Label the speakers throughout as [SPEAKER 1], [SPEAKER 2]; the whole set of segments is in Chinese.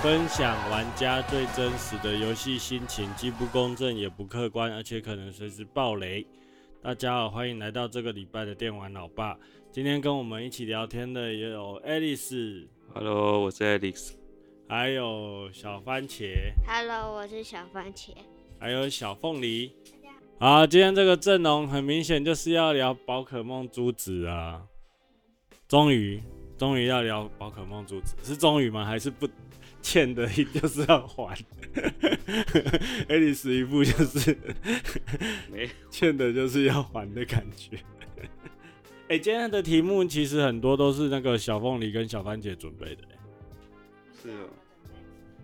[SPEAKER 1] 分享玩家最真实的游戏心情，既不公正也不客观，而且可能随时爆雷。大家好，欢迎来到这个礼拜的电玩老爸。今天跟我们一起聊天的也有 Alice，
[SPEAKER 2] Hello，我是 Alex。
[SPEAKER 1] 还有小番茄，
[SPEAKER 3] Hello，我是小番茄。
[SPEAKER 1] 还有小凤梨。好，今天这个阵容很明显就是要聊宝可梦珠子啊！终于，终于要聊宝可梦珠子，是终于吗？还是不欠的，就是要还？ 爱丽丝一步就是
[SPEAKER 2] 没，
[SPEAKER 1] 欠的就是要还的感觉。 哎、今天的题目其实很多都是那个小凤梨跟小番茄准备的、
[SPEAKER 2] 是哦，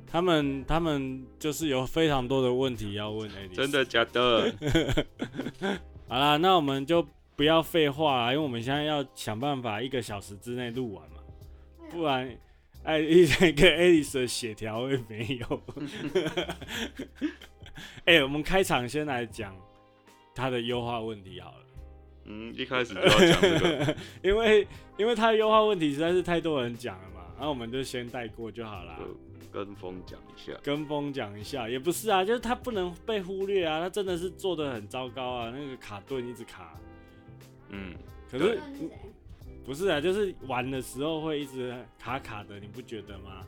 [SPEAKER 1] 他们他们就是有非常多的问题要问哎爱丽丝。
[SPEAKER 2] 真的假的？
[SPEAKER 1] 好啦，那我们就不要废话啦，因为我们现在要想办法一个小时之内录完嘛，不然艾 丽跟艾丽丝的协调会没有。 哎、我们开场先来讲他的优化问题好了。
[SPEAKER 2] 嗯，一开始就要讲这个，
[SPEAKER 1] 因为因为他的优化问题实在是太多人讲了嘛，那、我们就先带过就好啦。
[SPEAKER 2] 就跟风讲一下。
[SPEAKER 1] 跟风讲一下也不是啊，就是他不能被忽略啊，他真的是做的很糟糕啊，那个卡顿一直卡。
[SPEAKER 2] 嗯，
[SPEAKER 1] 可
[SPEAKER 3] 呃
[SPEAKER 2] 对
[SPEAKER 1] 是
[SPEAKER 3] 嗯
[SPEAKER 1] 不是啊，就是玩的时候会一直卡卡的，你不觉得吗？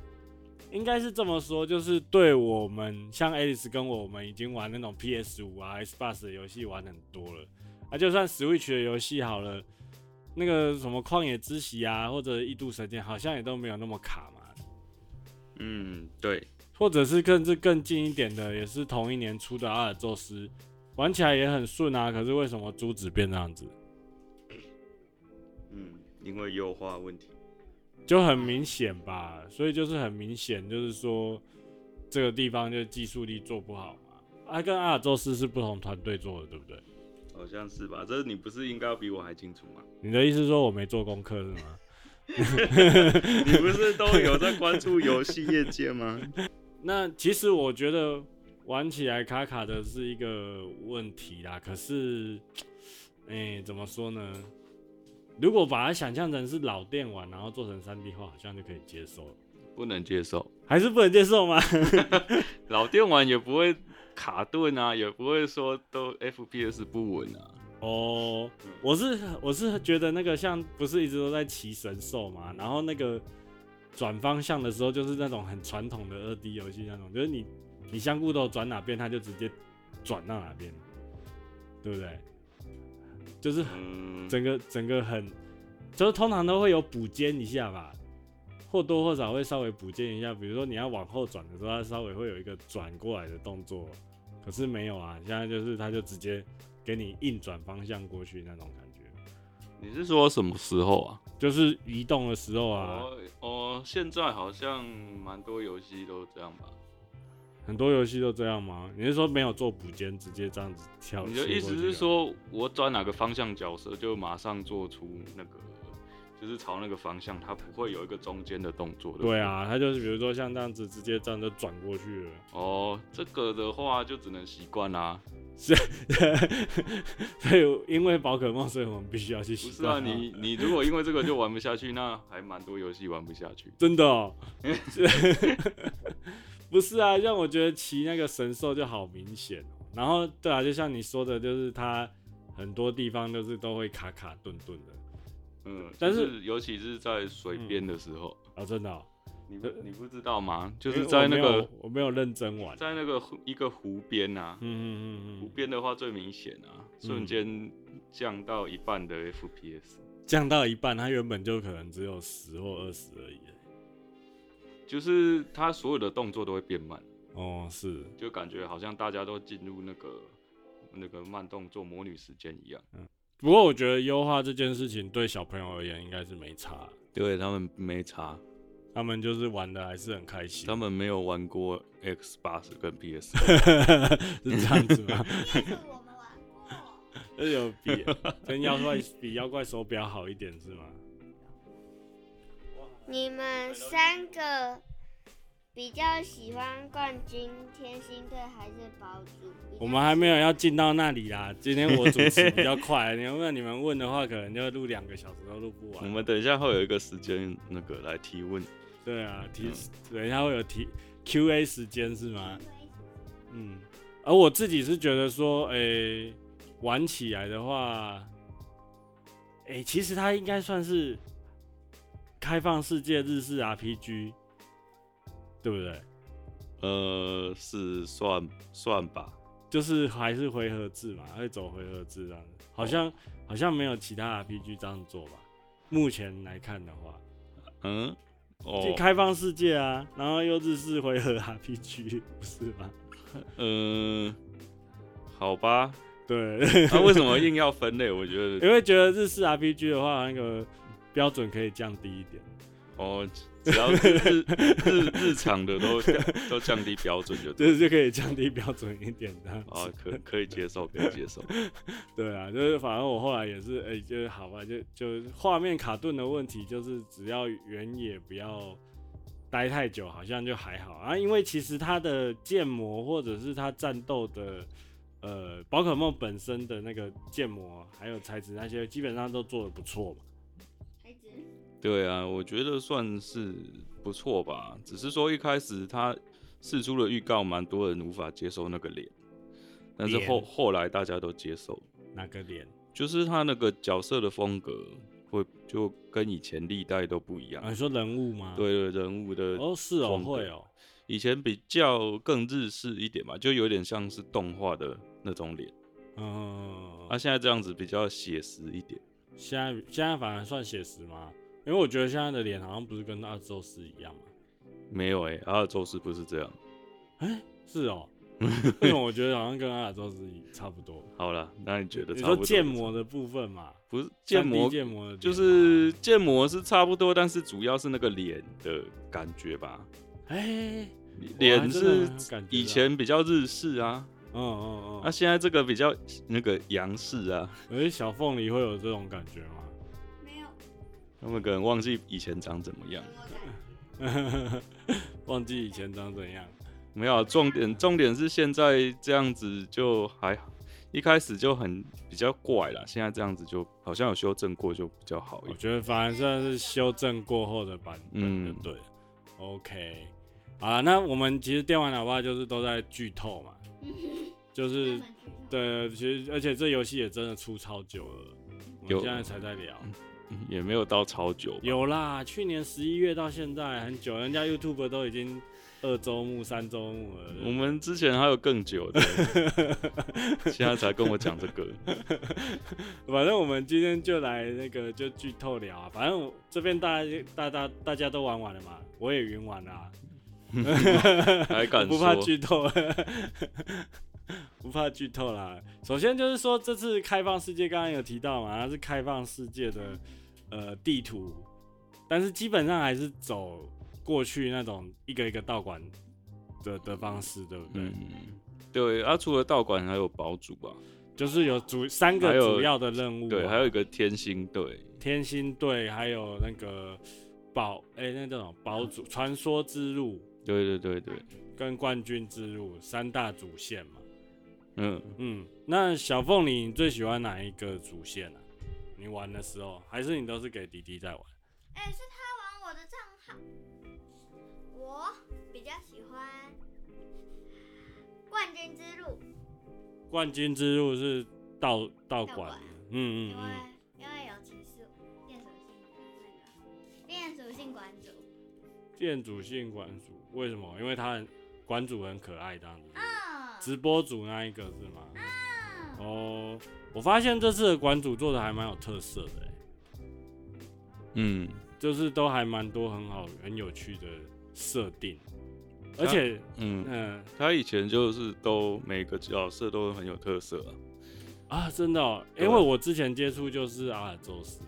[SPEAKER 1] 应该是这么说，就是对我们像 Alice 跟我，我们已经玩那种 PS 五啊、Xbox 的游戏玩很多了，啊，就算 Switch 的游戏好了，那个什么《旷野之息》啊，或者《异度神剑》，好像也都没有那么卡嘛。
[SPEAKER 2] 嗯，对，
[SPEAKER 1] 或者是更是更近一点的，也是同一年出的《阿尔宙斯》，玩起来也很顺啊。可是为什么珠子变这样子？
[SPEAKER 2] 嗯，因为优化问题。
[SPEAKER 1] 就很明显吧，所以就是很明显，就是说这个地方就技术力做不好嘛。啊，跟阿尔宙斯是不同团队做的，对不对？
[SPEAKER 2] 好像是吧？这你不是应该要比我还清楚 吗？
[SPEAKER 1] 你的意思是说我没做功课是吗？
[SPEAKER 2] 你不是都有在关注游戏业界吗？
[SPEAKER 1] 那其实我觉得玩起来卡卡的是一个问题啦。可是，哎、怎么说呢？如果把它想象成是老电玩，然后做成3 D 化，好像就可以接受了。
[SPEAKER 2] 不能接受，
[SPEAKER 1] 还是不能接受吗？
[SPEAKER 2] 老电玩也不会卡顿啊，也不会说都 FPS 不稳啊。
[SPEAKER 1] 哦，我是我是觉得那个像不是一直都在骑神兽嘛，然后那个转方向的时候就是那种很传统的二 D 游戏那种，就是你你香菇头转哪边，它就直接转到哪边，对不对？就是
[SPEAKER 2] 嗯，
[SPEAKER 1] 整个整个很，就是通常都会有补肩一下吧，或多或少会稍微补肩一下。比如说你要往后转的时候，它稍微会有一个转过来的动作，可是没有啊，现在就是它就直接给你硬转方向过去那种感觉，
[SPEAKER 2] 你是说什么时候啊？
[SPEAKER 1] 就是移动的时候啊，
[SPEAKER 2] 哦哦，现在好像蛮多游戏都这样吧。
[SPEAKER 1] 很多游戏都这样吗？你是说没有做补肩，直接这样子跳？
[SPEAKER 2] 你的意思是？说，我转哪个方向角色就马上做出那个，就是朝那个方向，它不会有一个中间的动作。不
[SPEAKER 1] 对。啊，它就是比如说像这样子，直接这样就转过去了。
[SPEAKER 2] 哦，这个的话就只能习惯啦。
[SPEAKER 1] 所以因为宝可梦，所以我们必须要去
[SPEAKER 2] 不
[SPEAKER 1] 习
[SPEAKER 2] 是啊，
[SPEAKER 1] 惯它。
[SPEAKER 2] 你你如果因为这个就玩不下去，那还蛮多游戏玩不下去。
[SPEAKER 1] 真的、哦， 不是啊，让我觉得骑那个神兽就好明显哦。然后对啊，就像你说的，就是它很多地方都是都会卡卡顿顿的
[SPEAKER 2] 嗯，
[SPEAKER 1] 但
[SPEAKER 2] 但
[SPEAKER 1] 是嗯
[SPEAKER 2] 是尤其是在水边的时候，
[SPEAKER 1] 啊、真的、哦，
[SPEAKER 2] 你不你不知道吗？就是
[SPEAKER 1] 因为
[SPEAKER 2] 在
[SPEAKER 1] 我
[SPEAKER 2] 那
[SPEAKER 1] 没
[SPEAKER 2] 个
[SPEAKER 1] 有我没有认真玩，
[SPEAKER 2] 在那个湖一个湖边啊，
[SPEAKER 1] 嗯嗯
[SPEAKER 2] 湖
[SPEAKER 1] 嗯
[SPEAKER 2] 边的话最明显啊，瞬间降到一半的 FPS。
[SPEAKER 1] 嗯，降到一半，它原本就可能只有十或二十而已。
[SPEAKER 2] 就是他所有的动作都会变慢，
[SPEAKER 1] 哦，是，
[SPEAKER 2] 就感觉好像大家都进入那个那个慢动作魔女时间一样。
[SPEAKER 1] 不过我觉得优化这件事情对小朋友而言应该是没差，
[SPEAKER 2] 对他们没差，
[SPEAKER 1] 他们就是玩的还是很开心
[SPEAKER 2] 他，们没有玩过 X 八十跟 PS，
[SPEAKER 1] 是这样子吗？
[SPEAKER 3] 这个我们玩过，
[SPEAKER 1] 那有比跟妖怪比妖怪手表好一点是吗？
[SPEAKER 3] 你们三个比较喜欢冠军天星队还是宝珠？
[SPEAKER 1] 我们还没有要进到那里啦，今天我主持比较快， 你要问你们问的话，可能就录两个小时都录不
[SPEAKER 2] 我
[SPEAKER 1] 完。
[SPEAKER 2] 们等一下会有一个时间那个来提问。
[SPEAKER 1] 对啊，提等一下会有提 Q A 时间是吗？嗯，而我自己是觉得说，诶、玩起来的话，诶、其实它应该算是开放世界日式 RPG，对不对？
[SPEAKER 2] 呃，是算算吧，
[SPEAKER 1] 就是还是回合制嘛，会走回合制这样子，好像、好像没有其他 RPG 这样做吧？目前来看的话，
[SPEAKER 2] 嗯，
[SPEAKER 1] 就
[SPEAKER 2] 哦，
[SPEAKER 1] 开放世界啊，然后又日式回合 RPG，不是吗？
[SPEAKER 2] 嗯，好吧，
[SPEAKER 1] 对，
[SPEAKER 2] 那、为什么硬要分类？我觉
[SPEAKER 1] 你
[SPEAKER 2] 得，
[SPEAKER 1] 会觉得日式 RPG 的话，那个标准可以降低一点。
[SPEAKER 2] 哦，只要是日日日常的都都降低标准就对，
[SPEAKER 1] 就是就可以降低标准一点这样
[SPEAKER 2] 啊
[SPEAKER 1] 子。，
[SPEAKER 2] 可可以接受，可以接受，
[SPEAKER 1] 对啊，就是反正我后来也是，哎、就是好吧，就就画面卡顿的问题，就是只要原野不要待太久，好像就还好啊。因为其实它的建模或者是它战斗的，呃，宝可梦本身的那个建模还有材质那些，基本上都做的不错嘛。
[SPEAKER 3] 孩子，
[SPEAKER 2] 对啊，我觉得算是不错吧，只是说一开始他试出了预告，蛮多人无法接受那个脸，但是后
[SPEAKER 1] 脸
[SPEAKER 2] 后来大家都接受了。
[SPEAKER 1] 哪个脸？
[SPEAKER 2] 就是他那个角色的风格会就跟以前历代都不一样，
[SPEAKER 1] 啊，你说人物吗？。
[SPEAKER 2] 对对人物的
[SPEAKER 1] 哦，是哦，
[SPEAKER 2] 风格
[SPEAKER 1] 会哦。
[SPEAKER 2] 以前比较更日式一点嘛，就有点像是动画的那种脸，
[SPEAKER 1] 嗯，
[SPEAKER 2] 啊，现在这样子比较写实一点，
[SPEAKER 1] 现在现在反而算写实吗？因为我觉得现在的脸好像不是跟阿宙斯一样嘛。
[SPEAKER 2] 没有哎、阿尔宙斯不是这样，
[SPEAKER 1] 哎、是 哦，为什么我觉得好像跟阿宙斯差不多？
[SPEAKER 2] 好了，那你觉得
[SPEAKER 1] 你
[SPEAKER 2] 差不
[SPEAKER 1] 说
[SPEAKER 2] 多？
[SPEAKER 1] 建模的部分嘛，
[SPEAKER 2] 不是建
[SPEAKER 1] 3D
[SPEAKER 2] 模，
[SPEAKER 1] 建模的脸
[SPEAKER 2] 就是建模是差不多，但是主要是那个脸的感觉吧，
[SPEAKER 1] 哎、
[SPEAKER 2] 脸是
[SPEAKER 1] 感觉
[SPEAKER 2] 以
[SPEAKER 1] 到
[SPEAKER 2] 前比较日式啊，
[SPEAKER 1] 嗯嗯嗯，
[SPEAKER 2] 啊，现在这个比较那个洋式啊。
[SPEAKER 1] 而且小凤梨会有这种感觉吗？
[SPEAKER 3] 没有
[SPEAKER 2] 他们可能忘记以前长怎么样。
[SPEAKER 3] 我感觉，
[SPEAKER 1] 忘记以前长怎样，
[SPEAKER 2] 没有啊，重点重点是现在这样子就还好，一开始就很比较怪啦，现在这样子就好像有修正过，就比较好
[SPEAKER 1] 我
[SPEAKER 2] 一点。
[SPEAKER 1] 觉得反而算是修正过后的版本就
[SPEAKER 2] 嗯
[SPEAKER 1] 对了。OK，好啦，那我们其实电玩喇叭就是都在剧透嘛，就是
[SPEAKER 3] 他们去看
[SPEAKER 1] 对，其实而且这游戏也真的出超久了，我们
[SPEAKER 2] 有
[SPEAKER 1] 现在才在聊。
[SPEAKER 2] 嗯也没有到超久吧，
[SPEAKER 1] 有啦，去年十一月到现在很久，人家 YouTube 都已经二周目、三周目了。
[SPEAKER 2] 我们之前还有更久的，现在才跟我讲这个。
[SPEAKER 1] 反正我们今天就来那个就剧透聊啊，反正我这边大家大家大家都玩完了嘛，我也云玩啦、
[SPEAKER 2] 还敢
[SPEAKER 1] 不怕
[SPEAKER 2] 说？
[SPEAKER 1] 剧透， 不怕剧透啦。首先就是说，这次开放世界刚刚有提到嘛，它是开放世界的呃地图，但是基本上还是走过去那种一个一个道馆的的方式，对不对？
[SPEAKER 2] 嗯，对啊，除了道馆还有堡主吧，
[SPEAKER 1] 就是有主三个
[SPEAKER 2] 还有
[SPEAKER 1] 主要的任务嘛，啊
[SPEAKER 2] 对，还有一个天星队，
[SPEAKER 1] 天星队，还有那个宝，哎、那叫什么宝主传说之路
[SPEAKER 2] 对对对对，
[SPEAKER 1] 跟冠军之路三大主线嘛。
[SPEAKER 2] 嗯，
[SPEAKER 1] 嗯，那小凤梨，你最喜欢哪一个主线啊？你玩的时候，还是你都是给弟弟在玩？
[SPEAKER 3] 哎、是他玩我的账号。我比较喜欢冠军之路，
[SPEAKER 1] 冠军之路是道道
[SPEAKER 3] 道
[SPEAKER 1] 馆
[SPEAKER 3] 馆
[SPEAKER 1] 的，嗯嗯
[SPEAKER 3] 因为
[SPEAKER 1] 嗯，
[SPEAKER 3] 因为有骑士变属性的那个变属性馆主，
[SPEAKER 1] 店主性馆主为什么？因为他很馆主很可爱，这样子。
[SPEAKER 3] 嗯，
[SPEAKER 1] 直播主那一个是吗？
[SPEAKER 3] 嗯
[SPEAKER 1] 哦，我发现这次的馆主做的还蛮有特色的、欸，
[SPEAKER 2] 嗯，
[SPEAKER 1] 就是都还蛮多很好很有趣的设定，而且
[SPEAKER 2] 嗯，
[SPEAKER 1] 嗯、
[SPEAKER 2] 他以前就是都每个角色都很有特色、啊，
[SPEAKER 1] 啊，真的、哦，因
[SPEAKER 2] 对
[SPEAKER 1] 为我之前接触就是阿尔宙斯，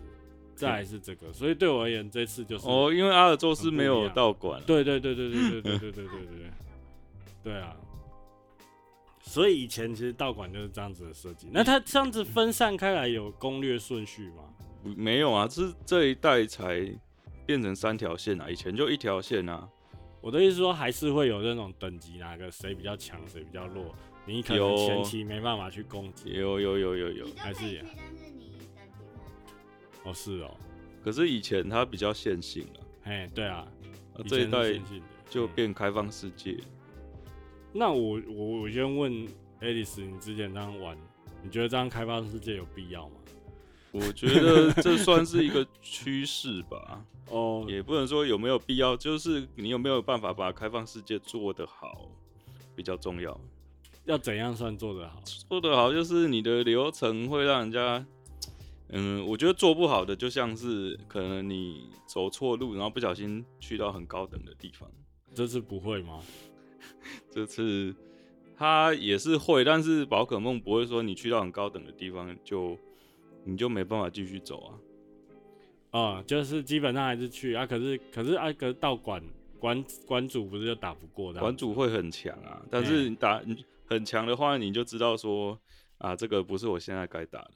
[SPEAKER 1] 再来是这个，所以对我而言这次就是，
[SPEAKER 2] 哦，因为阿尔宙斯没有道馆、啊，
[SPEAKER 1] 对对对对对对对对对对对对，对啊，所以以前其实道馆就是这样子的设计。那它这样子分散开来有攻略顺序吗？
[SPEAKER 2] 没有啊，是这一代才变成三条线啊，以前就一条线啊，
[SPEAKER 1] 我的意思说还是会有那种等级，哪个谁比较强，谁比较弱，你可能
[SPEAKER 2] 有
[SPEAKER 1] 前期没办法去攻击。
[SPEAKER 2] 有有有有有
[SPEAKER 3] 你，都
[SPEAKER 1] 还
[SPEAKER 3] 可
[SPEAKER 1] 是
[SPEAKER 3] 以
[SPEAKER 1] 一样
[SPEAKER 3] 去，但是你等级可能
[SPEAKER 1] 哦，是哦，
[SPEAKER 2] 可是以前它比较线性啊，
[SPEAKER 1] 哎，对啊，
[SPEAKER 2] 那
[SPEAKER 1] 以
[SPEAKER 2] 这一
[SPEAKER 1] 前是
[SPEAKER 2] 代
[SPEAKER 1] 线性的
[SPEAKER 2] 就
[SPEAKER 1] 嗯
[SPEAKER 2] 变开放世界。
[SPEAKER 1] 那我我我先问 Alice，你之前这样玩，你觉得这样开放世界有必要吗？
[SPEAKER 2] 我觉得这算是一个趋势吧，
[SPEAKER 1] 哦，
[SPEAKER 2] 也不能说有没有必要，就是你有没有办法把开放世界做得好比较重要。
[SPEAKER 1] 要怎样算做得好？
[SPEAKER 2] 做得好就是你的流程会让人家，嗯，我觉得做不好的就像是可能你走错路，然后不小心去到很高等的地方。
[SPEAKER 1] 这次不会吗？
[SPEAKER 2] 这次他也是会，但是宝可梦不会说你去到很高等的地方就你就没办法继续走啊。
[SPEAKER 1] 啊、就是基本上还是去啊，可是可是啊，可是道馆馆馆主不是就打不过的，
[SPEAKER 2] 馆主会很强啊，但是你打你很强的话，你就知道说啊，这个不是我现在该打的。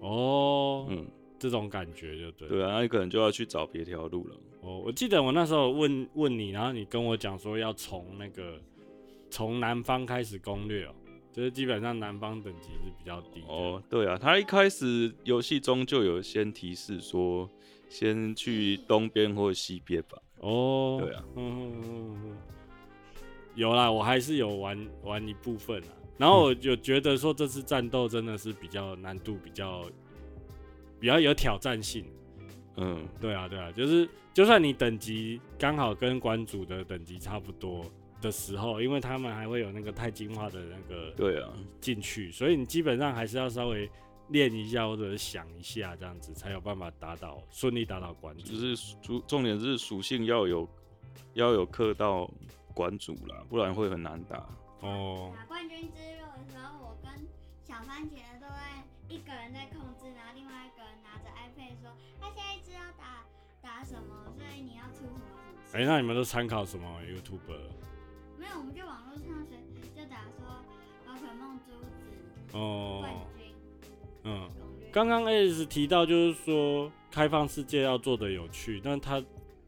[SPEAKER 1] 哦，
[SPEAKER 2] 嗯，
[SPEAKER 1] 这种感觉就对。
[SPEAKER 2] 对啊，那你可能就要去找别条路了。
[SPEAKER 1] 哦，我记得我那时候问问你，然后你跟我讲说要从那个从南方开始攻略哦，就是基本上南方等级是比较低的。
[SPEAKER 2] 哦，对啊，他一开始游戏中就有先提示说，先去东边或西边吧。
[SPEAKER 1] 哦，
[SPEAKER 2] 对啊，
[SPEAKER 1] 嗯嗯嗯嗯，有啦，我还是有玩玩一部分啊。然后
[SPEAKER 2] 嗯
[SPEAKER 1] 我有觉得说这次战斗真的是比较难度比较比较有挑战性。
[SPEAKER 2] 嗯，
[SPEAKER 1] 对啊，对啊，就是就算你等级刚好跟馆主的等级差不多的时候，因为他们还会有那个钛金化的那个
[SPEAKER 2] 对啊，
[SPEAKER 1] 进去，所以你基本上还是要稍微练一下或者是想一下这样子，才有办法打倒顺利打倒馆主。
[SPEAKER 2] 就是属重点是属性要有要有克到馆主啦，不然会很难打。
[SPEAKER 1] 哦，
[SPEAKER 3] 打冠军之路的时候，我跟小番茄都在一个人在控制，然后另外一个人拿着 iPad 说他现在知道打打什么，所以你要出什么什么
[SPEAKER 1] 哎、那你们都参考什么 YouTube？
[SPEAKER 3] 没有，我们就网络上随就打说宝可梦珠子
[SPEAKER 1] 哦
[SPEAKER 3] 冠，军
[SPEAKER 1] 嗯，
[SPEAKER 3] 攻略。
[SPEAKER 1] 刚刚 Alice 提到就是说开放世界要做的有趣，但他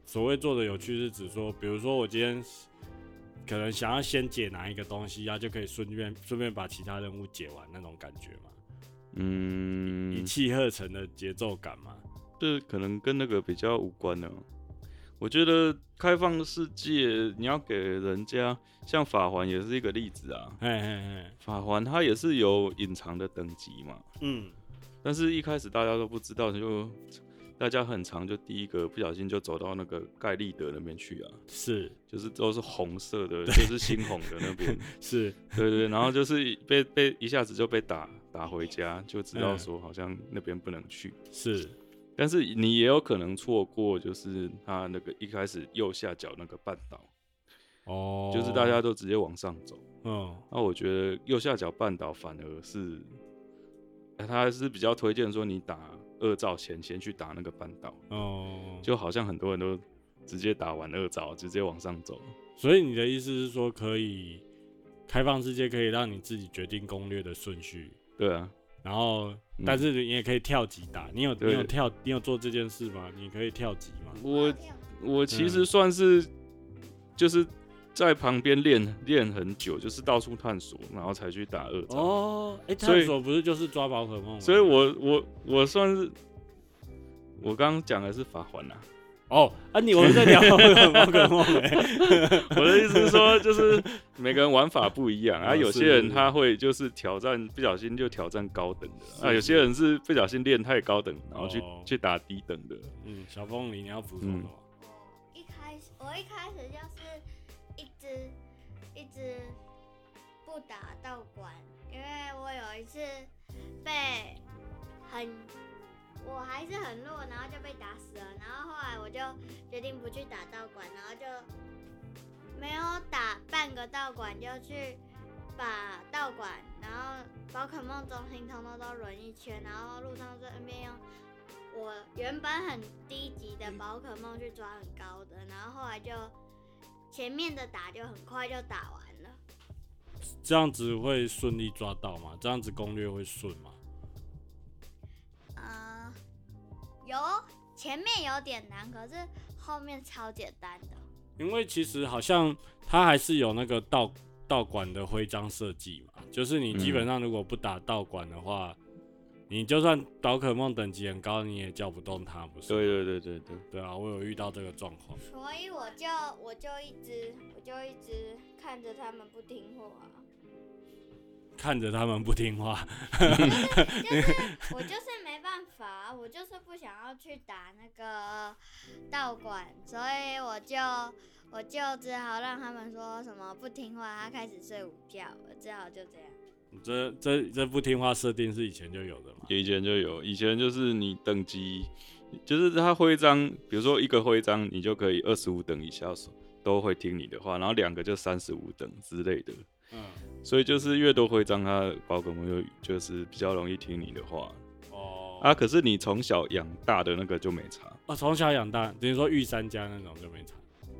[SPEAKER 1] 所谓做的有趣是指说，比如说我今天可能想要先解哪一个东西，啊然后就可以顺便顺便把其他任务解完那种感觉嘛，一
[SPEAKER 2] 嗯，
[SPEAKER 1] 气呵成的节奏感嘛。
[SPEAKER 2] 这可能跟那个比较无关呢、我觉得开放世界，你要给人家像法环也是一个例子啊。
[SPEAKER 1] 嘿嘿嘿，
[SPEAKER 2] 法环它也是有隐藏的等级嘛，
[SPEAKER 1] 嗯，
[SPEAKER 2] 但是一开始大家都不知道，就大家很长就第一个不小心就走到那个盖利德那边去啊，
[SPEAKER 1] 是
[SPEAKER 2] 就是都是红色的，就是猩红的那边，
[SPEAKER 1] 是，
[SPEAKER 2] 对对，然后就是被被一下子就被打打回家，就知道说好像那边不能去，
[SPEAKER 1] 是
[SPEAKER 2] 但是你也有可能错过，就是他那个一开始右下角那个半岛，
[SPEAKER 1] 哦，
[SPEAKER 2] 就是大家都直接往上走。
[SPEAKER 1] 嗯
[SPEAKER 2] 那我觉得右下角半岛反而是，呃他还是比较推荐说你打二兆前先去打那个半岛，
[SPEAKER 1] 哦，
[SPEAKER 2] 就好像很多人都直接打完二兆直接往上走。
[SPEAKER 1] 所以你的意思是说，可以开放世界可以让你自己决定攻略的顺序，
[SPEAKER 2] 对啊，
[SPEAKER 1] 然后
[SPEAKER 2] 嗯
[SPEAKER 1] 但是你也可以跳级打。你有你
[SPEAKER 2] 对
[SPEAKER 1] 有跳你有做这件事吗？你可以跳级吗？
[SPEAKER 2] 我
[SPEAKER 3] 跳
[SPEAKER 2] 我其实算是就是在旁边练练很久，就是到处探索，然后才去打二兆。
[SPEAKER 1] 哦，哎、
[SPEAKER 2] 所以
[SPEAKER 1] 探索不是就是抓宝可梦吗？
[SPEAKER 2] 所以我我我算是我刚刚讲的是法环啊，
[SPEAKER 1] 哦啊，你我们在聊 宝可梦哎、
[SPEAKER 2] 我的意思是说，就是每个人玩法不一 样啊，
[SPEAKER 1] 哦
[SPEAKER 2] 有
[SPEAKER 1] 是
[SPEAKER 2] 些人他会就是挑战，不小心就挑战高等的啊，有些人是不小心练太高等，然后去、
[SPEAKER 1] 哦
[SPEAKER 2] 去打低等的。
[SPEAKER 1] 嗯，小凤梨你要服从什么？
[SPEAKER 3] 我一开始我一开始就是一直一直不打道馆，因为我有一次被很我还是很弱，然后就被打死了。然后后来我就决定不去打道馆，然后就没有打半个道馆，就去把道馆，然后宝可梦中心通通都轮一圈，然后路上顺便用我原本很低级的宝可梦去抓很高的，然后后来就前面的打就很快就打完了。
[SPEAKER 1] 这样子会顺利抓到吗？这样子攻略会顺吗？
[SPEAKER 3] 呃，有前面有点难，可是后面超简单的。
[SPEAKER 1] 因为其实好像它还是有那个道
[SPEAKER 2] 嗯
[SPEAKER 1] 道馆的徽章设计嘛，就是你基本上如果不打道馆的话，你就算宝可梦等级很高，你也叫不动它，不是？
[SPEAKER 2] 对对对对对，
[SPEAKER 1] 对啊，我有遇到这个状况。
[SPEAKER 3] 所以我就我就一直我就一直看着他们不听话，
[SPEAKER 1] 看着他们不听话，
[SPEAKER 3] 我就是没办法，我就是不想要去打那个道馆，所以我就我就只好让他们说什么不听话，他开始睡午觉，我只好就这样。
[SPEAKER 1] 这这这不听话设定是以前就有的嘛？
[SPEAKER 2] 以前就有，以前就是你等级，就是他徽章，比如说一个徽章，你就可以二十五等以下都会听你的话，然后两个就三十五等之类的，
[SPEAKER 1] 嗯，
[SPEAKER 2] 所以就是越多徽章，它宝可梦就就是比较容易听你的话
[SPEAKER 1] 哦
[SPEAKER 2] 啊。可是你从小养大的那个就没差，
[SPEAKER 1] 啊，从小养大，等于说御三家那种就没差。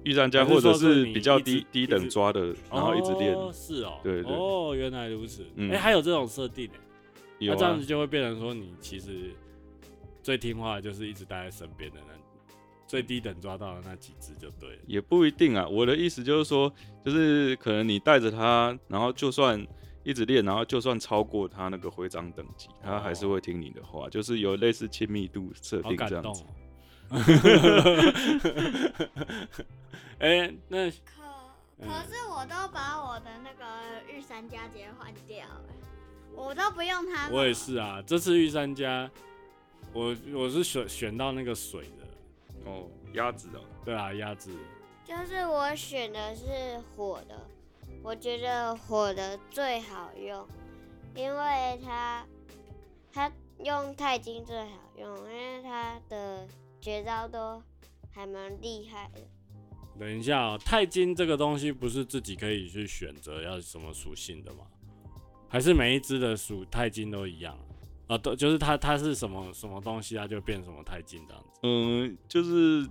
[SPEAKER 2] 御三家
[SPEAKER 1] 还是
[SPEAKER 2] 或者
[SPEAKER 1] 说是
[SPEAKER 2] 是
[SPEAKER 1] 你
[SPEAKER 2] 比较
[SPEAKER 1] 一直
[SPEAKER 2] 低低
[SPEAKER 1] 一直
[SPEAKER 2] 等抓的，然后一直练，
[SPEAKER 1] 哦是哦，
[SPEAKER 2] 对对
[SPEAKER 1] 哦，原来如此。哎、
[SPEAKER 2] 嗯
[SPEAKER 1] 还有这种设定哎、那、
[SPEAKER 2] 有
[SPEAKER 1] 这
[SPEAKER 2] 啊
[SPEAKER 1] 样子，就会变成说，你其实最听话的就是一直待在身边的那最低等抓到的那几只就对了。
[SPEAKER 2] 也不一定啊。我的意思就是说，就是可能你带着它，然后就算一直练，然后就算超过它那个徽章等级，它还是会听你的话，就是有类似亲密度设
[SPEAKER 1] 哦好
[SPEAKER 2] 定
[SPEAKER 1] 感
[SPEAKER 2] 这
[SPEAKER 1] 动
[SPEAKER 2] 样子。
[SPEAKER 1] 哦。 哎、那
[SPEAKER 3] 可可
[SPEAKER 1] 嗯
[SPEAKER 3] 是我都把我的那个御三家直接换掉了，我都不用它。
[SPEAKER 1] 我也。是啊，这次御三家，我我是选选到那个水的，
[SPEAKER 2] 哦，鸭子哦，
[SPEAKER 1] 对啊，鸭子，
[SPEAKER 3] 就是我选的是火的，我觉得火的最好用，因为它它用钛金最好用，因为它的绝招都还蛮厉害的。
[SPEAKER 1] 等一下哦，钛金这个东西不是自己可以去选择要什么属性的吗？还是每一只的属钛金都一样啊？啊，都就是它它是什么什么东西，它就变什么钛金这样子。
[SPEAKER 2] 嗯，就是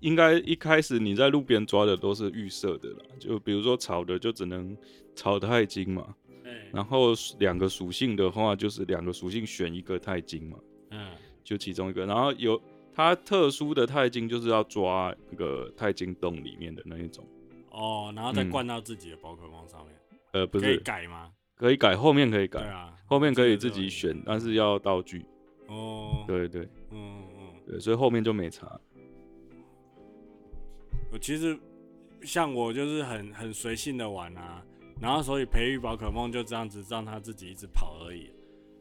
[SPEAKER 2] 应该一开始你在路边抓的都是预设的啦，就比如说草的就只能草钛金嘛，
[SPEAKER 1] 哎
[SPEAKER 2] 然后两个属性的话就是两个属性选一个钛金嘛。
[SPEAKER 1] 嗯，
[SPEAKER 2] 就其中一个，然后有它特殊的钛金就是要抓那个钛金洞里面的那一种，
[SPEAKER 1] 哦，然后再
[SPEAKER 2] 嗯
[SPEAKER 1] 灌到自己的宝可梦上面，
[SPEAKER 2] 呃，不
[SPEAKER 1] 可以
[SPEAKER 2] 是，
[SPEAKER 1] 改吗？
[SPEAKER 2] 可以改，后面可以
[SPEAKER 1] 对
[SPEAKER 2] 改，
[SPEAKER 1] 啊，
[SPEAKER 2] 后面可以自
[SPEAKER 1] 这个
[SPEAKER 2] 己选，但是要道具，
[SPEAKER 1] 哦，，
[SPEAKER 2] 对对
[SPEAKER 1] 嗯嗯，
[SPEAKER 2] 对，所以后面就没差。
[SPEAKER 1] 我其实像我就是很很随性的玩啊，然后所以培育宝可梦就这样子让它自己一直跑而已。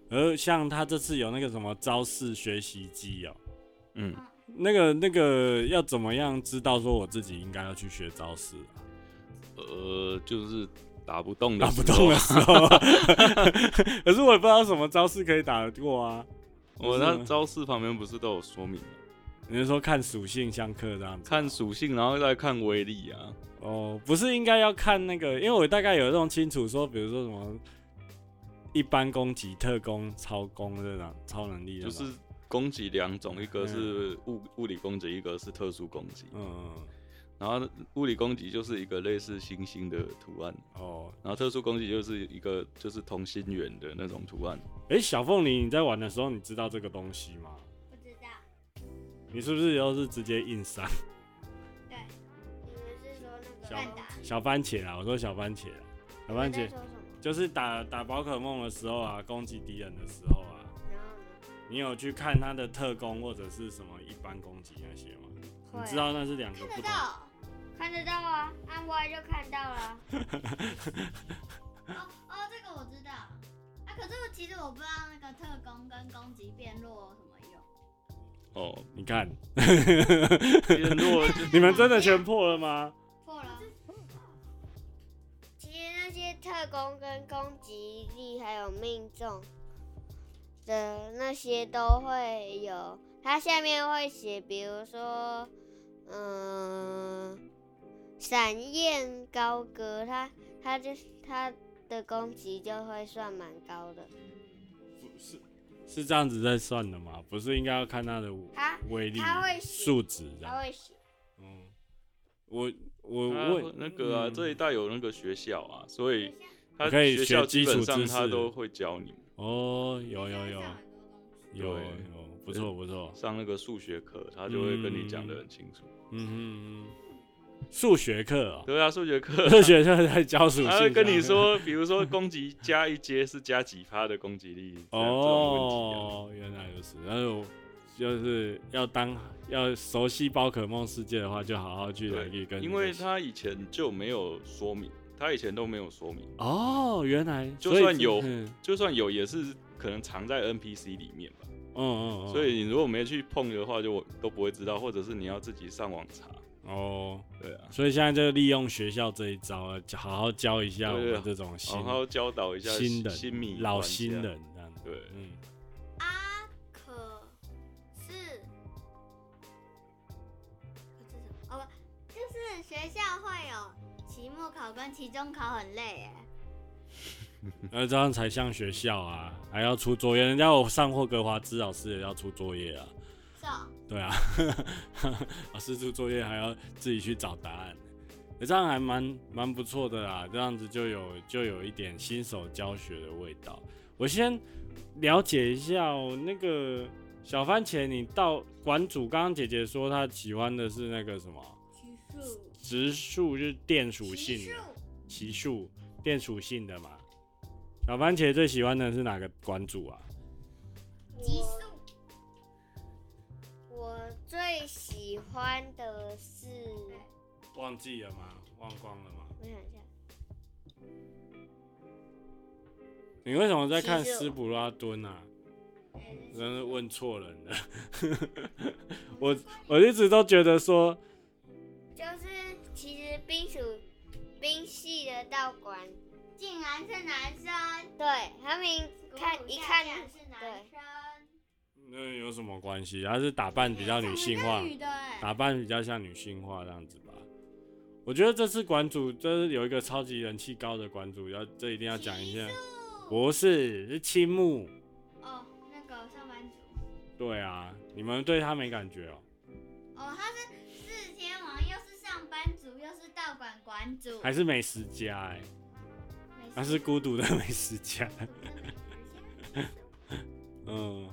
[SPEAKER 1] 而像它这次有那个什么招式学习机哦，
[SPEAKER 2] 嗯，
[SPEAKER 1] 那个那个要怎么样知道说我自己应该要去学招式啊、
[SPEAKER 2] 呃，就是打不动的
[SPEAKER 1] 打
[SPEAKER 2] 时
[SPEAKER 1] 不
[SPEAKER 2] 候，
[SPEAKER 1] 动的时 候，可是我也不知道什么招式可以打得过啊。
[SPEAKER 2] 我
[SPEAKER 1] 不是
[SPEAKER 2] 那
[SPEAKER 1] 吗
[SPEAKER 2] 招式旁边不是都有说明吗，
[SPEAKER 1] 你是说看属性相克这样子？
[SPEAKER 2] 看属性，然后再看威力啊。
[SPEAKER 1] 哦，不是应该要看那个，因为我大概有弄清楚说，比如说什么一般攻击、特攻、超攻这种超能力的
[SPEAKER 2] 就
[SPEAKER 1] 嘛，
[SPEAKER 2] 是攻击两种，一个是物物理攻击，一个是特殊攻击。
[SPEAKER 1] 嗯
[SPEAKER 2] 然后物理攻击就是一个类似星星的图案，
[SPEAKER 1] 哦，
[SPEAKER 2] 然后特殊攻击就是一个就是同心圆的那种图案。
[SPEAKER 1] 哎、小凤梨，你在玩的时候，你知道这个东西吗？
[SPEAKER 3] 不知道，
[SPEAKER 1] 你是不是都是直接硬伤？
[SPEAKER 3] 对，你们是说那
[SPEAKER 1] 小
[SPEAKER 3] 乱打？
[SPEAKER 1] 小番茄啊，我说小番茄啊，小番
[SPEAKER 3] 你们
[SPEAKER 1] 茄
[SPEAKER 3] 在说什么？
[SPEAKER 1] 就是打打宝可梦的时候啊，攻击敌人的时候啊，
[SPEAKER 3] 然后呢？
[SPEAKER 1] 你有去看他的特攻或者是什么一般攻击那些吗？你
[SPEAKER 3] 会啊
[SPEAKER 1] 知道那是两个
[SPEAKER 3] 看
[SPEAKER 1] 不
[SPEAKER 3] 得
[SPEAKER 1] 同。
[SPEAKER 3] 到，看得到啊，按 Y 就看到了。哦哦，这个我知道。啊，可是我其实我不知道那个特工跟攻击变弱有什么用。
[SPEAKER 2] 哦，
[SPEAKER 1] 你看，
[SPEAKER 2] 变弱就
[SPEAKER 1] 你们真的全破了吗？
[SPEAKER 3] 破了。其实那些特工跟攻击力还有命中的那些都会有，它下面会写，比如说，嗯、闪焰高歌，它它就是它的攻击就会算蛮高的。
[SPEAKER 1] 是是这样子在算的吗？不是应该要看它的
[SPEAKER 3] 它
[SPEAKER 1] 威力
[SPEAKER 3] 它会写
[SPEAKER 1] 数值这
[SPEAKER 3] 它
[SPEAKER 1] 样？
[SPEAKER 3] 会写，
[SPEAKER 1] 嗯，我 我
[SPEAKER 2] 啊
[SPEAKER 1] 我
[SPEAKER 2] 那个啊，
[SPEAKER 1] 嗯
[SPEAKER 2] 这一代有那个学校啊，所以他
[SPEAKER 1] 你可以
[SPEAKER 2] 学校
[SPEAKER 1] 学基
[SPEAKER 2] 基本
[SPEAKER 1] 础
[SPEAKER 2] 上
[SPEAKER 1] 知识
[SPEAKER 2] 他都会教你
[SPEAKER 1] 哦，有有有有有
[SPEAKER 2] 对，
[SPEAKER 1] 不错不错，
[SPEAKER 2] 上那个数学课，他就会跟你讲的很清楚。
[SPEAKER 1] 嗯哼嗯哼数学课哦，
[SPEAKER 2] 对啊，数学课、
[SPEAKER 1] 数学课在教属性
[SPEAKER 2] 他
[SPEAKER 1] 这
[SPEAKER 2] 会
[SPEAKER 1] 样，
[SPEAKER 2] 跟你说，比如说攻击加一阶是加几趴的攻击力，这样这种问题啊、
[SPEAKER 1] 哦，原来如此。但是我就是要当要熟悉宝可梦世界的话，就好好去来去跟你的。
[SPEAKER 2] 对，因为他以前就没有说明，他以前都没有说明，
[SPEAKER 1] 哦，原来
[SPEAKER 2] 就
[SPEAKER 1] 所以
[SPEAKER 2] 算
[SPEAKER 1] 这
[SPEAKER 2] 有
[SPEAKER 1] 嗯
[SPEAKER 2] 就算有也是可能藏在 NPC 里面吧。
[SPEAKER 1] 嗯嗯，嗯
[SPEAKER 2] 所以你如果没去碰的话，就我都不会知道，或者是你要自己上网查。
[SPEAKER 1] 哦，
[SPEAKER 2] 对啊，
[SPEAKER 1] 所以现在就利用学校这一招啊，就好好教一下我
[SPEAKER 2] 对
[SPEAKER 1] 们
[SPEAKER 2] 啊
[SPEAKER 1] 这种新
[SPEAKER 2] 好好教导一下
[SPEAKER 1] 新人、
[SPEAKER 2] 新米
[SPEAKER 1] 老
[SPEAKER 2] 玩家
[SPEAKER 1] 新。人这样子。
[SPEAKER 2] 对，
[SPEAKER 1] 嗯，
[SPEAKER 3] 啊，可是，可是什么？哦不，就是学校会有期末考跟期中考很累耶。
[SPEAKER 1] 那这样才像学校啊，还要出作业。人家我上霍格华兹老师也要出作业啊。
[SPEAKER 3] 是哦，
[SPEAKER 1] 对啊， 老师出作业还要自己去找答案，这样还蛮蛮不错的啦。这样子就有就有一点新手教学的味道。我先了解一下哦，那个小番茄，你到馆主刚刚姐姐说她喜欢的是那个什么
[SPEAKER 3] 奇数，
[SPEAKER 1] 植树，就是电属性啊
[SPEAKER 3] 奇
[SPEAKER 1] 的奇
[SPEAKER 3] 数，
[SPEAKER 1] 树，电属性的嘛。小番茄最喜欢的是哪个馆主啊？
[SPEAKER 3] 奇数。我最喜欢的是，
[SPEAKER 1] 忘记了吗？忘光了吗？
[SPEAKER 3] 我想一下，
[SPEAKER 1] 你为什么在看
[SPEAKER 3] 其实我
[SPEAKER 1] 斯普拉敦啊？
[SPEAKER 3] 哎
[SPEAKER 1] 真是问错人了。 我我一直都觉得说，
[SPEAKER 3] 就是其实冰属冰系的道馆
[SPEAKER 4] 竟然是男生，
[SPEAKER 3] 对他们一看
[SPEAKER 4] 谷谷
[SPEAKER 3] 一
[SPEAKER 4] 下
[SPEAKER 3] 看
[SPEAKER 4] 降
[SPEAKER 3] 就是
[SPEAKER 4] 男生，
[SPEAKER 1] 那有什么关系？他是打扮比较女性化
[SPEAKER 4] 长得，女的哎、
[SPEAKER 1] 打扮比较像女性化这样子吧。我觉得这次馆主，这是有一个超级人气高的馆主，要这一定要讲一下。不是，是青木。
[SPEAKER 4] 哦，那个上班族，
[SPEAKER 1] 对啊，你们对他没感觉哦、
[SPEAKER 4] 哦，他是四天王，又是上班族，又是道馆馆主，
[SPEAKER 1] 还是美食家哎、
[SPEAKER 4] 没事
[SPEAKER 1] 他是孤独的 美食家。
[SPEAKER 4] 我是美食家
[SPEAKER 1] 嗯，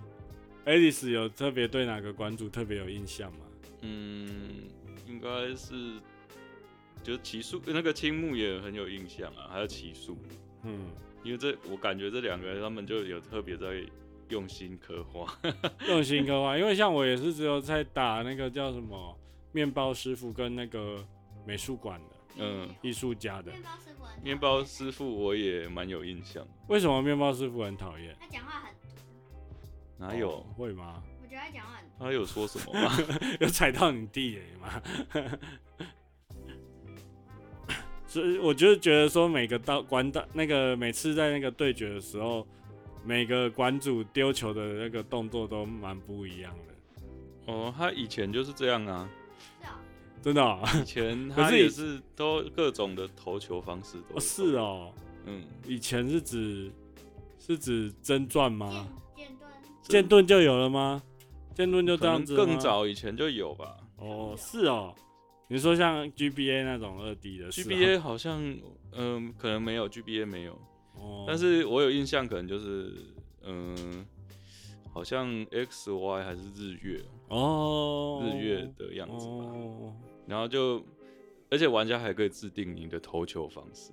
[SPEAKER 1] 爱丽丝有特别对哪个馆主特别有印象吗？
[SPEAKER 2] 嗯，应该是就奇数那个青木也很有印象啊，还有奇数，
[SPEAKER 1] 嗯，
[SPEAKER 2] 因为这我感觉这两个他们就有特别在用心刻画。
[SPEAKER 1] 用心刻画，因为像我也是只有在打那个叫什么面包师傅跟那个美术馆的
[SPEAKER 2] 嗯，
[SPEAKER 1] 艺术家的。
[SPEAKER 4] 面包师傅很讨哎厌
[SPEAKER 2] 面包，师傅我也蛮有印象，
[SPEAKER 1] 为什么面包师傅很讨厌？
[SPEAKER 4] 他讲话很，
[SPEAKER 2] 哪有、
[SPEAKER 1] 哦会吗？
[SPEAKER 4] 我觉得他讲话很，
[SPEAKER 2] 他有说什么吗？
[SPEAKER 1] 有踩到你地雷吗？ 所以我就是觉得说，每个到馆到那个每次在那个对决的时候，每个馆主丢球的那个动作都蛮不一样的，
[SPEAKER 2] 哦，他以前就是这样啊，
[SPEAKER 4] 是哦，
[SPEAKER 1] 真的、哦
[SPEAKER 2] 以前
[SPEAKER 1] 可
[SPEAKER 2] 他
[SPEAKER 1] 是以
[SPEAKER 2] 也是都各种的投球方式都有
[SPEAKER 1] 哦是，哦，
[SPEAKER 2] 嗯，
[SPEAKER 1] 以前是指是指真传吗？
[SPEAKER 4] 剑剑盾，
[SPEAKER 1] 剑盾就有了吗？剑盾就这样子
[SPEAKER 2] 可
[SPEAKER 1] 吗
[SPEAKER 2] 能更早以前就有吧。
[SPEAKER 1] 哦，是哦。你说像 GBA 那种二 D 的是哦
[SPEAKER 2] GBA 好像，嗯、可能没有 GBA 没有，
[SPEAKER 1] 哦，
[SPEAKER 2] 但是我有印象，可能就是，嗯、好像 X Y 还是日月，
[SPEAKER 1] 哦，
[SPEAKER 2] 日月的样子吧。
[SPEAKER 1] 哦
[SPEAKER 2] 然后就，而且玩家还可以制定你的投球方式。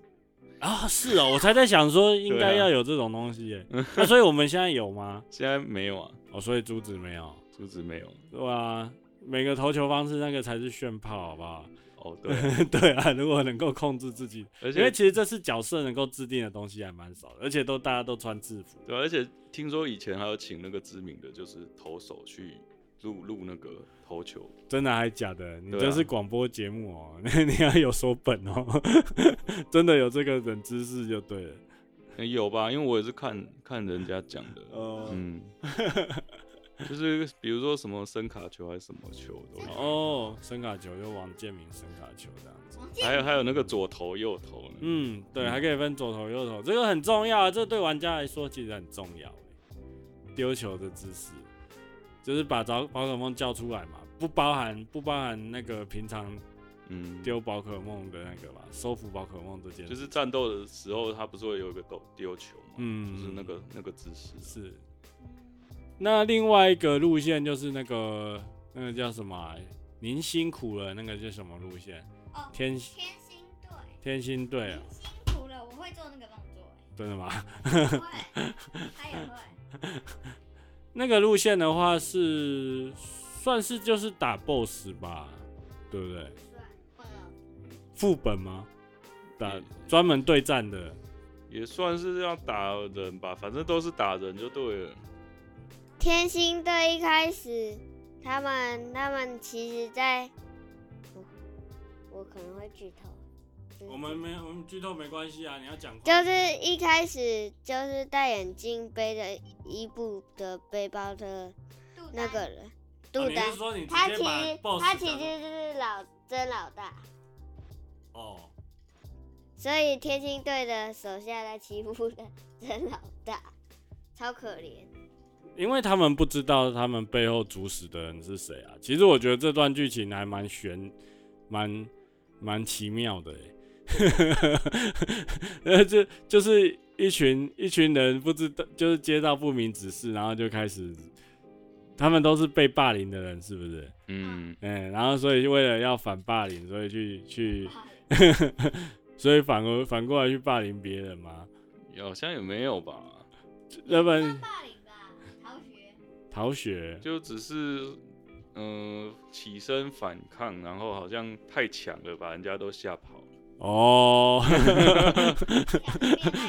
[SPEAKER 1] 啊，是哦，我才在想说应该
[SPEAKER 2] 对啊
[SPEAKER 1] 要有这种东西 耶。那所以我们现在有吗？
[SPEAKER 2] 现在没有啊，
[SPEAKER 1] 哦，所以珠子没有，
[SPEAKER 2] 阻止没有。
[SPEAKER 1] 对啊，每个投球方式那个才是炫炮，好不好？
[SPEAKER 2] 哦，对啊、
[SPEAKER 1] 对啊，如果能够控制自己，
[SPEAKER 2] 而
[SPEAKER 1] 因为
[SPEAKER 2] 且
[SPEAKER 1] 其实这次角色能够制定的东西还蛮少的，而且都大家都穿制服。
[SPEAKER 2] 对啊、而且听说以前还有请那个知名的，就是投手去录录那个投球。
[SPEAKER 1] 真的还假的？你
[SPEAKER 2] 对啊
[SPEAKER 1] 这是广播节目哦、 你要有所本哦、 真的有这个冷知识就对了。
[SPEAKER 2] 欸有吧？因为我也是看看人家讲的，
[SPEAKER 1] 哦
[SPEAKER 2] 嗯，就是比如说什么声卡球还是什么球都有，
[SPEAKER 1] 哦，声卡球就王建民声卡球这样子。
[SPEAKER 4] 王
[SPEAKER 2] 还有
[SPEAKER 4] 剑，
[SPEAKER 2] 还有那个左投右投呢，
[SPEAKER 1] 嗯，对，
[SPEAKER 2] 嗯
[SPEAKER 1] 还可以分左投右投，这个很重要啊，这对玩家来说其实很重要、欸。丢球的姿势，就是把宝宝可梦叫出来嘛，不包含不包含那个平常
[SPEAKER 2] 嗯，
[SPEAKER 1] 丢宝可梦的那个吧，收服宝可梦这件事。
[SPEAKER 2] 就是战斗的时候，他不是会有一个丢丢球嘛，
[SPEAKER 1] 嗯
[SPEAKER 2] 就是那个那个姿势，
[SPEAKER 1] 是。那另外一个路线就是那个那个叫什么啊、您辛苦了，那个叫什么路线？
[SPEAKER 4] 哦，
[SPEAKER 1] 天
[SPEAKER 4] 天星对，
[SPEAKER 1] 天星队啊，
[SPEAKER 4] 很辛苦了，我会做那个动作，
[SPEAKER 1] 真的吗？
[SPEAKER 4] 哎会，他也会，
[SPEAKER 1] 那个路线的话是算是就是打 BOSS 吧，对不对？
[SPEAKER 4] 不算，
[SPEAKER 3] 嗯，
[SPEAKER 1] 副本吗？打
[SPEAKER 2] 嗯
[SPEAKER 1] 专门对战的，
[SPEAKER 2] 也算是要打人吧，反正都是打人就对了。
[SPEAKER 3] 天星队一开始，他们他们其实在，我我可能会剧透。就是
[SPEAKER 1] 我们没我们剧透没关系啊，你要讲快
[SPEAKER 3] 就是一开始就是戴眼镜背着伊布的背包的
[SPEAKER 4] 杜
[SPEAKER 3] 那
[SPEAKER 4] 丹
[SPEAKER 3] 个人，
[SPEAKER 1] 哦
[SPEAKER 3] 杜
[SPEAKER 1] 你是
[SPEAKER 3] 丹，
[SPEAKER 1] 说你直
[SPEAKER 3] 他
[SPEAKER 1] 接
[SPEAKER 3] 其
[SPEAKER 1] 把
[SPEAKER 3] 实
[SPEAKER 1] BOSS
[SPEAKER 3] 他其
[SPEAKER 1] 打
[SPEAKER 3] 实就是老真老大，
[SPEAKER 1] 哦，
[SPEAKER 3] 所以天星队的手下在欺负的真老大，超可怜。
[SPEAKER 1] 因为他们不知道他们背后主使的人是谁啊。其实我觉得这段剧情还蛮悬，蛮蛮奇妙的欸。呃， 就就是一群一群人不知道，就是接到不明指示，然后就开始，他们都是被霸凌的人，是不是？
[SPEAKER 2] 嗯，
[SPEAKER 1] 嗯，然后所以为了要反霸凌，所以去去，
[SPEAKER 4] 霸凌
[SPEAKER 1] 所以反而反过来去霸凌别人嘛。
[SPEAKER 2] 好像也没有吧，
[SPEAKER 1] 要不然
[SPEAKER 4] 霸凌吧，逃学，
[SPEAKER 1] 逃学，
[SPEAKER 2] 就只是嗯、呃起身反抗，然后好像太强了，把人家都吓跑了。
[SPEAKER 1] 哦，
[SPEAKER 4] 想着变 卖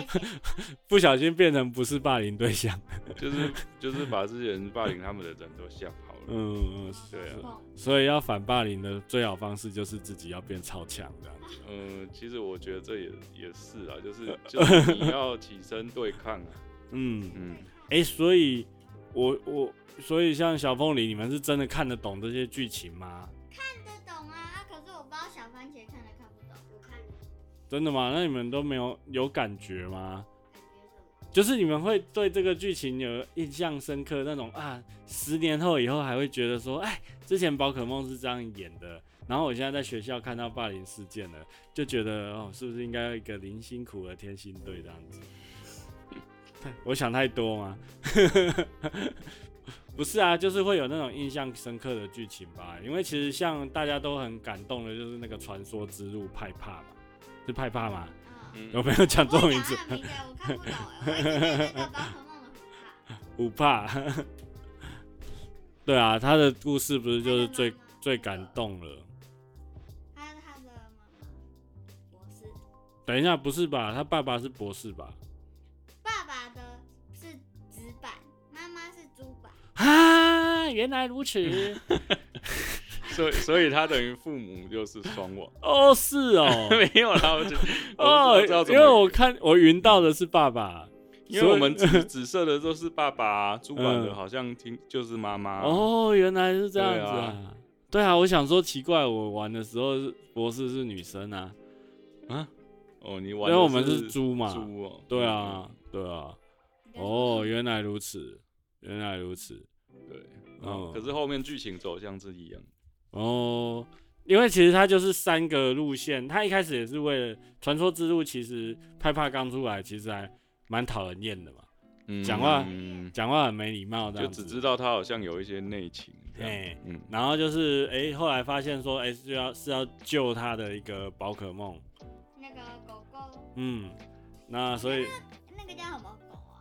[SPEAKER 4] 钱，
[SPEAKER 1] 不小心变成不是霸凌对象。
[SPEAKER 2] 就是就是把这些人霸凌他们的人都吓跑了。
[SPEAKER 1] 嗯，
[SPEAKER 2] 对啊
[SPEAKER 4] 哦
[SPEAKER 1] 所以要反霸凌的最好方式就是自己要变超强这样子。
[SPEAKER 2] 嗯、其实我觉得这也也是啊，就是就是你要起身对抗啊。
[SPEAKER 1] 嗯，
[SPEAKER 2] 嗯，
[SPEAKER 1] 哎、所以我我所以像小凤梨，你们是真的看得懂这些剧情吗？
[SPEAKER 4] 看得懂啊啊，可是我不知道小番茄看都看不懂，我看
[SPEAKER 1] 真的吗？那你们都没有有感觉吗？
[SPEAKER 4] 感觉什么？
[SPEAKER 1] 就是你们会对这个剧情有印象深刻那种啊，十年后以后还会觉得说，哎，之前宝可梦是这样演的，然后我现在在学校看到霸凌事件了，就觉得哦，是不是应该要一个零辛苦的天星队这样子？我想太多吗？不是啊，就是会有那种印象深刻的剧情吧，因为其实像大家都很感动的，就是那个传说之路派帕嘛，是派帕嘛？
[SPEAKER 4] 嗯，
[SPEAKER 1] 有
[SPEAKER 2] 嗯，
[SPEAKER 1] 没有讲
[SPEAKER 4] 我
[SPEAKER 1] 错
[SPEAKER 4] 会
[SPEAKER 1] 名
[SPEAKER 4] 讲
[SPEAKER 1] 字？
[SPEAKER 4] 他的名字，我看不懂，我一直念那个宝可梦的符号。
[SPEAKER 1] 不怕。 对啊，他的故事不是就是最
[SPEAKER 2] 哎
[SPEAKER 4] 他的妈妈
[SPEAKER 1] 最感动了？
[SPEAKER 4] 他他的妈妈博士，
[SPEAKER 1] 等一下，不是吧？他爸爸是博士吧？
[SPEAKER 4] 爸爸的是纸板，妈妈是猪板。
[SPEAKER 1] 啊，原来如此。
[SPEAKER 2] 所以所以他等于父母就是双亡，
[SPEAKER 1] 哦，是哦，
[SPEAKER 2] 没有 啦，我只
[SPEAKER 1] 哦，
[SPEAKER 2] 我不知道怎
[SPEAKER 1] 因
[SPEAKER 2] 么
[SPEAKER 1] 为我看我云到的是爸爸，
[SPEAKER 2] 因为我们
[SPEAKER 1] 所以
[SPEAKER 2] 紫紫色的都是爸爸、啊，主管的
[SPEAKER 1] 嗯
[SPEAKER 2] 好像听就是妈妈、
[SPEAKER 1] 哦，原来是这样子
[SPEAKER 2] 啊对
[SPEAKER 1] 啊。对啊，我想说奇怪，我玩的时候是博士是女生啊，
[SPEAKER 2] 啊，哦，你
[SPEAKER 1] 因
[SPEAKER 2] 玩
[SPEAKER 1] 为
[SPEAKER 2] 的
[SPEAKER 1] 我们
[SPEAKER 2] 是
[SPEAKER 1] 是猪嘛。
[SPEAKER 2] 猪哦，
[SPEAKER 1] 对啊，对啊。
[SPEAKER 4] 你在说
[SPEAKER 1] 哦，，原来如此，原来如此。
[SPEAKER 2] 嗯，对，
[SPEAKER 1] 哦
[SPEAKER 2] 嗯，可是后面剧情走向是一样，
[SPEAKER 1] 哦，因为其实它就是三个路线，它一开始也是为了传说之路，其实派帕刚出来，其实还蛮讨人厌的嘛，
[SPEAKER 2] 嗯
[SPEAKER 1] 讲话
[SPEAKER 2] 嗯
[SPEAKER 1] 讲话很没礼貌这
[SPEAKER 2] 就
[SPEAKER 1] 样
[SPEAKER 2] 只
[SPEAKER 1] 子。
[SPEAKER 2] 知道他好像有一些内情，这样
[SPEAKER 1] 哎
[SPEAKER 2] 嗯，
[SPEAKER 1] 然后就是哎、后来发现说哎、是要是要救他的一个宝可梦，
[SPEAKER 4] 那个狗狗，
[SPEAKER 1] 嗯，那所以
[SPEAKER 2] 嗯
[SPEAKER 4] 那个叫什么狗啊？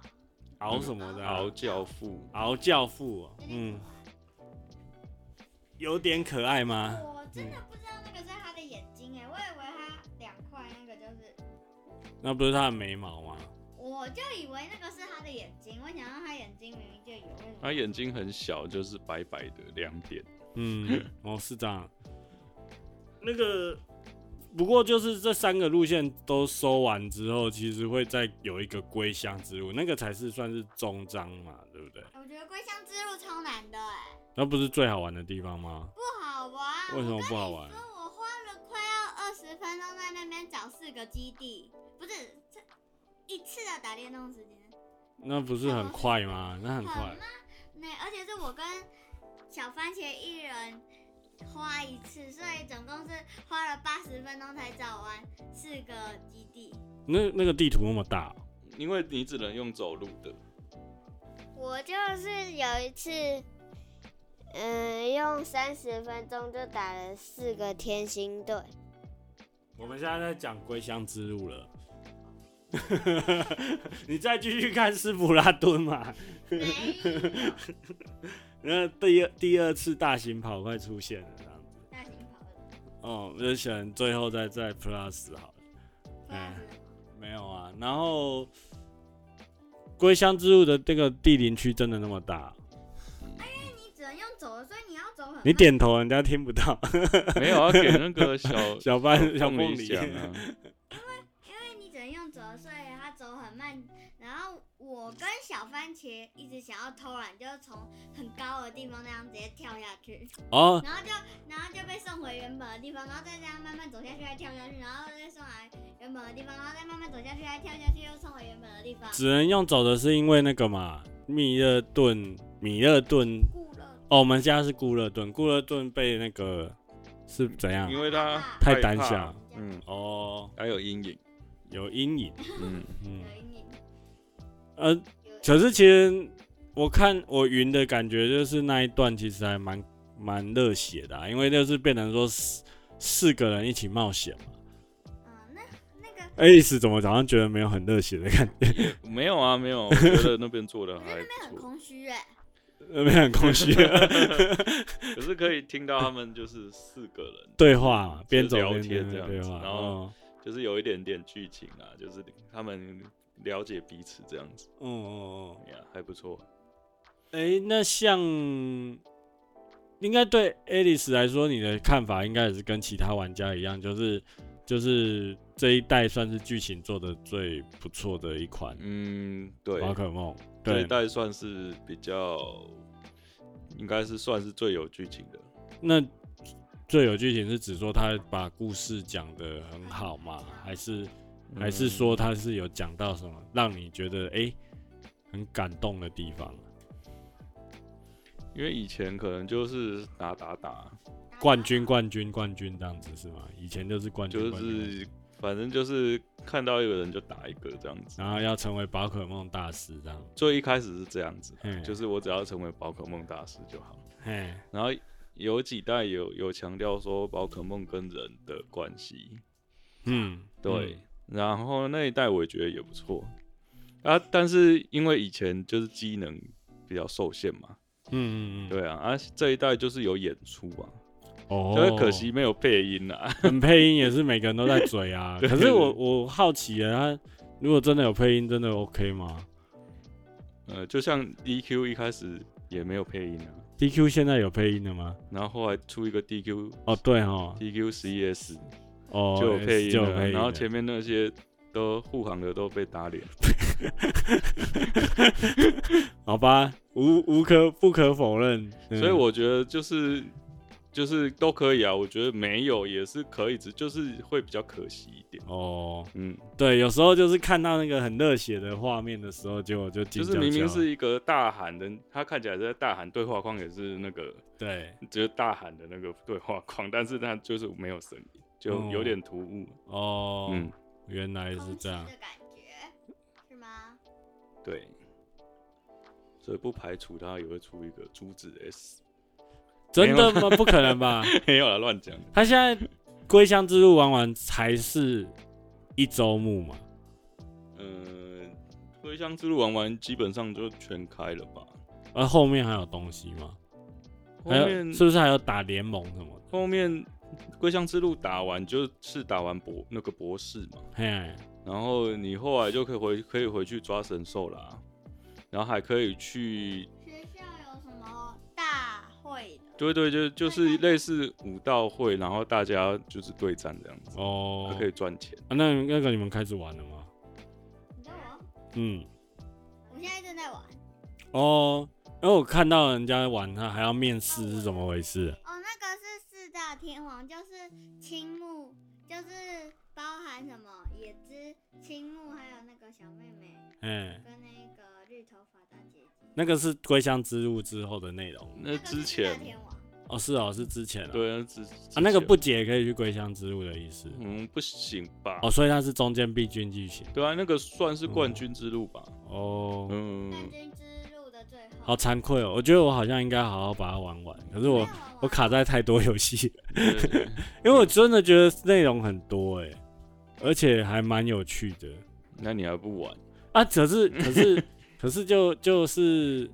[SPEAKER 1] 敖什么的啊
[SPEAKER 2] 敖教父，
[SPEAKER 1] 敖教父哦，
[SPEAKER 4] 有点
[SPEAKER 1] 嗯
[SPEAKER 4] 可，爱
[SPEAKER 1] 有点可爱吗？
[SPEAKER 4] 我真的不知道那个是它的眼睛哎，我以为它两块那个就是，
[SPEAKER 1] 那不是他的眉毛吗？
[SPEAKER 4] 我就以为那个是它的眼睛，我想到它眼睛明明就有，为什么
[SPEAKER 2] 他眼睛很小，就是白白的两点，
[SPEAKER 1] 嗯，哦，是这样。那个，不过就是这三个路线都收完之后，其实会再有一个归乡之路，那个才是算是终章嘛，对不对？
[SPEAKER 4] 我觉得归乡之路超难的哎，
[SPEAKER 1] 那不是最好玩的地方吗？
[SPEAKER 4] 不好玩。
[SPEAKER 1] 为什么不好玩
[SPEAKER 4] 所以我花了快要二十分钟在那边找四个基地，不是这一次的打电动时间，
[SPEAKER 1] 那不是很快吗？那很快
[SPEAKER 4] 慢。那而且是我跟小番茄一人花一次，所以总共是花了八十分钟才找完四个基 地。
[SPEAKER 1] 那那个地图那么大哦、
[SPEAKER 2] 因为你只能用走路 的，
[SPEAKER 3] 我就是有一次，
[SPEAKER 4] 呃
[SPEAKER 3] 嗯、用三十分钟就打了四个天星队，
[SPEAKER 1] 我们现在在讲归乡之路了。 你再继续看斯普拉顿嘛？
[SPEAKER 4] 没有
[SPEAKER 1] 那第二第二次大型跑快出现了，这样子。
[SPEAKER 4] 大型跑的
[SPEAKER 1] 哦，我就选最后再再 Plus 好了。哎没有啊，然后归乡之路的这个地灵区真的那么大？
[SPEAKER 4] 你只能用走的，所以你要走很慢。
[SPEAKER 1] 你点头人家听不 到。
[SPEAKER 2] 没有要给那个小
[SPEAKER 1] 小班小
[SPEAKER 2] 凤
[SPEAKER 1] 凤
[SPEAKER 2] 梨
[SPEAKER 1] 梨
[SPEAKER 2] 讲啊，
[SPEAKER 4] 因为你只能用走的，所以他走很慢。然后我跟小番茄一直想要偷懒，就是从很高的地方那样直接跳下 去，
[SPEAKER 1] 哦，
[SPEAKER 4] 然后就然后就被送回原本的地方，然后再这样慢慢走下去，再跳下去，然后再送来原本的地方，然后再慢慢走下去，再跳下去，又送回原本的地方。
[SPEAKER 1] 只能用走的是因为那个嘛，密勒顿米勒顿
[SPEAKER 4] 顾了，
[SPEAKER 1] 哦，我们家是固勒顿，固勒顿被那个是怎样？
[SPEAKER 2] 因为他
[SPEAKER 1] 太
[SPEAKER 2] 害
[SPEAKER 1] 胆
[SPEAKER 2] 怕
[SPEAKER 1] 小，
[SPEAKER 2] 嗯，
[SPEAKER 1] 哦，
[SPEAKER 2] 还有阴影，
[SPEAKER 1] 有阴影。
[SPEAKER 2] 嗯，
[SPEAKER 1] 嗯，
[SPEAKER 4] 有阴影。
[SPEAKER 1] 呃，可是其实我看我云的感觉就是那一段其实还蛮蛮热血的、啊，因为就是变成说四四个人一起冒险嘛。
[SPEAKER 4] 嗯，那那个
[SPEAKER 1] 爱思怎么好像觉得没有很热血的感觉，
[SPEAKER 2] 没有啊，没有，我觉得那边做的还
[SPEAKER 4] 那很
[SPEAKER 2] 不错，
[SPEAKER 4] 空虚哎、
[SPEAKER 1] 那边很空虚。
[SPEAKER 2] 可是可以听到他们就是四个人，
[SPEAKER 1] 对话 嘛，边走
[SPEAKER 2] 聊
[SPEAKER 1] 边
[SPEAKER 2] 天
[SPEAKER 1] 在
[SPEAKER 2] 这样
[SPEAKER 1] 对
[SPEAKER 2] 子
[SPEAKER 1] 话，哦
[SPEAKER 2] 然后就是有一点点剧情啊，就是他们了解彼此这样子，
[SPEAKER 1] 嗯嗯嗯，
[SPEAKER 2] 呀、还不错。
[SPEAKER 1] 哎、诶那像应该对 Alice 来说，你的看法应该也是跟其他玩家一样，就是就是这一代算是剧情做的最不错的一款
[SPEAKER 2] 嗯，对，
[SPEAKER 1] 宝可梦，
[SPEAKER 2] 这一
[SPEAKER 1] 啊对，
[SPEAKER 2] 代算是比较，应该是算是最有剧情的。
[SPEAKER 1] 那最有剧情是指说他把故事讲得很好吗？还是
[SPEAKER 2] 嗯
[SPEAKER 1] 还是说他是有讲到什么让你觉得哎、诶很感动的地方？
[SPEAKER 2] 嗯因为以前可能就是打打打，
[SPEAKER 1] 冠军，冠军，冠军这样子是吗？以前就是冠军，
[SPEAKER 2] 就
[SPEAKER 1] 冠军
[SPEAKER 2] 是反正就是看到一个人就打一个这样子。
[SPEAKER 1] 然后要成为宝可梦大师这样。
[SPEAKER 2] 最一开始是这样子
[SPEAKER 1] 嗯，
[SPEAKER 2] 就是我只要成为宝可梦大师就好。
[SPEAKER 1] 嘿，
[SPEAKER 2] 然后有几代有有强调说宝可梦跟人的关系，
[SPEAKER 1] 嗯，
[SPEAKER 2] 对。然后那一代我也觉得也不错啊，但是因为以前就是机能比较受限嘛，
[SPEAKER 1] 嗯，嗯嗯嗯，
[SPEAKER 2] 对啊，啊这一代就是有演出啊，
[SPEAKER 1] 哦，
[SPEAKER 2] 就是可惜，没有配音啊。
[SPEAKER 1] 很配音也是每个人都在嘴啊。
[SPEAKER 2] 对
[SPEAKER 1] 可是我我好奇啊，他如果真的有配音，真的 OK 吗
[SPEAKER 2] 呃，就像 DQ 一开始也没有配音啊，
[SPEAKER 1] ？DQ 现在有配音的吗？
[SPEAKER 2] 然后后来出一个 DQ
[SPEAKER 1] 哦，对哦，
[SPEAKER 2] DQ 十一 S
[SPEAKER 1] 哦，
[SPEAKER 2] 就有配音
[SPEAKER 1] 就有
[SPEAKER 2] 了，
[SPEAKER 1] 配音了，
[SPEAKER 2] 然后前面那些都护航的都被打脸。
[SPEAKER 1] 好吧，无无可不可否认，嗯
[SPEAKER 2] 所以我觉得就是就是都可以啊，我觉得没有也是可以，只就是会比较可惜一点。
[SPEAKER 1] 哦，
[SPEAKER 2] 嗯，
[SPEAKER 1] 对，有时候就是看到那个很热血的画面的时候，结果就就
[SPEAKER 2] 就是明明是一个大喊的，他看起来是在大喊，对话框也是那个
[SPEAKER 1] 对
[SPEAKER 2] 就是大喊的那个对话框，但是他就是没有声音，就有点突兀。
[SPEAKER 1] 哦，
[SPEAKER 2] 嗯，
[SPEAKER 1] 原来是
[SPEAKER 4] 空虚
[SPEAKER 1] 这样
[SPEAKER 4] 的。感觉是吗？
[SPEAKER 2] 对。所以不排除他也会出一个珠子 S，
[SPEAKER 1] 真的吗？不可能 吧？
[SPEAKER 2] 没有啦，乱讲。
[SPEAKER 1] 他现在归乡之路玩完才是一周目嘛？
[SPEAKER 2] 嗯，归乡之路玩完基本上就全开了吧。
[SPEAKER 1] 而呃后面还有东西吗？
[SPEAKER 2] 后
[SPEAKER 1] 还有
[SPEAKER 2] 面
[SPEAKER 1] 是不是还有打联盟什么的？
[SPEAKER 2] 后面归乡之路打完就是打完博那个博士嘛，
[SPEAKER 1] 嘿，
[SPEAKER 2] 然后你后来就可以回可以回去抓神兽啦，然后还可以去，
[SPEAKER 4] 学校有什么大会的？
[SPEAKER 2] 对对就就是类似武道会，然后大家就是对战这样子，
[SPEAKER 1] 哦
[SPEAKER 2] 还，可以赚钱。
[SPEAKER 1] 啊那那个你们开始玩了吗？
[SPEAKER 4] 你知道我，
[SPEAKER 1] 嗯，
[SPEAKER 4] 我现在正在玩。
[SPEAKER 1] 哦，因为我看到人家玩，他还要面试是怎么回事？
[SPEAKER 4] 哦，那个是四大天王，就是青木，就是包含什么野之青木，还有那个小妹妹
[SPEAKER 2] 嗯
[SPEAKER 1] 哎，
[SPEAKER 4] 跟那个绿头发大姐姐。
[SPEAKER 1] 那个是归乡之路之后的内容
[SPEAKER 2] 那
[SPEAKER 4] 个
[SPEAKER 2] 之
[SPEAKER 4] 是四
[SPEAKER 2] 前
[SPEAKER 4] 大天王，
[SPEAKER 1] 哦，是哦，是之前、啊、
[SPEAKER 2] 对啊，之
[SPEAKER 1] 啊，那个不解可以去归乡之路的意思
[SPEAKER 2] 嗯不行吧？
[SPEAKER 1] 哦，所以它是中间必经剧情
[SPEAKER 2] 对啊，那个算是冠军之路吧。
[SPEAKER 1] 哦，
[SPEAKER 2] 嗯
[SPEAKER 4] 冠，军之路的最后，
[SPEAKER 1] 好惭愧哦，我觉得我好像应该好好把它玩完，可是我
[SPEAKER 2] 嗯
[SPEAKER 1] 我卡在太多游戏了，
[SPEAKER 2] 对
[SPEAKER 1] 因为我真的觉得内容很多哎、而且还蛮有趣的
[SPEAKER 2] 那你还不玩？
[SPEAKER 1] 啊。可是可是可是就就是，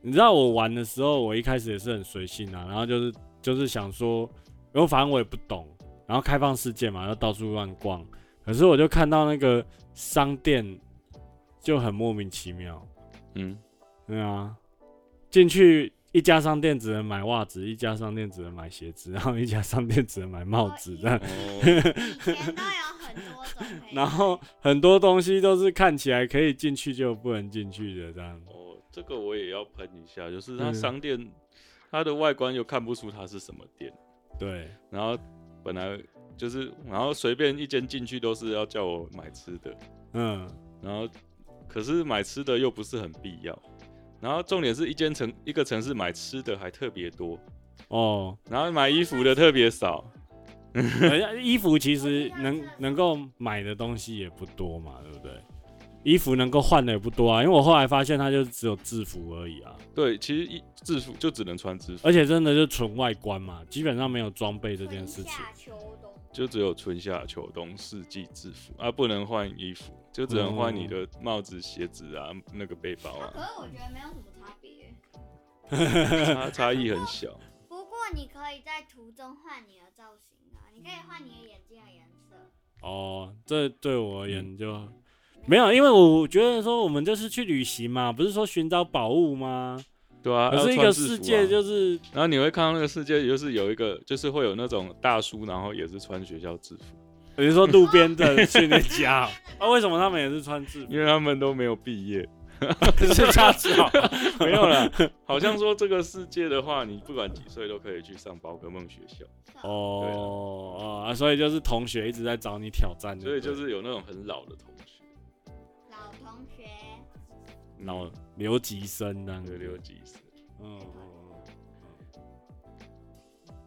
[SPEAKER 1] 你知道我玩的时候，我一开始也是很随性啊，然后就是就是想说，因为反正我也不懂，然后开放世界嘛，要到处乱逛。可是我就看到那个商店就很莫名其妙，
[SPEAKER 2] 嗯，
[SPEAKER 1] 对啊，进去一家商店只能买袜子，一家商店只能买鞋子，然后一家商店只能买帽子，这样。
[SPEAKER 2] 哦，
[SPEAKER 4] 以前都有很多种可以
[SPEAKER 1] 啊 然后很多东西都是看起来可以进去就不能进去的这样。
[SPEAKER 2] 哦，这个我也要喷一下，就是它
[SPEAKER 1] 嗯
[SPEAKER 2] 商店，它的外观又看不出它是什么店，
[SPEAKER 1] 对，
[SPEAKER 2] 然后本来就是，然后随便一间进去都是要叫我买吃的，
[SPEAKER 1] 嗯，
[SPEAKER 2] 然后可是买吃的又不是很必要，然后重点是一间城一个城市买吃的还特别多，
[SPEAKER 1] 哦，
[SPEAKER 2] 然后买衣服的特别少，
[SPEAKER 1] 呃衣服其实能能够买的东西也不多嘛，对不对？衣服能够换的也不多啊，因为我后来发现它就只有制服而已啊，
[SPEAKER 2] 对，其实一制服就只能穿制服，
[SPEAKER 1] 而且真的就纯外观嘛，基本上没有装备这件事
[SPEAKER 2] 嗯
[SPEAKER 1] 情。
[SPEAKER 4] 春夏秋冬，
[SPEAKER 2] 就只有春夏秋冬四季制服啊，不能换衣服，就只能换你的帽子、鞋子啊，那个背包
[SPEAKER 4] 啊可
[SPEAKER 2] 啊，
[SPEAKER 4] 是我觉得没有什么差别。
[SPEAKER 2] 差差异很小。
[SPEAKER 4] 不过你可以在途中换你的造型啊，你可以换你的眼睛的颜色。
[SPEAKER 1] 哦，这对我而言就、没有，因为我觉得说我们就是去旅行嘛，不是说寻找宝物吗？
[SPEAKER 2] 对啊，
[SPEAKER 1] 可是一
[SPEAKER 2] 要穿
[SPEAKER 1] 个
[SPEAKER 2] 制服啊
[SPEAKER 1] 世界就是、
[SPEAKER 2] 然后你会看到那个世界，就是有一个，就是会有那种大叔，然后也是穿学校制服，
[SPEAKER 1] 比如说路边的训练家哦 啊，为什么他们也是穿 制服？
[SPEAKER 2] 因为他们都没有毕业。
[SPEAKER 1] 是这样子哦，
[SPEAKER 2] 没有啦， 好像说这个世界的话，你不管几岁都可以去上宝可梦学校，
[SPEAKER 1] 哦哦啊，所以就是同学一直在找你挑战对
[SPEAKER 2] 所
[SPEAKER 1] 了，
[SPEAKER 2] 以就是有那种很老的同学，
[SPEAKER 1] 嗯
[SPEAKER 4] 老同学，
[SPEAKER 1] 老留级生这样子，
[SPEAKER 2] 对，六几岁。
[SPEAKER 1] 嗯，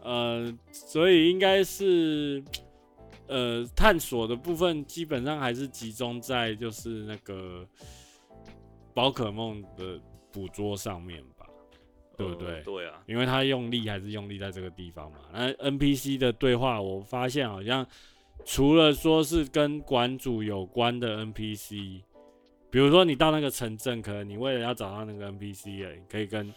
[SPEAKER 1] 呃，所以应该是呃，探索的部分基本上还是集中在就是那个宝可梦的捕捉上面吧，对不对
[SPEAKER 2] 呃对啊，
[SPEAKER 1] 因为它用力还是用力在这个地方嘛。那 NPC 的对话，我发现好像除了说是跟馆主有关的 NPC，比如说你到那个城镇，可能你为了要找到那个 NPC，呃可以跟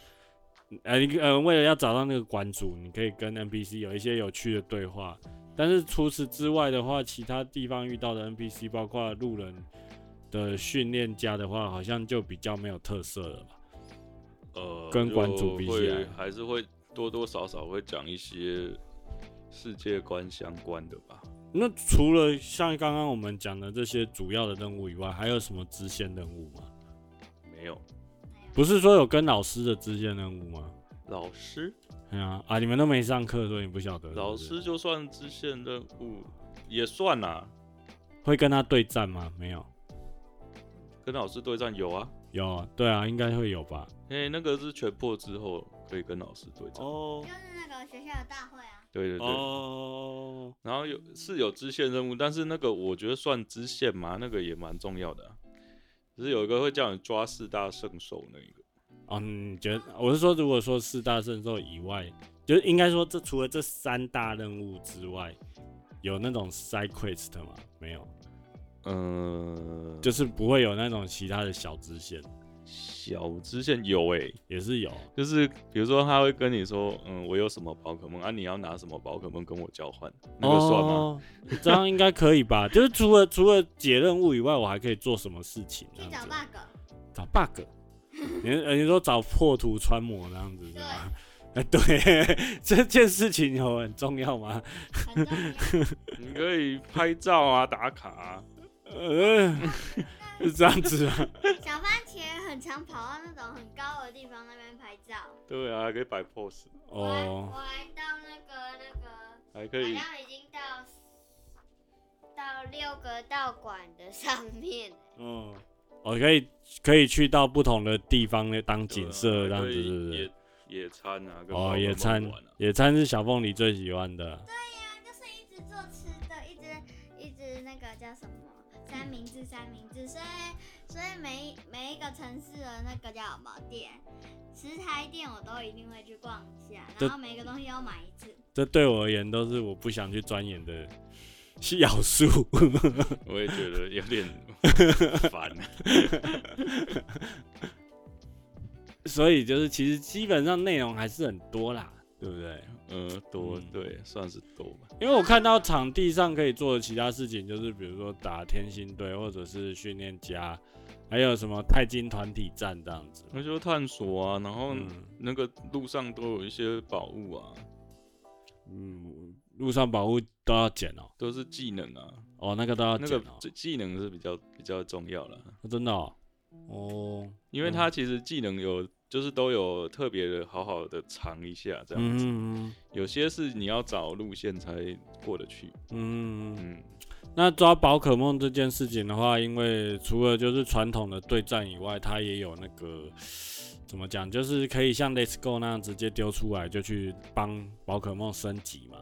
[SPEAKER 1] 呃你呃为了要找到那个馆主，你可以跟 NPC 有一些有趣的对话。但是除此之外的话，其他地方遇到的 NPC，包括路人的训练家的话，好像就比较没有特色了吧？
[SPEAKER 2] 呃，
[SPEAKER 1] 跟
[SPEAKER 2] 就
[SPEAKER 1] 馆主比起来
[SPEAKER 2] 会还是会多多少少会讲一些世界观相关的吧。
[SPEAKER 1] 那除了像刚刚我们讲的这些主要的任务以外，还有什么支线任务吗？
[SPEAKER 2] 没有
[SPEAKER 1] 不是说有跟老师的支线任务吗？
[SPEAKER 2] 老师，
[SPEAKER 1] 对啊，啊，你们都没上课，所以你不晓得是不是
[SPEAKER 2] 老师就算支线任务也算啦、
[SPEAKER 1] 会跟他对战吗？没有，
[SPEAKER 2] 跟老师对战有啊。
[SPEAKER 1] 有，对啊，应该会有吧。
[SPEAKER 2] 因为那个是全破之后可以跟老师对战。
[SPEAKER 1] 哦
[SPEAKER 4] 就是那个学校的大会啊。
[SPEAKER 2] 对对对。
[SPEAKER 1] 哦，
[SPEAKER 2] 然后有是有支线任务，但是那个我觉得算支线嘛，那个也蛮重要的、啊。只是有一个会叫你抓四大圣手那一个，
[SPEAKER 1] 哦，你觉得我是说，如果说四大圣兽以外，就是应该说这除了这三大任务之外，有那种 side quest 吗？没有，
[SPEAKER 2] 呃，就
[SPEAKER 1] 就是不会有那种其他的小支线，
[SPEAKER 2] 小支线有诶、
[SPEAKER 1] 也是有。
[SPEAKER 2] 就是比如说他会跟你说，嗯，我有什么宝可梦啊，你要拿什么宝可梦跟我交换，那个算吗？
[SPEAKER 1] 哦、这样应该可以吧？ 就是除了除了解任务以外，我还可以做什么事情？这
[SPEAKER 4] 去
[SPEAKER 1] 样
[SPEAKER 4] 找
[SPEAKER 1] 子
[SPEAKER 4] bug，
[SPEAKER 1] 找 bug。你呃你说找破图穿模这样子是吧？哎，对， 这件事情有很重要吗？
[SPEAKER 4] 很重要。
[SPEAKER 2] 你可以拍照啊，打卡啊，
[SPEAKER 1] 呃，是这样子吗？
[SPEAKER 4] 小番茄很常跑到那种很高的地方那边拍照。
[SPEAKER 2] 对啊，还可以摆 pose，
[SPEAKER 4] 我
[SPEAKER 1] 哦
[SPEAKER 4] 还
[SPEAKER 1] 哎
[SPEAKER 4] 我，还到那个那个，
[SPEAKER 2] 还可以
[SPEAKER 4] 好像已经到到六个道馆的上 面了。
[SPEAKER 1] 哦，哦，可以可以去到不同的地方来当
[SPEAKER 2] 对啊
[SPEAKER 1] 景色这
[SPEAKER 2] 还
[SPEAKER 1] 样
[SPEAKER 2] 可
[SPEAKER 1] 子，
[SPEAKER 2] 以
[SPEAKER 1] 是不是
[SPEAKER 2] 野？野餐啊，跟宝
[SPEAKER 1] 哦，
[SPEAKER 2] 可
[SPEAKER 1] 野
[SPEAKER 2] 梦
[SPEAKER 1] 餐
[SPEAKER 2] 玩啊，
[SPEAKER 1] 野餐是小凤梨最喜欢的。
[SPEAKER 4] 就是一直做吃的，一直一直那个叫什么三明治三明治，所以所以每一每一个城市的那个叫什么店，食材店我都一定会去逛一下，
[SPEAKER 1] 这
[SPEAKER 4] 然后每个东西都买一次。
[SPEAKER 1] 这对我而言都是我不想去钻研的要素。
[SPEAKER 2] 我也觉得有 点烦。
[SPEAKER 1] 所以就是其实基本上内容还是很多啦，对不对？
[SPEAKER 2] 呃，多
[SPEAKER 1] 嗯
[SPEAKER 2] 对，算是多吧。
[SPEAKER 1] 因为我看到场地上可以做的其他事情，就是比如说打天星队，或者是训练家，还有什么太金团体战这样子。
[SPEAKER 2] 那就探索啊，然后
[SPEAKER 1] 嗯
[SPEAKER 2] 那个路上都有一些宝物啊，
[SPEAKER 1] 嗯，路上保护都要捡哦，
[SPEAKER 2] 都是技能啊，
[SPEAKER 1] 哦，那个都要
[SPEAKER 2] 那
[SPEAKER 1] 捡
[SPEAKER 2] 个
[SPEAKER 1] 哦，
[SPEAKER 2] 技技能是比较比较重要了，
[SPEAKER 1] 哦真的哦，哦，
[SPEAKER 2] 因为它其实技能有就是都有特别的好好的藏一下这样子，
[SPEAKER 1] 嗯嗯
[SPEAKER 2] 有些是你要找路线才过得去，
[SPEAKER 1] 嗯嗯，
[SPEAKER 2] 嗯，
[SPEAKER 1] 那抓宝可梦这件事情的话，因为除了就是传统的对战以外，它也有那个怎么讲，就是可以像 Let's Go 那样直接丢出来就去帮宝可梦升级嘛。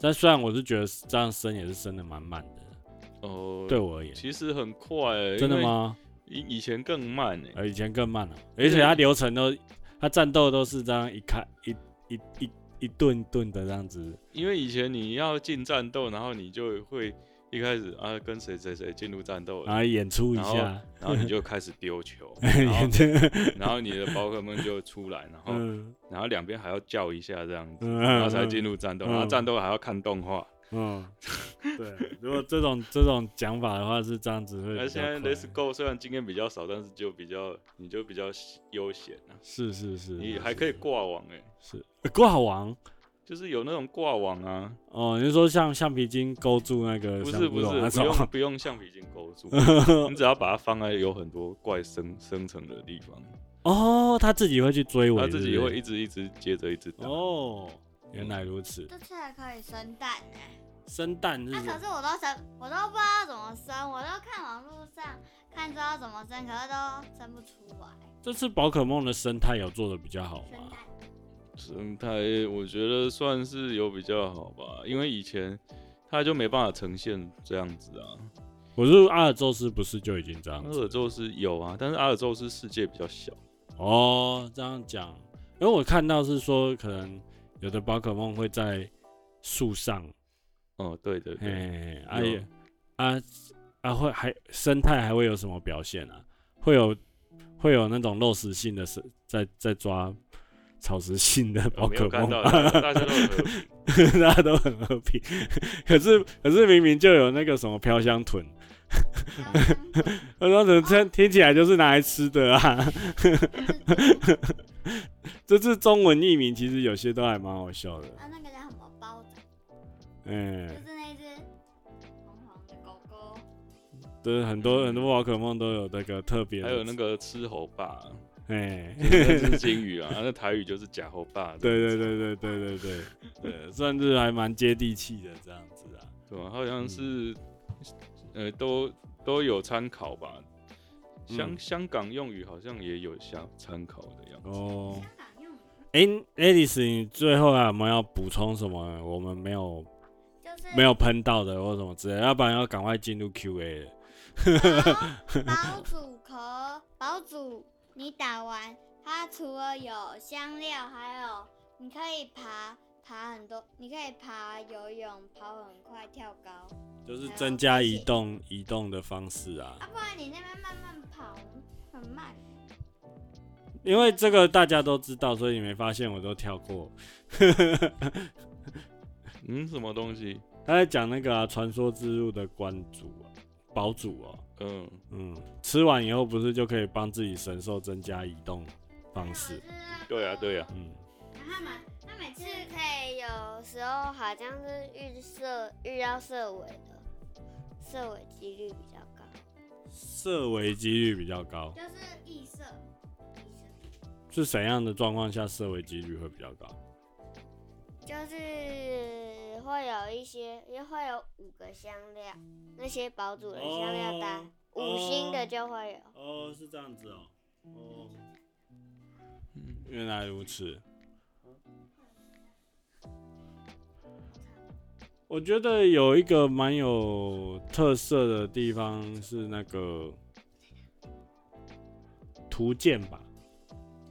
[SPEAKER 1] 但虽然我是觉得这样升也是升的满满的，
[SPEAKER 2] 哦、
[SPEAKER 1] 对，我而言，
[SPEAKER 2] 其实很快、欸，
[SPEAKER 1] 真的
[SPEAKER 2] 因为
[SPEAKER 1] 吗？
[SPEAKER 2] 以以前更慢哎、
[SPEAKER 1] 呃，以前更慢了、而且它流程都，它战斗都是这样一开一一一一顿一顿的这样子，
[SPEAKER 2] 因为以前你要进战斗，然后你就会一开始啊跟谁谁谁进入战斗了
[SPEAKER 1] 然后演出一
[SPEAKER 2] 然 后哦
[SPEAKER 1] 下，
[SPEAKER 2] 然后你就开始 丢球，然后
[SPEAKER 1] 演出，
[SPEAKER 2] 然后你的宝可梦就出来，然后
[SPEAKER 1] 嗯
[SPEAKER 2] 然后两边还要叫一下这样子，
[SPEAKER 1] 嗯，
[SPEAKER 2] 然后才进入战斗，
[SPEAKER 1] 嗯
[SPEAKER 2] 然后战斗还要看动画。
[SPEAKER 1] 嗯，对，如果这种这种讲法的话是这样子会比较快，
[SPEAKER 2] 那现在 Let's Go 虽然经验比较少，但是就比较你就比较悠闲啊，
[SPEAKER 1] 是是是，
[SPEAKER 2] 你
[SPEAKER 1] 是
[SPEAKER 2] 还可以挂网哎、
[SPEAKER 1] 是呃挂网
[SPEAKER 2] 就是有那种挂网啊，
[SPEAKER 1] 哦，你是说像橡皮筋勾住那 个
[SPEAKER 2] 不
[SPEAKER 1] 小
[SPEAKER 2] 是
[SPEAKER 1] 古
[SPEAKER 2] 不
[SPEAKER 1] 董
[SPEAKER 2] 是
[SPEAKER 1] 那
[SPEAKER 2] 不 用
[SPEAKER 1] 种，
[SPEAKER 2] 不用橡皮筋勾住， 你只要把它放在有很多怪生生成的地方，
[SPEAKER 1] 哦，他自己会去追我，
[SPEAKER 2] 它自己
[SPEAKER 1] 是不是
[SPEAKER 2] 会一直一直接着一直打。
[SPEAKER 1] 哦，原来如此，
[SPEAKER 4] 这次还可以生蛋呢、
[SPEAKER 1] 生蛋是
[SPEAKER 4] 那、
[SPEAKER 1] 什
[SPEAKER 4] 可
[SPEAKER 1] 么？
[SPEAKER 4] 是我都生，我都不知道怎么生，我都看网络上看知道怎么生，可是都生不出来。
[SPEAKER 1] 这次宝可梦的生态有做的比较好
[SPEAKER 4] 生
[SPEAKER 1] 吗？
[SPEAKER 4] 蛋，
[SPEAKER 2] 生态我觉得算是有比较好吧，因为以前它就没办法呈现这样子啊。
[SPEAKER 1] 我是阿尔宙斯不是就已经这样
[SPEAKER 2] 阿
[SPEAKER 1] 子
[SPEAKER 2] 尔宙斯有啊，但是阿尔宙斯世界比较小，
[SPEAKER 1] 哦，这样讲，因为我看到是说可能有的宝可梦会在树上。
[SPEAKER 2] 哦，对对
[SPEAKER 1] 哎，
[SPEAKER 2] 对，
[SPEAKER 1] 啊
[SPEAKER 2] 有
[SPEAKER 1] 也啊啊会还生态还会有什么表现啊？会有会有那种肉食性的生在在抓草食性的宝
[SPEAKER 2] 我没
[SPEAKER 1] 可
[SPEAKER 2] 有看
[SPEAKER 1] 梦
[SPEAKER 2] 到，
[SPEAKER 1] 吗，
[SPEAKER 2] 大家都有和 平
[SPEAKER 1] 大家都很和平。 可是可是明明就有那个什么飘香豚，
[SPEAKER 4] 然后生不出来
[SPEAKER 1] 我说怎么听听起来就是拿来吃的啊？ 这次中文译名其实有些都还蛮好笑的，
[SPEAKER 4] 啊，那个叫什么包子，
[SPEAKER 1] 嗯、
[SPEAKER 4] 就是那只红红的狗狗，
[SPEAKER 1] 就是很多很多宝可梦都有那个特别的，
[SPEAKER 2] 还有那个吃猴 爸，
[SPEAKER 1] 哎。
[SPEAKER 2] 那是金鱼啊，那台语就是假猴爸，
[SPEAKER 1] 对对对对对对对 对，算是还蛮接地气的这样子啊。
[SPEAKER 2] 对吧？好像是呃都都有参考吧，香
[SPEAKER 1] 嗯
[SPEAKER 2] 香港用语好像也有相参考的样子。
[SPEAKER 1] 哦，
[SPEAKER 4] 香港用语
[SPEAKER 1] 哎、a l i c e 你最后还有没有要补充什么？我们没有
[SPEAKER 4] 就是
[SPEAKER 1] 没有喷到的或什么之类的，要不然要赶快进入 Q&A 了。
[SPEAKER 4] 包主壳，包主你打完，它除了有香料，还有你可以爬爬很多，你可以爬游泳，跑很快，跳高。
[SPEAKER 1] 就是增加移动移动的方式啊，
[SPEAKER 4] 啊，不然你那边慢慢跑很慢。
[SPEAKER 3] 啊
[SPEAKER 1] 因为这个大家都知道，所以你没发现我都跳过。
[SPEAKER 2] 嗯，什么东西？
[SPEAKER 1] 他在讲那个啊，传说之路的关主啊，堡主哦、
[SPEAKER 2] 嗯，
[SPEAKER 1] 嗯，吃完以后不是就可以帮自己神兽增加移动方式，
[SPEAKER 2] 对啊，对啊，
[SPEAKER 1] 嗯。
[SPEAKER 4] 他们他每次
[SPEAKER 3] 是可以有时候好像是遇色遇到色尾的，色尾几率比较高。
[SPEAKER 1] 设为几率比较高，
[SPEAKER 4] 就是异色，异色。
[SPEAKER 1] 是怎样的状况下设为几率会比较高？
[SPEAKER 4] 呃
[SPEAKER 3] 就是会有一些，也会有五个香料，那些堡主的香料单，
[SPEAKER 1] 哦
[SPEAKER 3] 五星的就会有。
[SPEAKER 1] 哦，是这样子哦，哦，原来如此。我觉得有一个蛮有特色的地方是那个图鉴吧，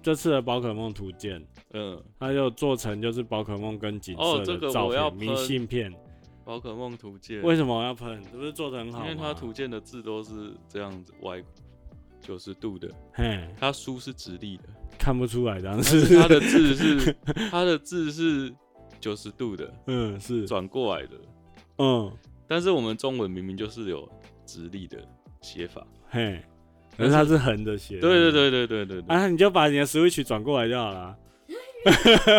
[SPEAKER 1] 这次的宝可梦图鉴，
[SPEAKER 2] 嗯，
[SPEAKER 1] 它就做成就是宝可梦跟景
[SPEAKER 2] 哦
[SPEAKER 1] 色
[SPEAKER 2] 这个
[SPEAKER 1] 的照
[SPEAKER 2] 我
[SPEAKER 1] 片、
[SPEAKER 2] 要
[SPEAKER 1] 明
[SPEAKER 2] 喷
[SPEAKER 1] 信片。
[SPEAKER 2] 宝可梦图鉴，
[SPEAKER 1] 为什么我要喷？这不是做的很好吗？
[SPEAKER 2] 因为它图鉴的字都是这样子歪九十度的，
[SPEAKER 1] 嘿
[SPEAKER 2] 它书是直 立的，
[SPEAKER 1] 看不出来当
[SPEAKER 2] 但
[SPEAKER 1] 时
[SPEAKER 2] 是它的字是 它的字是九十度的，
[SPEAKER 1] 嗯是
[SPEAKER 2] 转过来的。
[SPEAKER 1] 嗯
[SPEAKER 2] 但是我们中文明明就是有直立的写法，
[SPEAKER 1] 嘿，可
[SPEAKER 2] 但
[SPEAKER 1] 是
[SPEAKER 2] 是
[SPEAKER 1] 它是横着写的。
[SPEAKER 2] 对对对对对对对，
[SPEAKER 1] 啊，你就把你的 Switch 转过来就好了。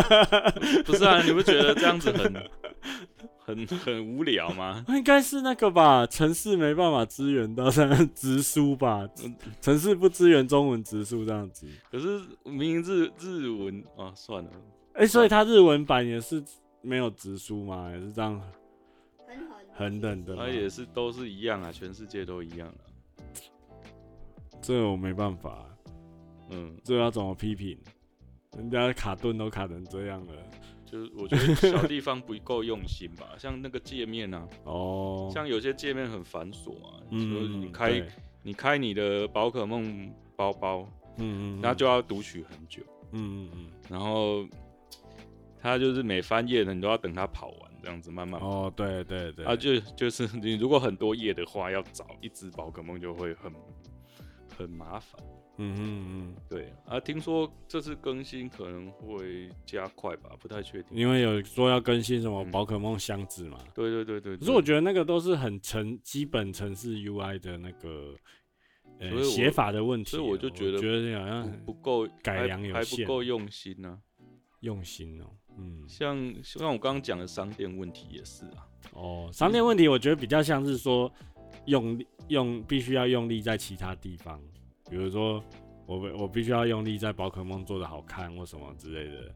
[SPEAKER 2] 不是啊？你不觉得这样子很 很很无聊吗？
[SPEAKER 1] 应该是那个吧，城市没办法支援到这样直书吧，
[SPEAKER 2] 嗯
[SPEAKER 1] 城市不支援中文直书这样子。
[SPEAKER 2] 可是明明日日文啊，算了，
[SPEAKER 1] 哎、所以它日文版也是没有直书嘛，也是这样
[SPEAKER 4] 很狠，
[SPEAKER 1] 横等的嘛。
[SPEAKER 2] 它也是都是一样啊，全世界都一样啊。
[SPEAKER 1] 这个我没办法、
[SPEAKER 2] 嗯，
[SPEAKER 1] 这个要怎么批评？人家卡顿都卡成这样了。
[SPEAKER 2] 就是我觉得小地方不够用心 吧，像那个界面啊，
[SPEAKER 1] 哦，
[SPEAKER 2] 像有些界面很繁琐啊，就是
[SPEAKER 1] 嗯，
[SPEAKER 2] 你开
[SPEAKER 1] 对
[SPEAKER 2] 你开你的宝可梦包包，
[SPEAKER 1] 嗯嗯，
[SPEAKER 2] 那就要读取很久，
[SPEAKER 1] 嗯嗯嗯，
[SPEAKER 2] 然后它就是每翻页呢，你都要等它跑完，这样子慢慢跑。
[SPEAKER 1] 哦，对对对，
[SPEAKER 2] 啊，就就是你如果很多页的话，要找一只宝可梦就会很很麻烦。
[SPEAKER 1] 嗯嗯嗯，
[SPEAKER 2] 对啊，听说这次更新可能会加快吧，不太确定。
[SPEAKER 1] 因为有说要更新什么
[SPEAKER 2] 嗯
[SPEAKER 1] 宝可梦箱子嘛，
[SPEAKER 2] 对对对对，
[SPEAKER 1] 可是我觉得那个都是很城基本城市 UI 的那个
[SPEAKER 2] 所
[SPEAKER 1] 呃
[SPEAKER 2] 以我
[SPEAKER 1] 写法的问题，哦
[SPEAKER 2] 所以我就觉
[SPEAKER 1] 觉
[SPEAKER 2] 得
[SPEAKER 1] 得好像
[SPEAKER 2] 不不够
[SPEAKER 1] 改
[SPEAKER 2] 还
[SPEAKER 1] 良有
[SPEAKER 2] 还不
[SPEAKER 1] 限
[SPEAKER 2] 够用心呢、
[SPEAKER 1] 用心哦、嗯，
[SPEAKER 2] 像像我刚刚讲的商店问题也是啊，
[SPEAKER 1] 哦，商店问题我觉得比较像是说用力用必须要用力在其他地方，比如说我我必须要用力在宝可梦做的好看或什么之类的，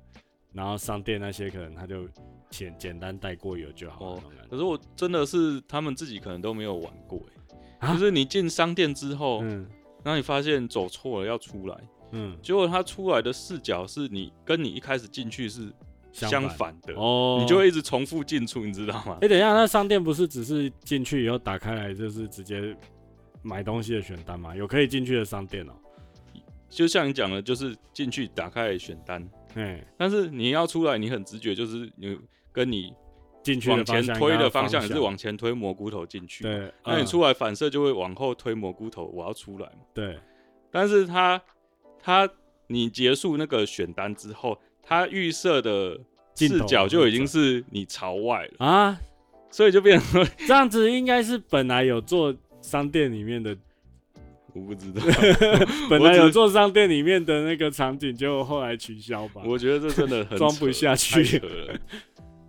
[SPEAKER 1] 然后商店那些可能他就简简单带过有就好了
[SPEAKER 2] 哦
[SPEAKER 1] 那种感觉。
[SPEAKER 2] 可是我真的是他们自己可能都没有玩过、欸，
[SPEAKER 1] 啊
[SPEAKER 2] 就是你进商店之后，
[SPEAKER 1] 嗯
[SPEAKER 2] 然后你发现走错了要出来，
[SPEAKER 1] 嗯
[SPEAKER 2] 结果它出来的视角是你跟你一开始进去是相
[SPEAKER 1] 反
[SPEAKER 2] 反的，
[SPEAKER 1] 哦，
[SPEAKER 2] 你就会一直重复进出，你知道吗？
[SPEAKER 1] 哎、等一下，那商店不是只是进去以后打开来就是直接买东西的选单吗？有可以进去的商店哦、
[SPEAKER 2] 就像你讲的，就是进去打开选单，
[SPEAKER 1] 哎、
[SPEAKER 2] 但是你要出来，你很直觉就是你跟你
[SPEAKER 1] 进去
[SPEAKER 2] 往
[SPEAKER 1] 的
[SPEAKER 2] 前
[SPEAKER 1] 向
[SPEAKER 2] 推
[SPEAKER 1] 的
[SPEAKER 2] 的方向，你是往前推蘑菇头进去。
[SPEAKER 1] 对，
[SPEAKER 2] 那你
[SPEAKER 1] 嗯
[SPEAKER 2] 出来反射就会往后推蘑菇头，我要出来嘛。
[SPEAKER 1] 对，
[SPEAKER 2] 但是它它你结束那个选单之后，它预设的
[SPEAKER 1] 镜头
[SPEAKER 2] 视角就已经是你朝外了，
[SPEAKER 1] 啊，
[SPEAKER 2] 所以就变成说
[SPEAKER 1] 这样子应该是本来有做商店里面的，
[SPEAKER 2] 我不知道，啊
[SPEAKER 1] 本来
[SPEAKER 2] 只
[SPEAKER 1] 有
[SPEAKER 2] 是
[SPEAKER 1] 做商店里面的那个场景，结果后来取消吧。
[SPEAKER 2] 我觉得这真的很
[SPEAKER 1] 装不
[SPEAKER 2] 扯
[SPEAKER 1] 下去
[SPEAKER 2] 太扯了。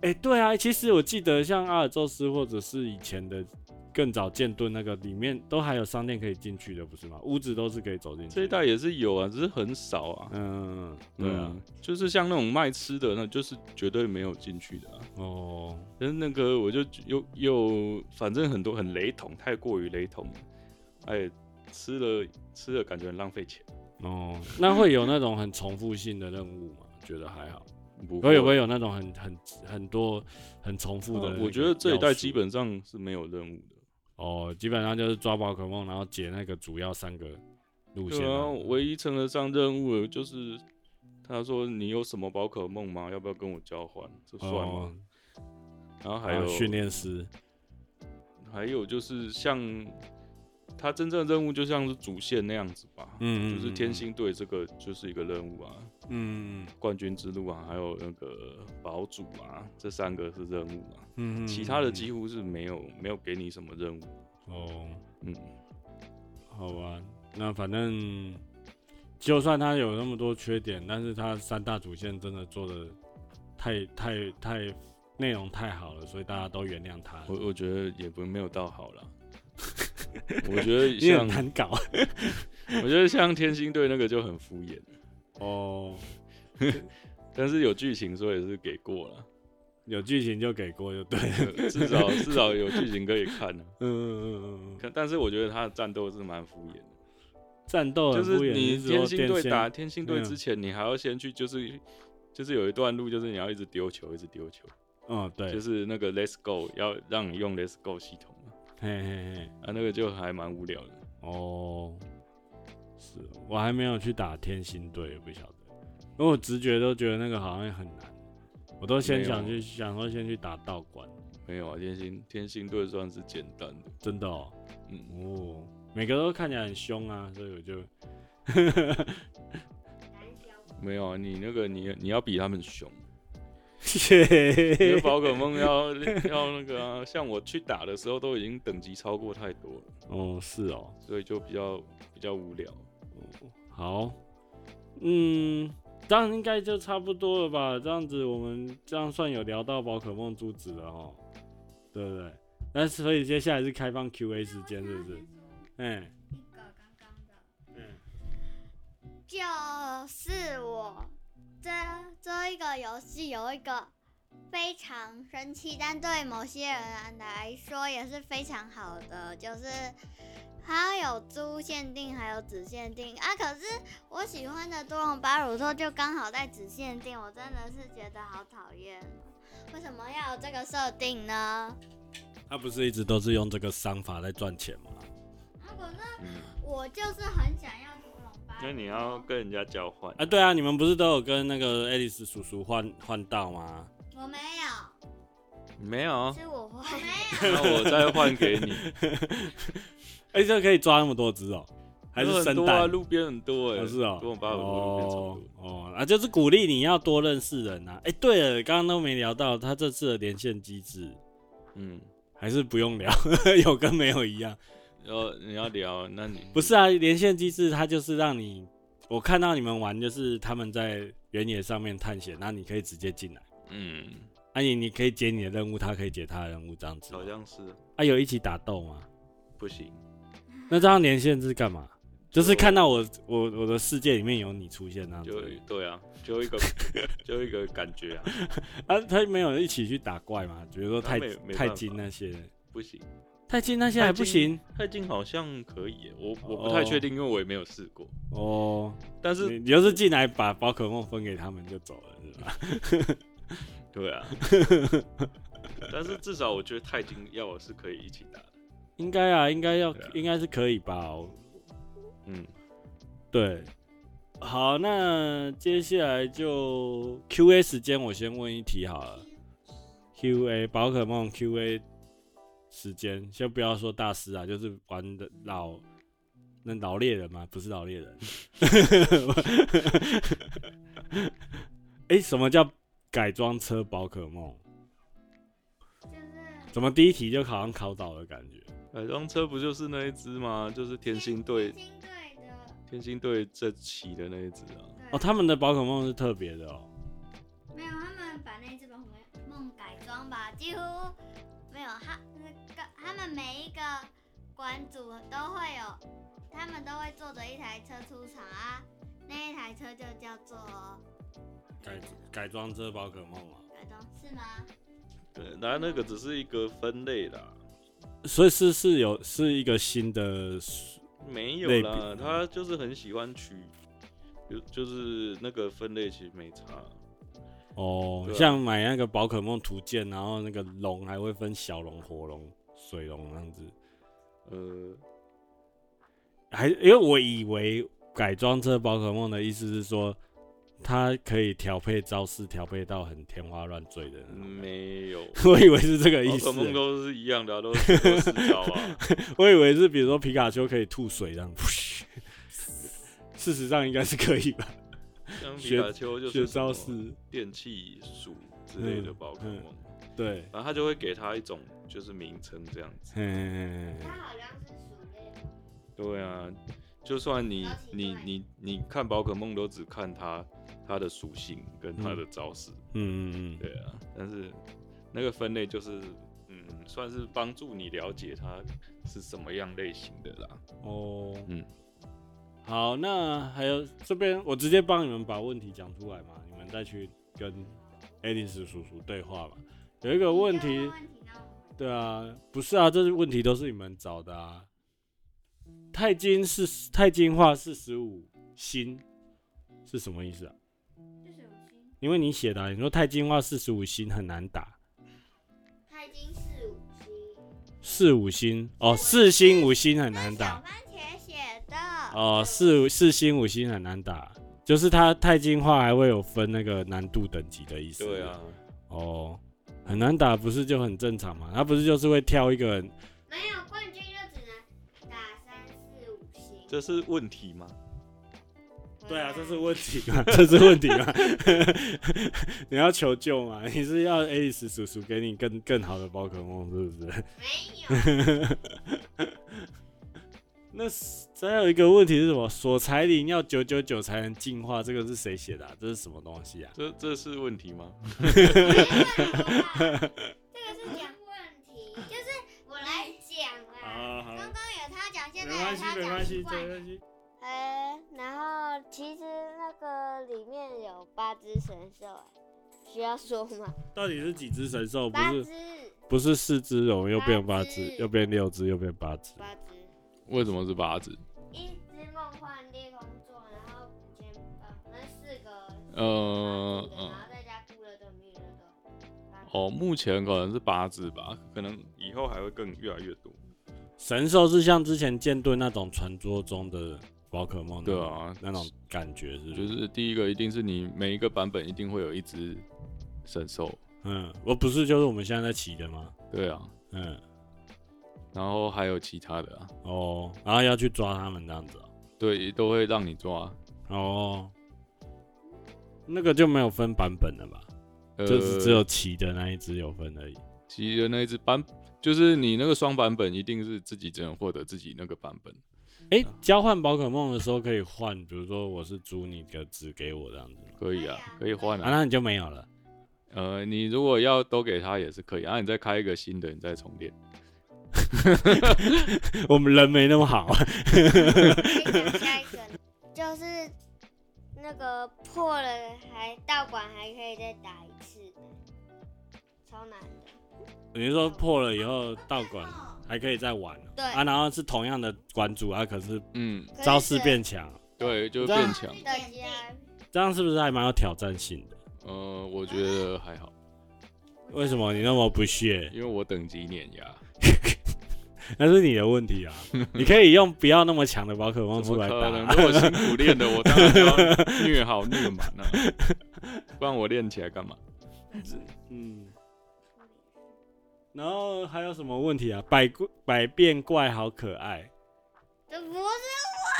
[SPEAKER 1] 哎、对啊，其实我记得像阿尔宙斯或者是以前的更早剑盾那个里面都还有商店可以进去的，不是吗？屋子都是可以走进去的。
[SPEAKER 2] 这一代也是有啊，只是很少啊。
[SPEAKER 1] 嗯，对
[SPEAKER 2] 对
[SPEAKER 1] 啊
[SPEAKER 2] 啊，，就是像那种卖吃的，那就是绝对没有进去的、啊。
[SPEAKER 1] 哦，
[SPEAKER 2] 但是那个我就又又反正很多很雷同，太过于雷同了。哎，吃了吃了感觉很浪费钱，
[SPEAKER 1] 哦，那会有那种很重复性的任务吗？觉得还好，会
[SPEAKER 2] 不
[SPEAKER 1] 不
[SPEAKER 2] 会
[SPEAKER 1] 会有那种很很很多很重复的那
[SPEAKER 2] 啊
[SPEAKER 1] 个要素？
[SPEAKER 2] 我觉得这一代基本上是没有任务的。
[SPEAKER 1] 哦，基本上就是抓宝可梦，然后解那个主要三个路线
[SPEAKER 2] 对
[SPEAKER 1] 啊。
[SPEAKER 2] 啊，唯一称得上任务的就是他说你有什么宝可梦吗？要不要跟我交换？这算
[SPEAKER 1] 哦
[SPEAKER 2] 吗？，然后还
[SPEAKER 1] 还有
[SPEAKER 2] 有
[SPEAKER 1] 训练师，
[SPEAKER 2] 还有就是像他真正的任务，就像是主线那样子吧。
[SPEAKER 1] 嗯
[SPEAKER 2] 就是天，星队这个就是一个任务啊，
[SPEAKER 1] 嗯嗯
[SPEAKER 2] 冠军之路啊，还有那个堡主啊，这三个是任务啊，
[SPEAKER 1] 嗯嗯，
[SPEAKER 2] 其他的几乎是没有没有给你什么任务。
[SPEAKER 1] 哦，
[SPEAKER 2] 嗯，
[SPEAKER 1] 好吧，那反正就算它有那么多缺点，但是它三大主线真的做的太太太内容太好了，所以大家都原谅它了。
[SPEAKER 2] 我我觉得也不没有到好 啦。我觉得
[SPEAKER 1] 也很
[SPEAKER 2] 像
[SPEAKER 1] 难搞
[SPEAKER 2] 我觉得像天星队那个就很敷衍，
[SPEAKER 1] 哦。
[SPEAKER 2] 但是有剧情所以是给过了，
[SPEAKER 1] 有剧情就给过就对了。
[SPEAKER 2] 呃至少至少有剧情可以看啊。
[SPEAKER 1] 嗯嗯嗯嗯嗯，
[SPEAKER 2] 可但是我觉得他的战斗是蛮敷衍的。
[SPEAKER 1] 战斗很
[SPEAKER 2] 就
[SPEAKER 1] 敷
[SPEAKER 2] 是
[SPEAKER 1] 衍
[SPEAKER 2] 你
[SPEAKER 1] 是
[SPEAKER 2] 天
[SPEAKER 1] 说
[SPEAKER 2] 星队
[SPEAKER 1] 电线
[SPEAKER 2] 打天星队
[SPEAKER 1] 嗯
[SPEAKER 2] 之前，你还要先去，就是就是有一段路，就是你要一直丢球，一直丢球，
[SPEAKER 1] 嗯嗯，对，
[SPEAKER 2] 就是那个 Let's Go 要让你用 Let's Go 系统嘛
[SPEAKER 1] 嘿嘿嘿，
[SPEAKER 2] 啊，那个就还蛮无聊的。
[SPEAKER 1] 哦，是哦我还没有去打天星队，不晓得，因为我直觉都觉得那个好像很难，我都先想
[SPEAKER 2] 没
[SPEAKER 1] 去
[SPEAKER 2] 有啊
[SPEAKER 1] 想说先去打道馆，
[SPEAKER 2] 没有啊，天星天星队算是简单的，
[SPEAKER 1] 真的哦，
[SPEAKER 2] 嗯，
[SPEAKER 1] 哦，每个都看起来很凶啊，所以我就，
[SPEAKER 2] 没有啊，你那个你你要比他 们凶，
[SPEAKER 1] 嘿嘿
[SPEAKER 2] 因
[SPEAKER 1] 嘿
[SPEAKER 2] 为宝可梦要要那个、啊，像我去打的时候都已经等级超过太多了，
[SPEAKER 1] 哦，是哦，
[SPEAKER 2] 所以就比较比较无聊。
[SPEAKER 1] 好，嗯，这样应该就差不多了吧？这样子我们这样算有聊到宝可梦珠子了哦，对不对？那所以接下来是开放 Q&A 时间，是不是？嗯
[SPEAKER 4] 一个刚刚的。
[SPEAKER 1] 嗯，
[SPEAKER 3] 就是我这这一个游戏有一个非常神奇，但对某些人来说也是非常好的，就是它有猪限定，还有子限定啊。可是我喜欢的多隆巴鲁托就刚好在子限定，我真的是觉得好讨厌哦。为什么要有这个设定呢？
[SPEAKER 1] 他不是一直都是用这个商法在赚钱吗？
[SPEAKER 3] 啊，可是
[SPEAKER 2] 嗯，
[SPEAKER 3] 我就是很想要多隆巴鲁。
[SPEAKER 2] 那你要跟人家交换
[SPEAKER 1] 啊，对啊，你们不是都有跟那个爱丽丝叔叔换换到吗？
[SPEAKER 3] 我没有，
[SPEAKER 2] 没有 啊？
[SPEAKER 3] 是我会。
[SPEAKER 2] 那我再换给你，
[SPEAKER 1] 哎、这可以抓那么多只哦，还
[SPEAKER 2] 有
[SPEAKER 1] 是
[SPEAKER 2] 很
[SPEAKER 1] 生
[SPEAKER 2] 多啊，
[SPEAKER 1] 蛋？
[SPEAKER 2] 路边很多哎、
[SPEAKER 1] 哦，是哦，
[SPEAKER 2] 多我把我路边超
[SPEAKER 1] 哦
[SPEAKER 2] 多。
[SPEAKER 1] 哦，啊，就是鼓励你要多认识人啊。哎、对了，刚刚都没聊到他这次的连线机制，
[SPEAKER 2] 嗯，
[SPEAKER 1] 还是不用聊， 有跟没有一样。
[SPEAKER 2] 然后你要聊，那你
[SPEAKER 1] 不是啊，连线机制它就是让你，我看到你们玩就是他们在原野上面探险，那你可以直接进来，
[SPEAKER 2] 嗯，
[SPEAKER 1] 啊你你可以解你的任务，他可以解他的任务这样子。
[SPEAKER 2] 好像是
[SPEAKER 1] 啊，有一起打斗吗？
[SPEAKER 2] 不行，
[SPEAKER 1] 那这样连线是干嘛？就是看到我我我的世界里面有你出现那样
[SPEAKER 2] 就
[SPEAKER 1] 子
[SPEAKER 2] 对啊，就一 个就一个感觉啊，
[SPEAKER 1] 啊，他没有一起去打怪嘛？比如说
[SPEAKER 2] 他
[SPEAKER 1] 太
[SPEAKER 2] 没没
[SPEAKER 1] 太
[SPEAKER 2] 办法
[SPEAKER 1] 金那些，
[SPEAKER 2] 不行。
[SPEAKER 1] 太近那些还不行
[SPEAKER 2] 太近好像可以耶，我我不太确定，因为我也没有试过。
[SPEAKER 1] 哦。
[SPEAKER 2] 但
[SPEAKER 1] 你
[SPEAKER 2] 是
[SPEAKER 1] 你就是进来把宝可梦分给他们就走了，是吧？
[SPEAKER 2] 对啊，但是至少我觉得太近要我是可以一起打的。
[SPEAKER 1] 应该啊，应该要
[SPEAKER 2] 对啊，
[SPEAKER 1] 应该是可以吧？哦我
[SPEAKER 2] 嗯，
[SPEAKER 1] 对，好，那接下来就 Q A 时间，我先问一题好了。Q A 宝可梦 Q A 时间，先不要说大师啊，就是玩的老那老猎人嘛，不是老猎人。 哎、什么叫改装车宝可梦？
[SPEAKER 4] 就是
[SPEAKER 1] 怎么第一题就好像考倒的感觉？
[SPEAKER 2] 改哎装车不就是那一只吗？就是天星队
[SPEAKER 4] 天星队的，
[SPEAKER 2] 天星队这期的那一只啊。
[SPEAKER 1] 哦，他们的宝可梦是特别的哦。
[SPEAKER 4] 没有他们把那只龙回
[SPEAKER 3] 梦改装吧，几乎没有他那个他们每一个馆主都会有，他们都会坐着一台车出场啊，那一台车就叫做
[SPEAKER 1] 改改装车宝可梦啊，
[SPEAKER 3] 改装呃是吗？
[SPEAKER 2] 对，然后那个只是一个分类啦，
[SPEAKER 1] 所以是是有是一个新的
[SPEAKER 2] 没有啦
[SPEAKER 1] 类，比
[SPEAKER 2] 他就是很喜欢取，就就是那个分类其实没差。
[SPEAKER 1] 哦，
[SPEAKER 2] 对啊
[SPEAKER 1] 像买那个宝可梦图鉴，然后那个龙还会分小龙、火龙、水龙那样子，
[SPEAKER 2] 呃，
[SPEAKER 1] 还因为我以为改装车宝可梦的意思是说，它可以调配招式，调配到很天花乱坠的那种。
[SPEAKER 2] 没有，
[SPEAKER 1] 我以为是这个意
[SPEAKER 2] 嗯宝
[SPEAKER 1] 思
[SPEAKER 2] 可，梦都是一样 的、啊，都是都是招啊。
[SPEAKER 1] 我以为是比如说皮卡丘可以吐水这 样，事实上应该是可以吧？
[SPEAKER 2] 像皮
[SPEAKER 1] 学
[SPEAKER 2] 卡丘就是啊
[SPEAKER 1] 学
[SPEAKER 2] 什么
[SPEAKER 1] 招式，嗯
[SPEAKER 2] 电气鼠之类的宝可梦，
[SPEAKER 1] 对，
[SPEAKER 2] 然后他就会给他一种就是名称这样子。
[SPEAKER 1] 嗯，
[SPEAKER 4] 它好像是鼠类，
[SPEAKER 2] 对啊，就算你
[SPEAKER 4] 好奇怪
[SPEAKER 2] 你你你看宝可梦都只看它它的属性跟它的招式，
[SPEAKER 1] 嗯嗯嗯，
[SPEAKER 2] 对啊，但是那个分类就是嗯，算是帮助你了解它是什么样类型的啦。
[SPEAKER 1] 哦，
[SPEAKER 2] 嗯，
[SPEAKER 1] 好，那还有这边，我直接帮你们把问题讲出来嘛，你们再去跟爱丽丝叔叔对话吧。有一个问题，
[SPEAKER 4] 问题呢？
[SPEAKER 1] 对啊，不是啊，这些问题都是你们找的啊。钛金是钛金化四十五星是什么意思啊？
[SPEAKER 4] 就是五星，
[SPEAKER 1] 因为你写的啊、你说钛金化四十五星很难打，
[SPEAKER 3] 经四五星，
[SPEAKER 1] 四五星哦，四星五星很
[SPEAKER 4] 那
[SPEAKER 1] 难
[SPEAKER 4] 小
[SPEAKER 1] 打
[SPEAKER 4] 番茄写的，
[SPEAKER 1] 哦，四五四星五星很难打，就是它钛金化还会有分那个难度等级的意思。
[SPEAKER 2] 对啊，
[SPEAKER 1] 哦，很难打不是就很正常嘛？他不是就是会挑一个人，
[SPEAKER 3] 没有冠军就只能打三四五星。
[SPEAKER 2] 这是问题吗？
[SPEAKER 1] 对啊，这是问题嘛， 这是问题嘛？你要求救嘛？你是要 Alice 叔叔给你更更好的宝可梦是不是？
[SPEAKER 3] 没有，
[SPEAKER 1] 那是再有一个问题是什么？锁彩铃要九九九才能进化，这个是谁写的、啊？这是什么东西啊？
[SPEAKER 2] 这这是问题吗？
[SPEAKER 3] 这个是讲问题，就是我来讲啦。
[SPEAKER 1] 啊，好
[SPEAKER 3] 刚刚有他讲，现
[SPEAKER 1] 没
[SPEAKER 3] 在
[SPEAKER 1] 关
[SPEAKER 3] 有
[SPEAKER 1] 系，
[SPEAKER 3] 他
[SPEAKER 1] 没
[SPEAKER 3] 讲
[SPEAKER 1] 关
[SPEAKER 3] 奇
[SPEAKER 1] 系，
[SPEAKER 3] 怪
[SPEAKER 1] 没
[SPEAKER 3] 的。
[SPEAKER 1] 关系。
[SPEAKER 4] 哎、然后其实那个里面有八只神兽，哎需要说吗？
[SPEAKER 1] 到底是几只神兽？不
[SPEAKER 4] 八
[SPEAKER 1] 是
[SPEAKER 4] 只，
[SPEAKER 1] 不是四只龙，又变八只
[SPEAKER 4] 八，只
[SPEAKER 1] 又变六只，又变八只。
[SPEAKER 4] 八只。
[SPEAKER 2] 为什么是八字？
[SPEAKER 3] 一只梦幻裂空座，然后肩膀，那四个，啊
[SPEAKER 2] 呃
[SPEAKER 3] 然
[SPEAKER 2] 嗯
[SPEAKER 3] 后再加固乐的密乐的，
[SPEAKER 2] 哦，目前可能是八字吧，可能以后还会更越来越多。
[SPEAKER 1] 神兽是像之前剑盾那种传说中的宝可梦，
[SPEAKER 2] 对，啊，
[SPEAKER 1] 那种感觉是不，
[SPEAKER 2] 就是是第一个一定是你每一个版本一定会有一只神兽，
[SPEAKER 1] 嗯，我不是就是我们现在在骑的吗？
[SPEAKER 2] 对啊，
[SPEAKER 1] 嗯，
[SPEAKER 2] 然后还有其他的啊，
[SPEAKER 1] 哦，然后要去抓他们这样子哦
[SPEAKER 2] 对，都会让你抓。
[SPEAKER 1] 哦，那个就没有分版本了吧？
[SPEAKER 2] 呃，
[SPEAKER 1] 就是只有骑的那一只有分而已。
[SPEAKER 2] 其实那一只版，就是你那个双版本一定是自己只能获得自己那个版本。
[SPEAKER 1] 哎、
[SPEAKER 2] 啊
[SPEAKER 1] 交换宝可梦的时候可以换，比如说我是租你的纸给我这样子吗
[SPEAKER 2] 可以啊，可以换
[SPEAKER 1] 啊，
[SPEAKER 2] 啊。
[SPEAKER 1] 那你就没有了。
[SPEAKER 2] 呃，你如果要都给他也是可以，啊，你再开一个新的，你再重练。
[SPEAKER 1] 我们人没那么好，
[SPEAKER 4] 可以讲 下一个，就是那个破了还道馆还可以再打一次，超难的。
[SPEAKER 1] 你是说破了以后道馆还可以再玩哦、
[SPEAKER 4] 对
[SPEAKER 1] 啊，然后是同样的馆主啊，可是
[SPEAKER 2] 嗯，
[SPEAKER 4] 可是
[SPEAKER 1] 招式变强，
[SPEAKER 2] 对，就
[SPEAKER 1] 这样
[SPEAKER 2] 变强。
[SPEAKER 4] 等级还
[SPEAKER 1] 这样是不是还蛮有挑战性的？
[SPEAKER 2] 呃，我觉得还好，
[SPEAKER 1] 为什么你那么不屑？
[SPEAKER 2] 因为我等级碾 压，
[SPEAKER 1] 那是你的问题 啊！你可以用不要那么强的宝可梦
[SPEAKER 2] 怎
[SPEAKER 1] 出
[SPEAKER 2] 么
[SPEAKER 1] 来
[SPEAKER 2] 可能？
[SPEAKER 1] 打，
[SPEAKER 2] 如果辛苦练的，我当然要虐好虐满了、不然我练起来干嘛？
[SPEAKER 1] 嗯。然后还有什么问题啊？百怪百变怪好可爱
[SPEAKER 4] 这不是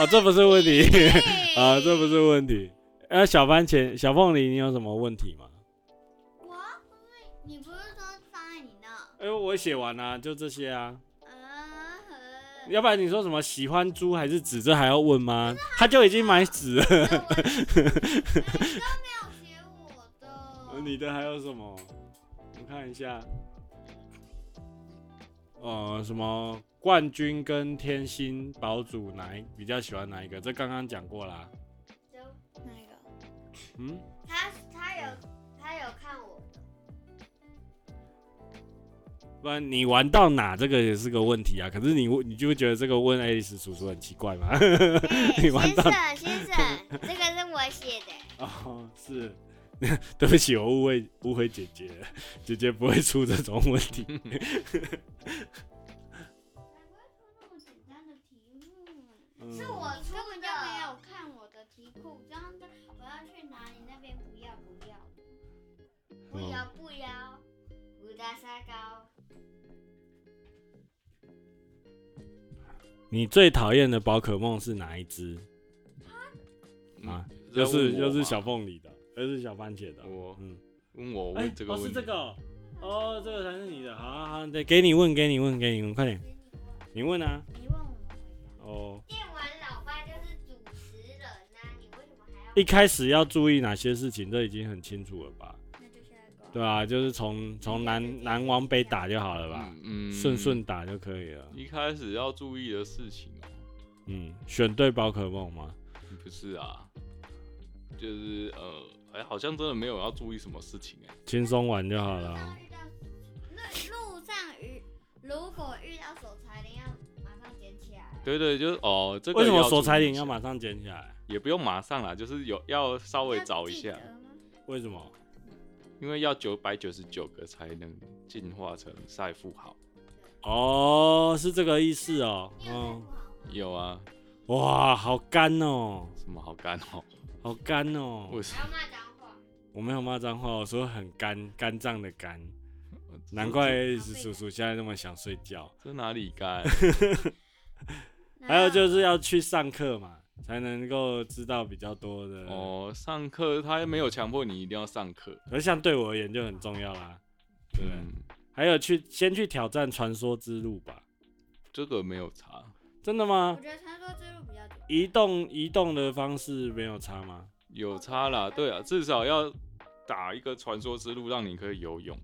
[SPEAKER 1] 哦，这不是问题
[SPEAKER 4] 啊，
[SPEAKER 1] 啊，这不是问题。那小番茄、小凤梨，你有什么问题吗？
[SPEAKER 4] 你不是说放在你那？
[SPEAKER 1] 哎、我写完啦、就这些啊。
[SPEAKER 4] 啊，呵
[SPEAKER 1] 要不然你说什么喜欢猪还是纸，这还要问吗？他就已经买纸了。
[SPEAKER 4] 写我的。
[SPEAKER 1] 你的还有什么？我看一下。呃，什么冠军跟天星堡主哪一比较喜欢哪一个？这刚刚讲过啦。
[SPEAKER 4] 哪一个？
[SPEAKER 1] 嗯，
[SPEAKER 3] 他他有他有看我的，
[SPEAKER 1] 不然你玩到哪这个也是个问题啊。可是你你就会觉得这个问爱丽丝叔叔很奇怪吗？你玩
[SPEAKER 4] 先
[SPEAKER 1] 到
[SPEAKER 4] 生，先 生，这个是我写的。
[SPEAKER 1] 哦，是， 对不起，我误会误会姐姐了， 姐姐不会出这种问题。
[SPEAKER 3] 那么简单的题目，
[SPEAKER 1] 嗯
[SPEAKER 3] 是我
[SPEAKER 4] 你
[SPEAKER 3] 出
[SPEAKER 4] 根本就
[SPEAKER 3] 的
[SPEAKER 4] 没有看我的题库，这样子我要去哪里那边不要不要。
[SPEAKER 3] 不要不要，五大沙高，
[SPEAKER 1] 你最讨厌的宝可梦是哪一只啊
[SPEAKER 2] 啊？，
[SPEAKER 1] 就是
[SPEAKER 2] 在问我
[SPEAKER 1] 就是
[SPEAKER 2] 嘛
[SPEAKER 1] 小凤梨的，就是小番茄的。
[SPEAKER 2] 我
[SPEAKER 1] 嗯，
[SPEAKER 2] 问我
[SPEAKER 1] 哎
[SPEAKER 2] 问这，个
[SPEAKER 1] 哦
[SPEAKER 2] 问
[SPEAKER 1] 是
[SPEAKER 2] 题，
[SPEAKER 1] 这个哦，哦这个才是你的。好好好，对，给你问，给你问，给你问，快点，你问啊。
[SPEAKER 4] 你问我回答。
[SPEAKER 1] 哦，
[SPEAKER 3] 电玩老爸就是主持人呐、你为什么还要？
[SPEAKER 1] 一开始要注意哪些事情，这已经很清楚了吧？
[SPEAKER 4] 那就下一个。
[SPEAKER 1] 对啊，就是从从南南往北打就好了吧，
[SPEAKER 2] 嗯
[SPEAKER 1] 顺顺打就可以了。
[SPEAKER 2] 一开始要注意的事情哦、
[SPEAKER 1] 嗯，选对宝可梦吗？
[SPEAKER 2] 不是啊，就是呃，哎、好像真的没有要注意什么事情哎、
[SPEAKER 1] 轻松玩就好了啊。
[SPEAKER 4] 遇到路路上遇，如果遇到手财铃，要马上捡起来。
[SPEAKER 2] 对对，就是哦，这个
[SPEAKER 1] 为什么
[SPEAKER 2] 要
[SPEAKER 1] 锁彩
[SPEAKER 2] 注意
[SPEAKER 1] 铃
[SPEAKER 2] 一
[SPEAKER 1] 要
[SPEAKER 2] 下
[SPEAKER 1] 马上捡起来？
[SPEAKER 2] 也不用马上啦，就是有要稍微找一下，
[SPEAKER 4] 要记得吗
[SPEAKER 1] 为什么？
[SPEAKER 2] 因为要九百九十九个才能进化成赛富豪。
[SPEAKER 1] 哦，是这个意思哦。
[SPEAKER 4] 你有在
[SPEAKER 1] 嗯
[SPEAKER 4] 不，好？
[SPEAKER 2] 有啊，
[SPEAKER 1] 哇，好干哦，
[SPEAKER 2] 什么好干哦？
[SPEAKER 1] 好干哦。
[SPEAKER 2] 为什
[SPEAKER 4] 还要骂脏话。
[SPEAKER 1] 我没有骂脏话，我说很干，肝脏的肝。
[SPEAKER 2] 么？
[SPEAKER 1] 难怪是叔叔现在那么想睡觉。
[SPEAKER 2] 这这哪里 干？
[SPEAKER 4] 啊
[SPEAKER 1] 还有就是要去上课嘛，才能够知道比较多的。哦，
[SPEAKER 2] 哦，上课他没有强迫你一定要上课，
[SPEAKER 1] 而像对我而言就很重要啦。对，
[SPEAKER 2] 嗯，
[SPEAKER 1] 还有去先去挑战传说之路吧。
[SPEAKER 2] 这个没有差，
[SPEAKER 1] 真的吗
[SPEAKER 4] 我？觉得传说之路比较多。
[SPEAKER 1] 移动移动的方式没有差吗？
[SPEAKER 2] 有差啦，对啊，至少要打一个传说之路，让你可以游泳，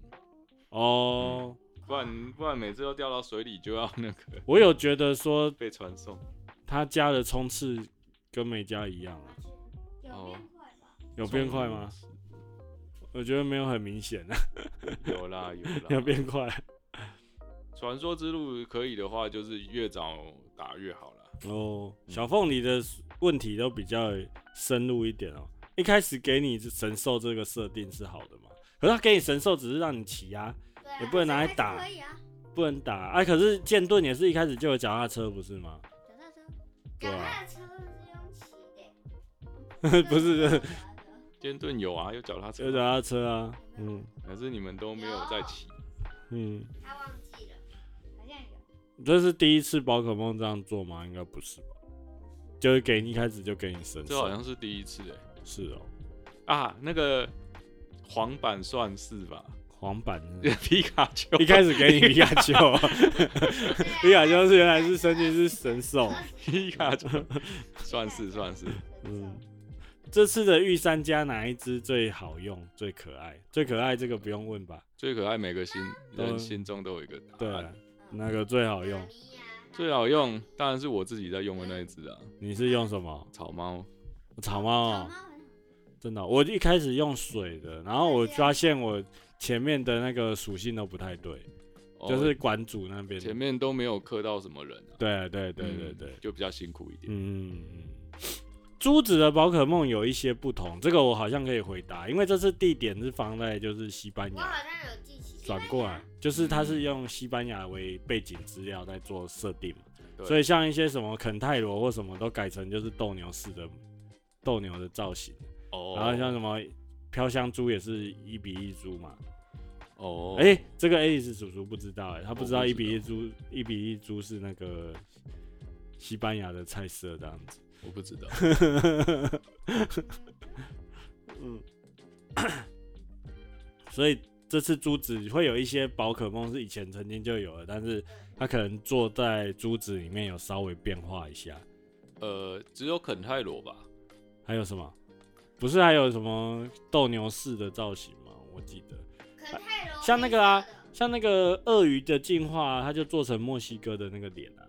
[SPEAKER 1] 哦，
[SPEAKER 2] 不
[SPEAKER 4] 啊
[SPEAKER 2] 然不然每次都掉到水里就要那个
[SPEAKER 1] 我有觉得说
[SPEAKER 2] 被传送。
[SPEAKER 1] 他加的冲刺跟没加一样啊，
[SPEAKER 4] 有
[SPEAKER 2] 哦
[SPEAKER 4] 变快吧？
[SPEAKER 1] 有变快吗？？我觉得没有很明显啊，
[SPEAKER 2] 有啦有
[SPEAKER 1] 有
[SPEAKER 2] 啦，
[SPEAKER 1] 变快。
[SPEAKER 2] 传说之路可以的话，就是越早打越好 啦。
[SPEAKER 1] 哦，小凤，你的问题都比较深入一点哦。一开始给你神兽这个设定是好的嘛？可是他给你神兽只是让你骑啊，
[SPEAKER 4] 对啊
[SPEAKER 1] 也不能拿来打
[SPEAKER 4] 还是可以啊，
[SPEAKER 1] 不能打啊。可是剑盾也是一开始就有脚踏车不是吗？对
[SPEAKER 4] 脚踏车。脚
[SPEAKER 1] 啊
[SPEAKER 4] 踏车是用骑的。
[SPEAKER 1] 不是
[SPEAKER 4] 脚踏车
[SPEAKER 2] 剑盾有啊，有脚踏
[SPEAKER 1] 有
[SPEAKER 2] 车
[SPEAKER 1] 脚
[SPEAKER 2] 啊，
[SPEAKER 1] 踏车啊，嗯
[SPEAKER 2] 可是你们都没有在骑。
[SPEAKER 1] 嗯，
[SPEAKER 4] 他忘记了，好像有。
[SPEAKER 1] 这是第一次宝可梦这样做吗？应该不是吧？就是给你一开始就给你神
[SPEAKER 2] 这好
[SPEAKER 1] 兽，
[SPEAKER 2] 像是第一次哎、
[SPEAKER 1] 是哦，
[SPEAKER 2] 啊，那个黄版算是吧？
[SPEAKER 1] 黄版是不是。
[SPEAKER 2] 皮卡 丘
[SPEAKER 1] 一开始给你皮卡丘， 皮卡
[SPEAKER 4] 啊
[SPEAKER 1] 丘是原来是升级是神兽，
[SPEAKER 2] 皮卡丘算是算是，
[SPEAKER 1] 嗯，这次的御三家哪一只最好用、最可爱？最可爱这个不用问吧？
[SPEAKER 2] 最可爱，每个心
[SPEAKER 1] 都
[SPEAKER 2] 人心中都有一个答
[SPEAKER 1] 对
[SPEAKER 2] 案。，
[SPEAKER 1] 哪个最好用啊
[SPEAKER 4] 妈？咪呀
[SPEAKER 2] 最好用当然是我自己在用的那一只啊，
[SPEAKER 1] 你是用什么？
[SPEAKER 2] 草猫。
[SPEAKER 1] 草帽
[SPEAKER 4] 小
[SPEAKER 1] 哦、
[SPEAKER 4] 猫很好
[SPEAKER 1] 真的哦、我一开始用水的，然后我发现我前面的那个属性都不太对，
[SPEAKER 2] 哦
[SPEAKER 1] 就是馆主那边。
[SPEAKER 2] 前面都没有克到什么人啊。
[SPEAKER 1] 对对对
[SPEAKER 2] 嗯
[SPEAKER 1] 对对，
[SPEAKER 2] 就比较辛苦一点。
[SPEAKER 1] 嗯。珠子的宝可梦有一些不同，这个我好像可以回答，因为这次地点是放在就是西班
[SPEAKER 4] 我
[SPEAKER 1] 牙。
[SPEAKER 4] 好像有记起。
[SPEAKER 1] 转过来，就是它是用西班牙为背景资料在做设定嘛
[SPEAKER 2] 对
[SPEAKER 1] 所以像一些什么肯泰罗或什么都改成就是斗牛式的斗牛的造型，
[SPEAKER 2] 哦
[SPEAKER 1] 然后像什么飘香猪也是一比一猪嘛，
[SPEAKER 2] 哦，
[SPEAKER 1] 哎、这个 Alice 叔叔不知道哎、他不知道
[SPEAKER 2] 我
[SPEAKER 1] 一
[SPEAKER 2] 不知
[SPEAKER 1] 比一
[SPEAKER 2] 道
[SPEAKER 1] 猪一比一猪是那个西班牙的菜色这样子，
[SPEAKER 2] 我不知道。
[SPEAKER 1] 嗯，所以这次珠子会有一些宝可梦是以前曾经就有的，但是它可能坐在珠子里面有稍微变化一下。
[SPEAKER 2] 呃，只有肯泰罗吧？
[SPEAKER 1] 还有什么？不是还有什么斗牛士的造型吗？我记得
[SPEAKER 4] 肯泰罗
[SPEAKER 1] 像那个啊
[SPEAKER 4] 黑色的，
[SPEAKER 1] 像那个鳄鱼的进化，它就做成墨西哥的那个脸啊，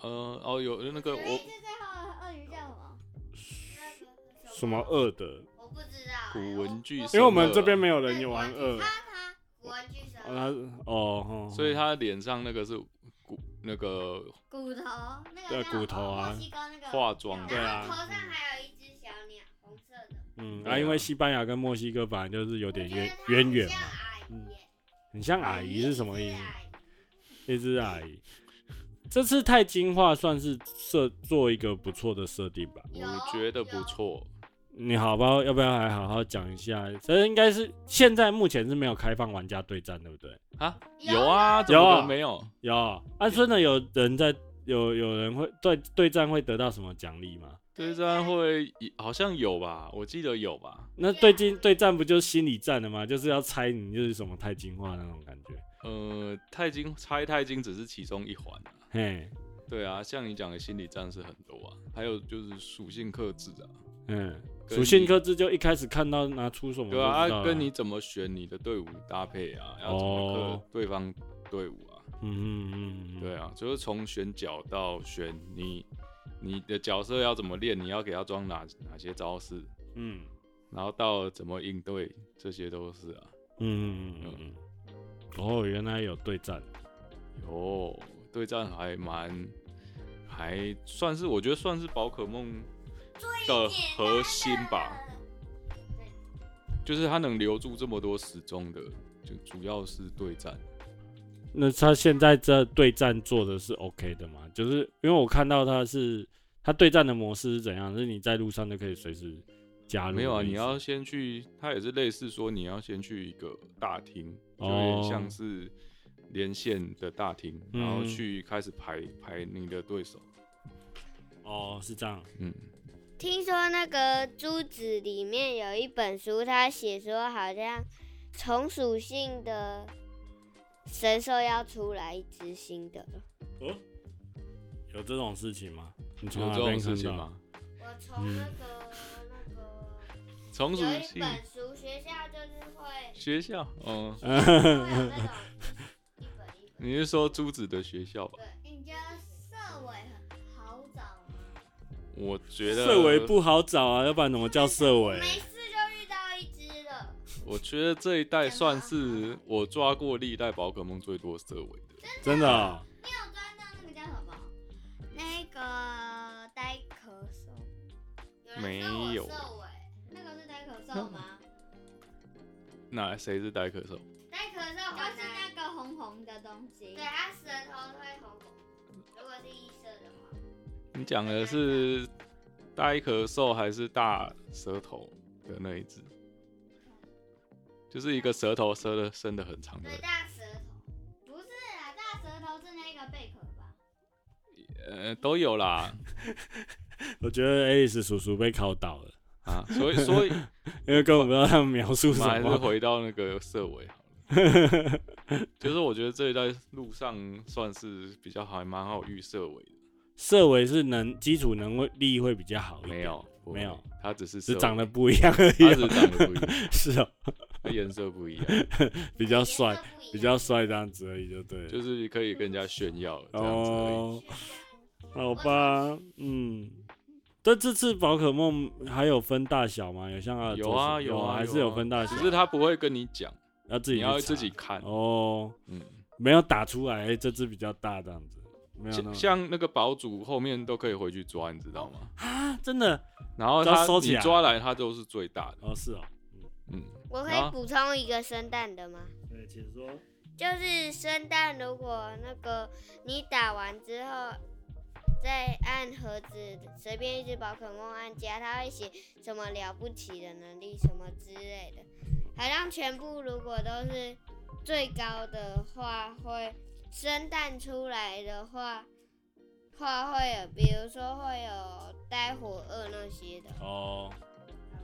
[SPEAKER 2] 呃，哦，有那个
[SPEAKER 4] 你们一
[SPEAKER 2] 我
[SPEAKER 4] 只最后的鳄鱼叫什么？
[SPEAKER 1] 什么？鳄的，
[SPEAKER 4] 我不知道。哎
[SPEAKER 2] 古文具
[SPEAKER 1] 因为我们
[SPEAKER 2] 生
[SPEAKER 1] 这边
[SPEAKER 2] 了
[SPEAKER 1] 没有人有玩鳄
[SPEAKER 4] 他，他古文具蛇
[SPEAKER 1] 哦，它是哦，哦
[SPEAKER 2] 所以他脸上那个是骨那个
[SPEAKER 4] 骨头那
[SPEAKER 1] 对
[SPEAKER 4] 个
[SPEAKER 1] 骨头啊
[SPEAKER 4] 墨西哥那个
[SPEAKER 2] 化妆
[SPEAKER 1] 对
[SPEAKER 2] 的，
[SPEAKER 1] 啊
[SPEAKER 4] 然后头上还有一只小鸟，红色的，
[SPEAKER 1] 嗯，
[SPEAKER 2] 对
[SPEAKER 1] 啊，
[SPEAKER 2] 啊
[SPEAKER 1] 因为西班牙跟墨西哥本来就是有
[SPEAKER 4] 有
[SPEAKER 1] 点渊渊源嘛，
[SPEAKER 4] 阿姨
[SPEAKER 1] 嗯
[SPEAKER 4] 耶，
[SPEAKER 1] 很像阿姨是什么意
[SPEAKER 4] 一
[SPEAKER 1] 思
[SPEAKER 4] 只？阿姨
[SPEAKER 1] 一只阿姨。这次钛金化算是设做一个不错的设定吧。
[SPEAKER 2] 我觉得不错。
[SPEAKER 1] 你好吧，要不要还好好讲一下？这应该是现在目前是没有开放玩家对战，对不对？
[SPEAKER 2] 啊，
[SPEAKER 4] 有
[SPEAKER 2] 有啊，怎
[SPEAKER 1] 有
[SPEAKER 2] 么
[SPEAKER 1] 啊
[SPEAKER 2] 都没有？
[SPEAKER 1] 有啊，真的有人在有有人会对对战会得到什么奖励吗？
[SPEAKER 2] 对战会好像有吧，我记得有吧。
[SPEAKER 1] 那对金对战不就是心理战的吗？就是要猜你就是什么钛金化那种感觉。
[SPEAKER 2] 呃，钛金拆钛金只是其中一环啊。
[SPEAKER 1] 嘿，
[SPEAKER 2] 对啊，像你讲的心理战是很多啊，还有就是属性克制啊，
[SPEAKER 1] 嗯，
[SPEAKER 2] 跟
[SPEAKER 1] 属
[SPEAKER 2] 你
[SPEAKER 1] 性克制就一开始看到拿出什么
[SPEAKER 2] 对
[SPEAKER 1] 就
[SPEAKER 2] 啊，
[SPEAKER 1] 知道
[SPEAKER 2] 啊
[SPEAKER 1] 了
[SPEAKER 2] 跟你怎么选你的队伍搭配啊，要怎么
[SPEAKER 1] 哦
[SPEAKER 2] 克对方队伍啊，
[SPEAKER 1] 嗯嗯嗯嗯，
[SPEAKER 2] 对啊，就是从选角到选你你的角色要怎么练，你要给他装哪哪些招式，
[SPEAKER 1] 嗯
[SPEAKER 2] 然后到怎么应对，这些都是啊。
[SPEAKER 1] 嗯嗯嗯嗯嗯，哦，原来有对战，
[SPEAKER 2] 有哦对战还蛮还算是，我觉得算是宝可梦的核心吧。
[SPEAKER 4] 对
[SPEAKER 2] 就是他能留住这么多时钟的，就主要是对战。
[SPEAKER 1] 那他现在这对战做的是 OK 的吗？就是因为我看到他是他对战的模式是怎样？是你在路上就可以随时加入的意思？
[SPEAKER 2] 没有啊，你要先去，它也是类似说你要先去一个大厅，就有
[SPEAKER 1] 哦
[SPEAKER 2] 点像是连线的大厅，
[SPEAKER 1] 嗯啊
[SPEAKER 2] 然后去开始排排你的对手。
[SPEAKER 1] 哦，是这样。
[SPEAKER 2] 嗯，
[SPEAKER 3] 听说那个珠子里面有一本书，它写说好像从属性的神兽要出来一只新的了。
[SPEAKER 1] 哦，有这种事情吗？你从
[SPEAKER 2] 有
[SPEAKER 1] 哪
[SPEAKER 2] 这种
[SPEAKER 1] 边
[SPEAKER 2] 事
[SPEAKER 1] 看
[SPEAKER 2] 情
[SPEAKER 1] 到？
[SPEAKER 2] 吗？
[SPEAKER 3] 我从那个那个
[SPEAKER 2] 从属
[SPEAKER 3] 有一
[SPEAKER 2] 性
[SPEAKER 3] 本书，学校就是会
[SPEAKER 2] 学校，哦，
[SPEAKER 3] 会有那种一本一本，
[SPEAKER 2] 你是说朱子的学校吧？
[SPEAKER 4] 你觉得社委很好找吗？
[SPEAKER 2] 我觉得
[SPEAKER 1] 社尾不好找啊，要不然怎么叫社尾？
[SPEAKER 3] 没事就遇到一只了。
[SPEAKER 2] 我觉得这一代算是我抓过历代宝可梦最多色尾的。
[SPEAKER 1] 真的哦、
[SPEAKER 4] 你有抓到那个叫什么？那个呆咳嗽。人
[SPEAKER 2] 没
[SPEAKER 4] 说我
[SPEAKER 2] 有
[SPEAKER 4] 瘦欸那个是呆咳嗽吗？
[SPEAKER 2] 那谁是呆咳兽？
[SPEAKER 4] 呆咳嗽就是那个红红的东西。
[SPEAKER 3] 对，它舌头会红红，如果是异色的话。
[SPEAKER 1] 嗯
[SPEAKER 2] 你讲的是呆咳兽还是大舌头的那一只？就是一个舌头伸的伸的很长的
[SPEAKER 3] 对，，大舌头。
[SPEAKER 4] 不是啊，大舌头是那个贝壳吧？
[SPEAKER 2] 呃，都有啦
[SPEAKER 1] 我觉得 Alice 叔叔被考倒了，
[SPEAKER 2] 啊，所以 所以
[SPEAKER 1] 因为根本不知道他们描述
[SPEAKER 2] 我
[SPEAKER 1] 什
[SPEAKER 2] 们还是
[SPEAKER 1] 么。
[SPEAKER 2] 回到那个色尾好 了。就是我觉得这一代路上算是比较好，还蛮好预设尾的。
[SPEAKER 1] 社尾是能基础能力会比较好一点，
[SPEAKER 2] 没有，啊不会
[SPEAKER 1] 没有，
[SPEAKER 2] 它只是
[SPEAKER 1] 只
[SPEAKER 2] 色
[SPEAKER 1] 长
[SPEAKER 2] 尾
[SPEAKER 1] 得不一样而已
[SPEAKER 2] 它只
[SPEAKER 1] 哦、
[SPEAKER 2] 是长得不一样。
[SPEAKER 1] 是哦，
[SPEAKER 2] 它颜色不一样，
[SPEAKER 1] 比较帅，比
[SPEAKER 3] 比
[SPEAKER 1] 较帅这样子而已，就对了。
[SPEAKER 2] 就是可以跟人家炫耀这样子而已。
[SPEAKER 1] 哦，好吧，嗯。但这次宝可梦还有分大小吗？有像阿尔宙斯
[SPEAKER 2] 有啊
[SPEAKER 1] 有
[SPEAKER 2] 啊，
[SPEAKER 1] 还是有分大小
[SPEAKER 2] 只，是他不会跟你讲，
[SPEAKER 1] 要自己
[SPEAKER 2] 你要
[SPEAKER 1] 去查
[SPEAKER 2] 自己看。
[SPEAKER 1] 哦，
[SPEAKER 2] 嗯，
[SPEAKER 1] 没有打出来，欸这只比较大这样子，没有那
[SPEAKER 2] 像
[SPEAKER 1] 么
[SPEAKER 2] 像那个堡主后面都可以回去抓，你知道 吗？
[SPEAKER 1] 啊，真的
[SPEAKER 2] 然后
[SPEAKER 1] 只要
[SPEAKER 2] 他
[SPEAKER 1] 收起
[SPEAKER 2] 你
[SPEAKER 1] 来
[SPEAKER 2] 抓来，他都是最大的。
[SPEAKER 1] 哦，是哦，
[SPEAKER 2] 嗯，
[SPEAKER 3] 我可
[SPEAKER 2] 啊
[SPEAKER 3] 以补充一个生蛋的吗？
[SPEAKER 1] 对，请说，
[SPEAKER 3] 就是生蛋，如果那个你打完之后，再按盒子随便一只宝可梦按加，它会写什么了不起的能力什么之类的，好像全部如果都是最高的话，会生蛋出来的话，话会有，比如说会有呆火二那些的。
[SPEAKER 1] 哦，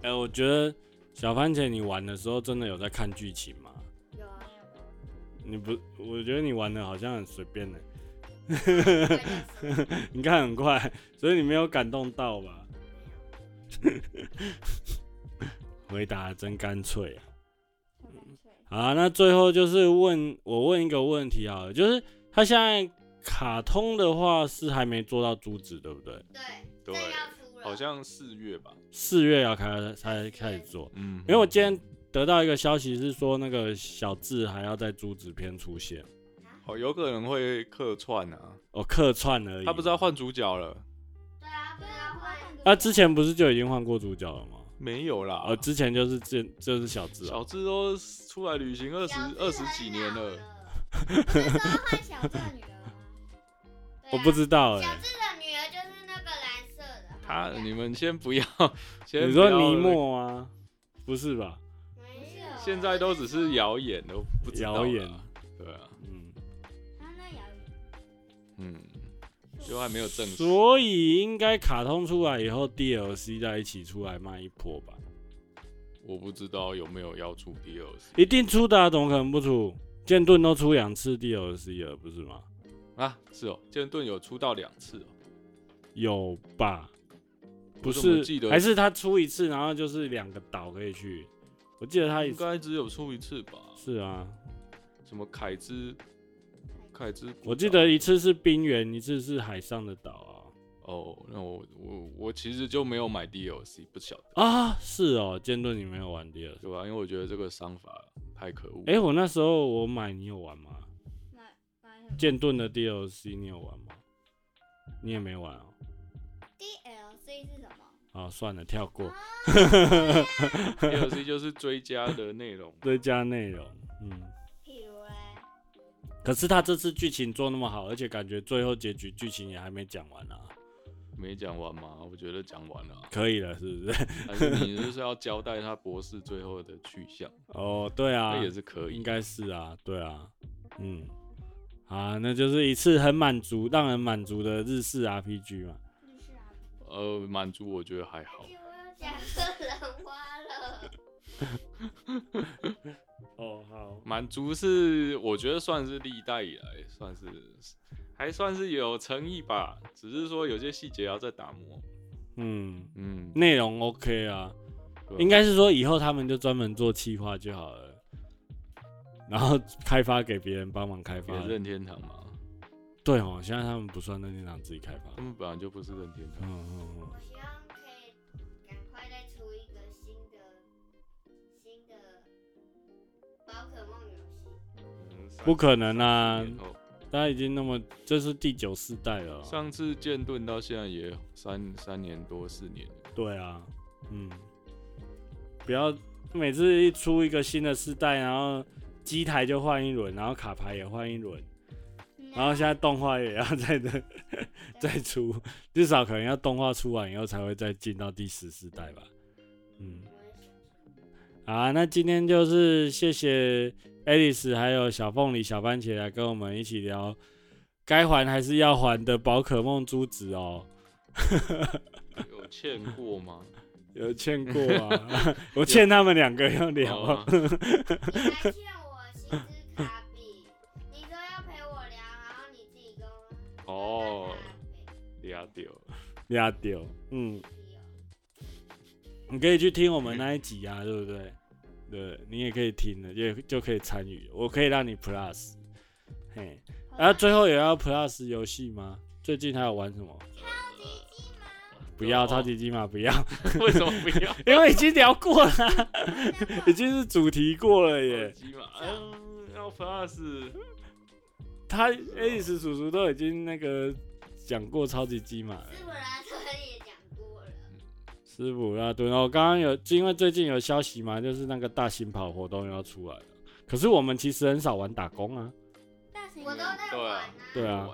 [SPEAKER 1] 哎、我觉得小番茄你玩的时候真的有在看剧情吗？
[SPEAKER 3] 有啊，
[SPEAKER 1] 你不，我觉得你玩的好像很随便欸呢，
[SPEAKER 3] 快点死了
[SPEAKER 1] 你看很快，所以你没有感动到吧？ 回答真干脆啊！好啊，那最后就是问我问一个问题好了，就是他现在卡通的话是还没做到珠子，对不对？
[SPEAKER 3] 对，
[SPEAKER 2] 对
[SPEAKER 3] 这要出了，
[SPEAKER 2] 好像四月吧。
[SPEAKER 1] 四月要开才开始做，
[SPEAKER 2] 嗯，
[SPEAKER 1] 因为我今天得到一个消息是说那个小智还要在珠子篇出现，
[SPEAKER 2] 哦有可能会客串啊，
[SPEAKER 1] 哦，客串而已。
[SPEAKER 2] 他不知道换主角了
[SPEAKER 3] 对啊，不要换。
[SPEAKER 1] 啊，之前不是就已经换过主角了吗？
[SPEAKER 2] 没有啦？
[SPEAKER 1] 哦，之前就是这就是小智哦，
[SPEAKER 2] 小智都出来旅行二十二十几年了，
[SPEAKER 4] 了。是说 换小智的女儿吗？
[SPEAKER 1] 我不知道哎、
[SPEAKER 2] 欸
[SPEAKER 3] 啊小智的女儿就是那个蓝色的，
[SPEAKER 2] 他 你们先不要，先
[SPEAKER 1] 你
[SPEAKER 2] 不要
[SPEAKER 1] 说尼莫啊？不是吧？
[SPEAKER 3] 没
[SPEAKER 4] 有
[SPEAKER 2] 现在都只是谣言，都不知道啦
[SPEAKER 1] 谣言。
[SPEAKER 2] 对啊，
[SPEAKER 1] 嗯，
[SPEAKER 4] 他那摇椅
[SPEAKER 2] 嗯，就还没有证实。
[SPEAKER 1] 所以应该卡通出来以后，DLC 再一起出来卖一波吧？
[SPEAKER 2] 我不知道有没有要出 DLC
[SPEAKER 1] 一定出的、啊，怎么可能不出？剑盾都出两次 DLC 了，不是吗？
[SPEAKER 2] 啊？是哦，剑盾有出到两次哦。
[SPEAKER 1] 有吧？不
[SPEAKER 2] 我怎么
[SPEAKER 1] 是
[SPEAKER 2] 记，得
[SPEAKER 1] 还是他出一次，然后就是两个岛可以去。我记得他也
[SPEAKER 2] 应该只有出一次吧？
[SPEAKER 1] 是啊，
[SPEAKER 2] 什么凯之，凯之古岛，
[SPEAKER 1] 我记得一次是冰原，一次是海上的岛啊
[SPEAKER 2] 哦。那我我我其实就没有买 DLC，不晓得
[SPEAKER 1] 啊。啊，是哦，剑盾你没有玩 DLC？
[SPEAKER 2] 对吧、因为我觉得这个商法太可恶。
[SPEAKER 1] 哎、我那时候我买，你有玩吗？
[SPEAKER 4] 买买什么
[SPEAKER 1] 剑盾的 DLC 你有玩吗？你也没玩哦。
[SPEAKER 4] ？DLC 是什么？
[SPEAKER 1] 哦，算了，跳过。
[SPEAKER 2] DLC 就是追加的内容，
[SPEAKER 1] 追加内容，嗯。
[SPEAKER 4] 譬如嘞，
[SPEAKER 1] 可是他这次剧情做那么好，而且感觉最后结局剧情也还没讲完啊，
[SPEAKER 2] 没讲完吗？我觉得讲完了啊，
[SPEAKER 1] 可以了，是不是？
[SPEAKER 2] 但是你就是要交代他博士最后的去向，
[SPEAKER 1] 哦，对啊，
[SPEAKER 2] 那也是可以
[SPEAKER 1] 应。该是啊，对啊，嗯，啊，那就是一次很满足、让人满足的日式 RPG 嘛。
[SPEAKER 4] 就是啊，
[SPEAKER 2] 呃，满足我觉得还好，
[SPEAKER 4] 我要
[SPEAKER 3] 讲个人花了，
[SPEAKER 1] 哦，好，
[SPEAKER 2] 满足是我觉得算是历代以来算是还算是有诚意吧，只是说有些细节要再打磨。
[SPEAKER 1] 嗯，
[SPEAKER 2] 嗯，
[SPEAKER 1] 内容 OK 啊，
[SPEAKER 2] 对啊
[SPEAKER 1] 应该是说以后他们就专门做企划就好了，然后开发给别人帮忙开
[SPEAKER 2] 给
[SPEAKER 1] 发。
[SPEAKER 2] 任天堂嘛，
[SPEAKER 1] 对哦，现在他们不算任天堂自己开发。
[SPEAKER 2] 他们本来就不是任天堂。
[SPEAKER 1] 嗯嗯嗯
[SPEAKER 3] 我希望可以赶快再出一个新的新的宝可梦游戏。
[SPEAKER 1] 不可能啊
[SPEAKER 2] 30年后
[SPEAKER 1] 大家已经那么，这是第九世代了哦、
[SPEAKER 2] 上次剑盾到现在也三三年多四年了，
[SPEAKER 1] 对啊，嗯，不要每次一出一个新的世代，然后机台就换一轮，然后卡牌也换一轮，
[SPEAKER 2] 啊
[SPEAKER 1] 然后现在动画也要再的 再出，至少可能要动画出完以后才会再进到第十世代吧。嗯，好啊，那今天就是谢谢 Alice 还有小凤梨、小番茄来跟我们一起聊该还还是要还的宝可梦珠子哦。
[SPEAKER 2] 有欠过 吗？
[SPEAKER 1] 有欠过啊，我欠他们两个要聊
[SPEAKER 2] 好啊
[SPEAKER 1] 啊。
[SPEAKER 3] 你还欠我薪资卡比，你说要陪我聊，然后你自己跟我
[SPEAKER 2] 哦，俩丢，
[SPEAKER 1] 压丢，嗯，
[SPEAKER 3] 有
[SPEAKER 1] 你可以去听我们那一集啊，对不对？对，你也可以听的，也就可以参与，我可以让你 plus，嘿，然后啊最后也要 plus 游戏吗？最近还有玩什么？不要
[SPEAKER 2] 哦
[SPEAKER 1] 超级鸡嘛，不要，
[SPEAKER 2] 为什么不要？
[SPEAKER 1] 因为已经聊过了啊，已经是主题过了耶。
[SPEAKER 2] 鸡嘛，嗯，要 plus，
[SPEAKER 1] 他 Alice 叔叔都已经那个讲过超级鸡嘛了。
[SPEAKER 3] 斯普拉特也讲过了，
[SPEAKER 1] 斯普拉顿哦，刚刚有因为最近有消息嘛，就是那个大型跑活动要出来了。可是我们其实很少玩打工啊，
[SPEAKER 3] 我都在
[SPEAKER 2] 对
[SPEAKER 3] 玩
[SPEAKER 2] 啊
[SPEAKER 3] 啊。
[SPEAKER 1] 对啊，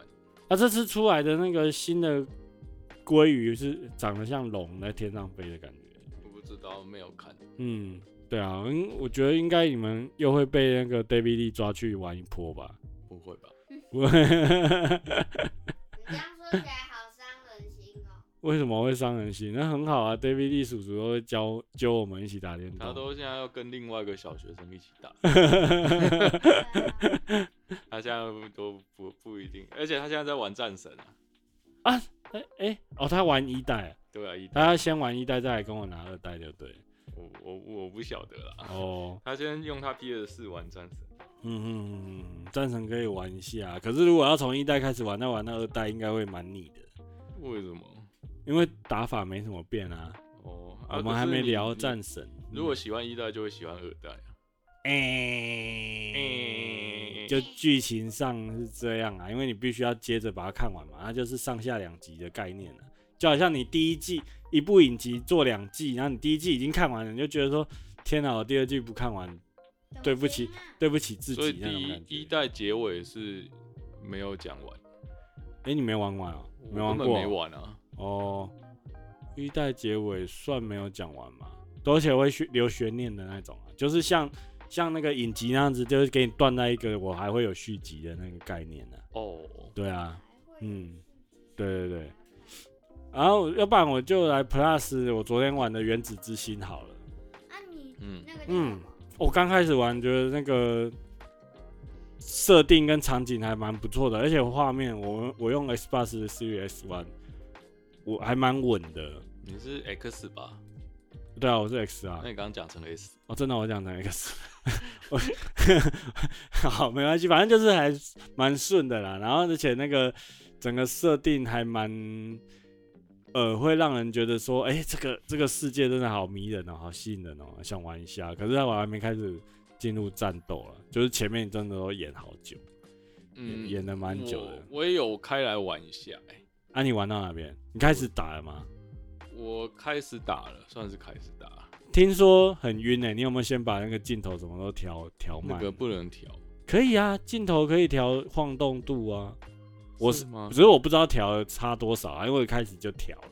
[SPEAKER 1] 那、这次出来的那个新的鲑鱼是长得像龙在天上飞的感觉。
[SPEAKER 2] 我不知道，没有看。
[SPEAKER 1] 嗯，对啊，嗯，我觉得应该你们又会被那个 David Lee 抓去玩一波吧。
[SPEAKER 2] 不会吧？
[SPEAKER 1] 我
[SPEAKER 3] 你这样说起来好伤人心哦。
[SPEAKER 1] 为什么会伤人心？那很好啊，David Lee 叔叔都会教教我们一起打电
[SPEAKER 2] 他
[SPEAKER 1] 动。
[SPEAKER 2] 都现在要跟另外一个小学生一起 打，
[SPEAKER 4] 对啊
[SPEAKER 2] 他现在都不不一定，而且他现在在玩战神啊，
[SPEAKER 1] 哎哎、哦，他玩一代啊，
[SPEAKER 2] 对啊，一
[SPEAKER 1] 他要先玩一代，再来跟我拿二代就对了。
[SPEAKER 2] 我我我不晓得啦，
[SPEAKER 1] 哦，
[SPEAKER 2] 他先用他 PS 四玩战神，
[SPEAKER 1] 嗯嗯，战神可以玩一下，啊可是如果要从一代开始玩，那玩到二代应该会蛮腻的，
[SPEAKER 2] 为什么？
[SPEAKER 1] 因为打法没什么变啊。
[SPEAKER 2] 哦，啊
[SPEAKER 1] 我们还没聊。
[SPEAKER 2] 可是你
[SPEAKER 1] 战神，
[SPEAKER 2] 你如果喜欢一代，就会喜欢二代啊。
[SPEAKER 1] 哎、就剧情上是这样啊，因为你必须要接着把它看完嘛，它就是上下两集的概念了、啊就好像你第一季一部影集做两季，然后你第一季已经看完了，你就觉得说天哪，我第二季不看完，对不起，对不起自
[SPEAKER 2] 所以
[SPEAKER 1] 己那种
[SPEAKER 2] 第
[SPEAKER 1] 感
[SPEAKER 2] 一一
[SPEAKER 1] 觉。
[SPEAKER 2] 代结尾是没有讲完，
[SPEAKER 1] 哎、你没玩完哦、
[SPEAKER 2] 我
[SPEAKER 1] 没玩
[SPEAKER 2] 根本
[SPEAKER 1] 过哦、
[SPEAKER 2] 没玩啊。
[SPEAKER 1] 哦，一代结尾算没有讲完嘛，而且会悬留悬念的那种啊，就是像像那个影集那样子，就是给你断在一个我还会有续集的那个概念呢、啊。
[SPEAKER 2] 哦，
[SPEAKER 1] 对啊，嗯，对对对。然后要不然我就来 Plus 我昨天玩的《原子之心》好了。
[SPEAKER 4] 啊你
[SPEAKER 2] 嗯，
[SPEAKER 4] 那个叫什
[SPEAKER 1] 嗯
[SPEAKER 4] 么？，
[SPEAKER 1] 我刚开始玩觉得那个设定跟场景还蛮不错的，而且画面我我用 Xbox Series X One，我还蛮稳的。
[SPEAKER 2] 你是 X 吧？
[SPEAKER 1] 对啊，我是 X 啊
[SPEAKER 2] 那。你刚刚讲成 S，
[SPEAKER 1] 哦，真的，我讲成 X，我 好没关系，反正就是还蛮顺的啦。然后而且那个整个设定还蛮，呃，会让人觉得说，哎、这个这个世界真的好迷人哦，好吸引人哦，想玩一下。可是我还没开始进入战斗了，就是前面真的都演好久，
[SPEAKER 2] 嗯，
[SPEAKER 1] 演的蛮久的。
[SPEAKER 2] 我。我也有开来玩一下、欸，
[SPEAKER 1] 啊，你玩到哪边？你开始打了吗？
[SPEAKER 2] 我开始打了，算是开始打了，
[SPEAKER 1] 听说很晕欸诶、你有没有先把那个镜头什么都调调
[SPEAKER 2] 那
[SPEAKER 1] 慢？
[SPEAKER 2] 个不能调。
[SPEAKER 1] 可以啊，镜头可以调晃动度啊。我是
[SPEAKER 2] 吗
[SPEAKER 1] 只？是我不知道调的差多少啊，因为我一开始就调了，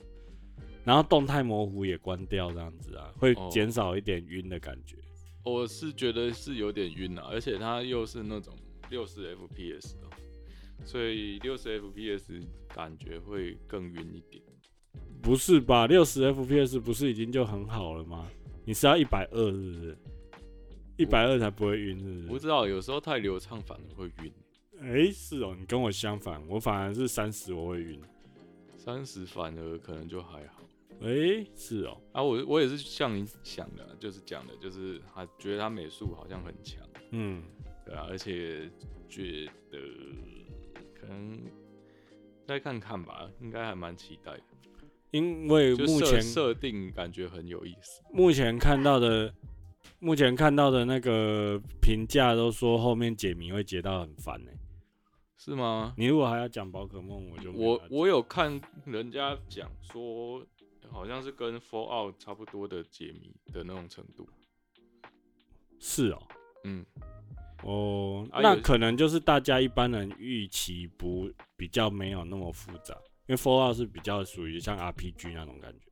[SPEAKER 1] 然后动态模糊也关掉，这样子啊，会
[SPEAKER 2] 哦
[SPEAKER 1] 减少一点晕的感觉。
[SPEAKER 2] 我是觉得是有点晕啊，而且它又是那种六十 FPS 的，所以六十 FPS 感觉会更晕一点。
[SPEAKER 1] 不是吧？六十 FPS 不是已经就很好了吗？你是要一百二是不是？一百二才不会晕是
[SPEAKER 2] 不
[SPEAKER 1] 不是？
[SPEAKER 2] 知道，有时候太流畅反而会晕。
[SPEAKER 1] 哎、是哦，你跟我相反，我反而是三十我会晕。
[SPEAKER 2] 三十反而可能就还好
[SPEAKER 1] 哎、是哦，
[SPEAKER 2] 啊，我我也是像你想的，啊就是讲的，就是他觉得他美术好像很强，
[SPEAKER 1] 嗯，
[SPEAKER 2] 对啊，而且觉得可能再看看吧，应该还蛮期待的。
[SPEAKER 1] 因为
[SPEAKER 2] 就
[SPEAKER 1] 目
[SPEAKER 2] 设
[SPEAKER 1] 前
[SPEAKER 2] 设定感觉很有意思，
[SPEAKER 1] 目前看到的，目前看到的那个评价都说后面解谜会解到很烦欸呢、
[SPEAKER 2] 是吗？
[SPEAKER 1] 你如果还要讲宝可梦，我就没
[SPEAKER 2] 我
[SPEAKER 1] 办法
[SPEAKER 2] 我有看人家讲说，好像是跟 Fallout 差不多的解谜的那种程度。
[SPEAKER 1] 是哦
[SPEAKER 2] 嗯，
[SPEAKER 1] 哦，
[SPEAKER 2] 啊
[SPEAKER 1] 那
[SPEAKER 2] 有
[SPEAKER 1] 可能就是大家一般人预期不比较没有那么复杂，因为 Fallout 是比较属于像 RPG 那种感觉。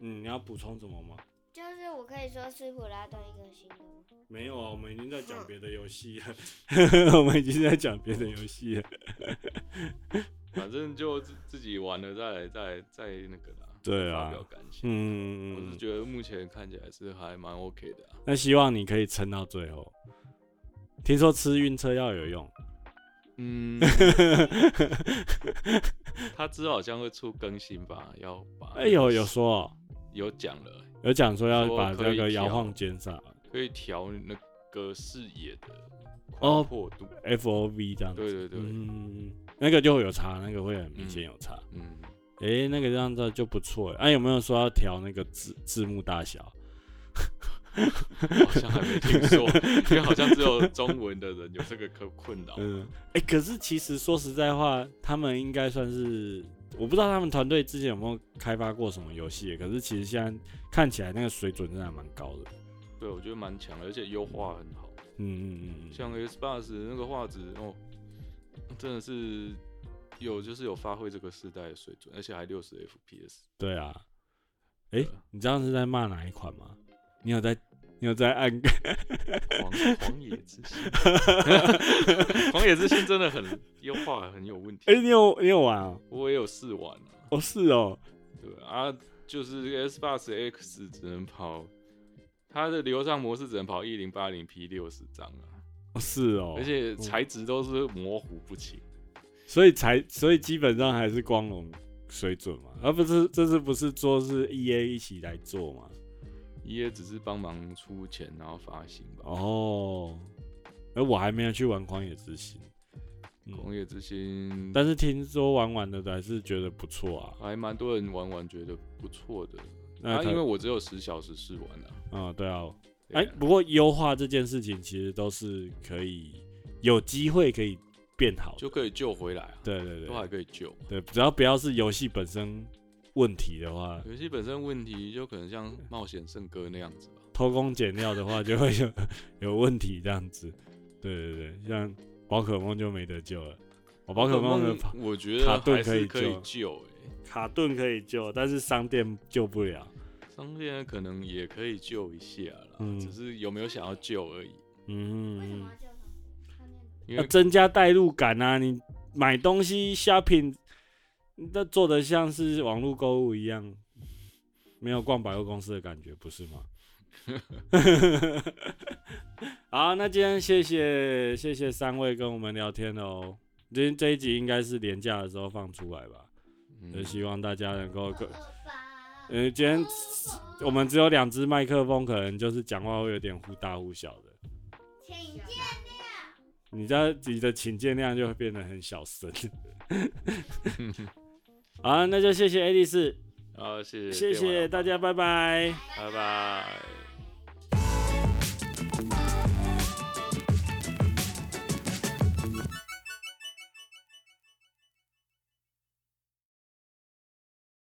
[SPEAKER 1] 嗯，你要补充什么吗？
[SPEAKER 4] 就是我可以说斯普拉顿一个新的吗？
[SPEAKER 1] 没有啊，我们已经在讲别的游戏了， 我们已经在讲别的游戏了。
[SPEAKER 2] 反正就自自己玩了再来再再那个啦，
[SPEAKER 1] 对
[SPEAKER 2] 发
[SPEAKER 1] 啊
[SPEAKER 2] 表，感想。我
[SPEAKER 1] 嗯
[SPEAKER 2] 是，觉得目前看起来是还蛮 OK 的、啊，
[SPEAKER 1] 那希望你可以撑到最后。听说吃晕车药有用，
[SPEAKER 2] 啊 嗯，他之后好像会出更新吧，要把
[SPEAKER 1] 哎、有有说、哦，
[SPEAKER 2] 有讲了，
[SPEAKER 1] 有讲说要
[SPEAKER 2] 说
[SPEAKER 1] 把
[SPEAKER 2] 可
[SPEAKER 1] 这
[SPEAKER 2] 以
[SPEAKER 1] 个摇
[SPEAKER 2] 调啊
[SPEAKER 1] 晃减少
[SPEAKER 2] 可以调那个视野的
[SPEAKER 1] 哦
[SPEAKER 2] 宽阔度，
[SPEAKER 1] FOV 这样子。
[SPEAKER 2] 对对对，
[SPEAKER 1] 嗯，那个就有差，那个会很明显有差。
[SPEAKER 2] 嗯
[SPEAKER 1] 诶、那个这样子就不错欸。啊，有没有说要调那个字字幕大小？
[SPEAKER 2] 好像还没听 说，因为好像只有中文的人有这个困困扰。
[SPEAKER 1] 嗯，诶、可是其实说实在话，他们应该算是，我不知道他们团队之前有没有开发过什么游戏，可是其实现在看起来那个水准真的还蛮高的。
[SPEAKER 2] 对，我觉得蛮强的，而且优化很好，
[SPEAKER 1] 嗯嗯嗯嗯，
[SPEAKER 2] 像 S b o s 那个画质哦，真的是有就是有发挥这个世代的水准，而且还六十 FPS。
[SPEAKER 1] 对啊。诶、
[SPEAKER 2] 对
[SPEAKER 1] 你这样是在骂哪一款吗？你有在，你有在按
[SPEAKER 2] 呃狂狂野之心， 狂野之心真的很优化很有问题。
[SPEAKER 1] 哎、你有你有玩哦？
[SPEAKER 2] 我也有试玩啊，
[SPEAKER 1] 哦，是哦，
[SPEAKER 2] 对啊，就是 S b o s X 只能跑，它的流畅模式只能跑一零八零 P 六十张啊。
[SPEAKER 1] 哦是哦，
[SPEAKER 2] 而且材质都是模糊不清。
[SPEAKER 1] 所以才所以基本上还是光荣水准嘛，而、不是这次不是说是 E A 一起来做嘛？
[SPEAKER 2] E A 只是帮忙出钱，然后发行吧。
[SPEAKER 1] 哦，而我还没有去玩《狂野之心》
[SPEAKER 2] 工
[SPEAKER 1] 嗯，
[SPEAKER 2] 业之星，
[SPEAKER 1] 但是听说玩完的还是觉得不错啊。
[SPEAKER 2] 还蛮多人玩玩，觉得不错的。
[SPEAKER 1] 那
[SPEAKER 2] 啊，
[SPEAKER 1] 他
[SPEAKER 2] 因为我只有十小时试玩了、
[SPEAKER 1] 嗯，对啊，
[SPEAKER 2] 对
[SPEAKER 1] 哎、
[SPEAKER 2] 啊。
[SPEAKER 1] 不过优化这件事情其实都是可以有机会可以变好的，
[SPEAKER 2] 就可以救回来啊，
[SPEAKER 1] 对对
[SPEAKER 2] 都还
[SPEAKER 1] 对
[SPEAKER 2] 可以救。
[SPEAKER 1] 对，只要不要是游戏本身问题的话，
[SPEAKER 2] 游戏本身问题就可能像冒险圣歌那样子吧。
[SPEAKER 1] 偷工减料的话，就会有 有问题这样子。对对对，像宝可梦就没得救了。我宝可梦的
[SPEAKER 2] 宝可
[SPEAKER 1] 卡
[SPEAKER 2] 梦我觉
[SPEAKER 1] 卡
[SPEAKER 2] 得
[SPEAKER 1] 顿
[SPEAKER 2] 还是
[SPEAKER 1] 可
[SPEAKER 2] 可
[SPEAKER 1] 以啊
[SPEAKER 2] 以救、欸
[SPEAKER 1] 卡顿可以救，但是商店救不了。
[SPEAKER 2] 哎，商店可能也可以救一下啦，
[SPEAKER 1] 嗯
[SPEAKER 2] 只是有没有想要救而已。
[SPEAKER 4] 为什么
[SPEAKER 1] 嗯
[SPEAKER 4] 要，叫他们？他念的
[SPEAKER 2] 因
[SPEAKER 1] 要
[SPEAKER 2] 为
[SPEAKER 1] 增加代入感啊！你买东西 shopping，那做的像是网络购物一样，没有逛百货公司的感觉，不是吗？ 好，那今天谢谢谢谢三位跟我们聊天哦。今天这一集应该是年假的时候放出来吧，就
[SPEAKER 2] 嗯
[SPEAKER 1] 希望大家能够更，
[SPEAKER 3] 二八
[SPEAKER 1] 呃，今天我们只有两只麦克风，可能就是讲话会有点忽大忽小的。
[SPEAKER 3] 请见
[SPEAKER 1] 你家你的请见量就会变得很小 声。好啊，那就谢谢爱丽丝，
[SPEAKER 2] 好，谢
[SPEAKER 1] 谢
[SPEAKER 2] 谢电玩老
[SPEAKER 1] 谢
[SPEAKER 2] 板
[SPEAKER 1] 大家，拜拜。
[SPEAKER 2] 拜拜。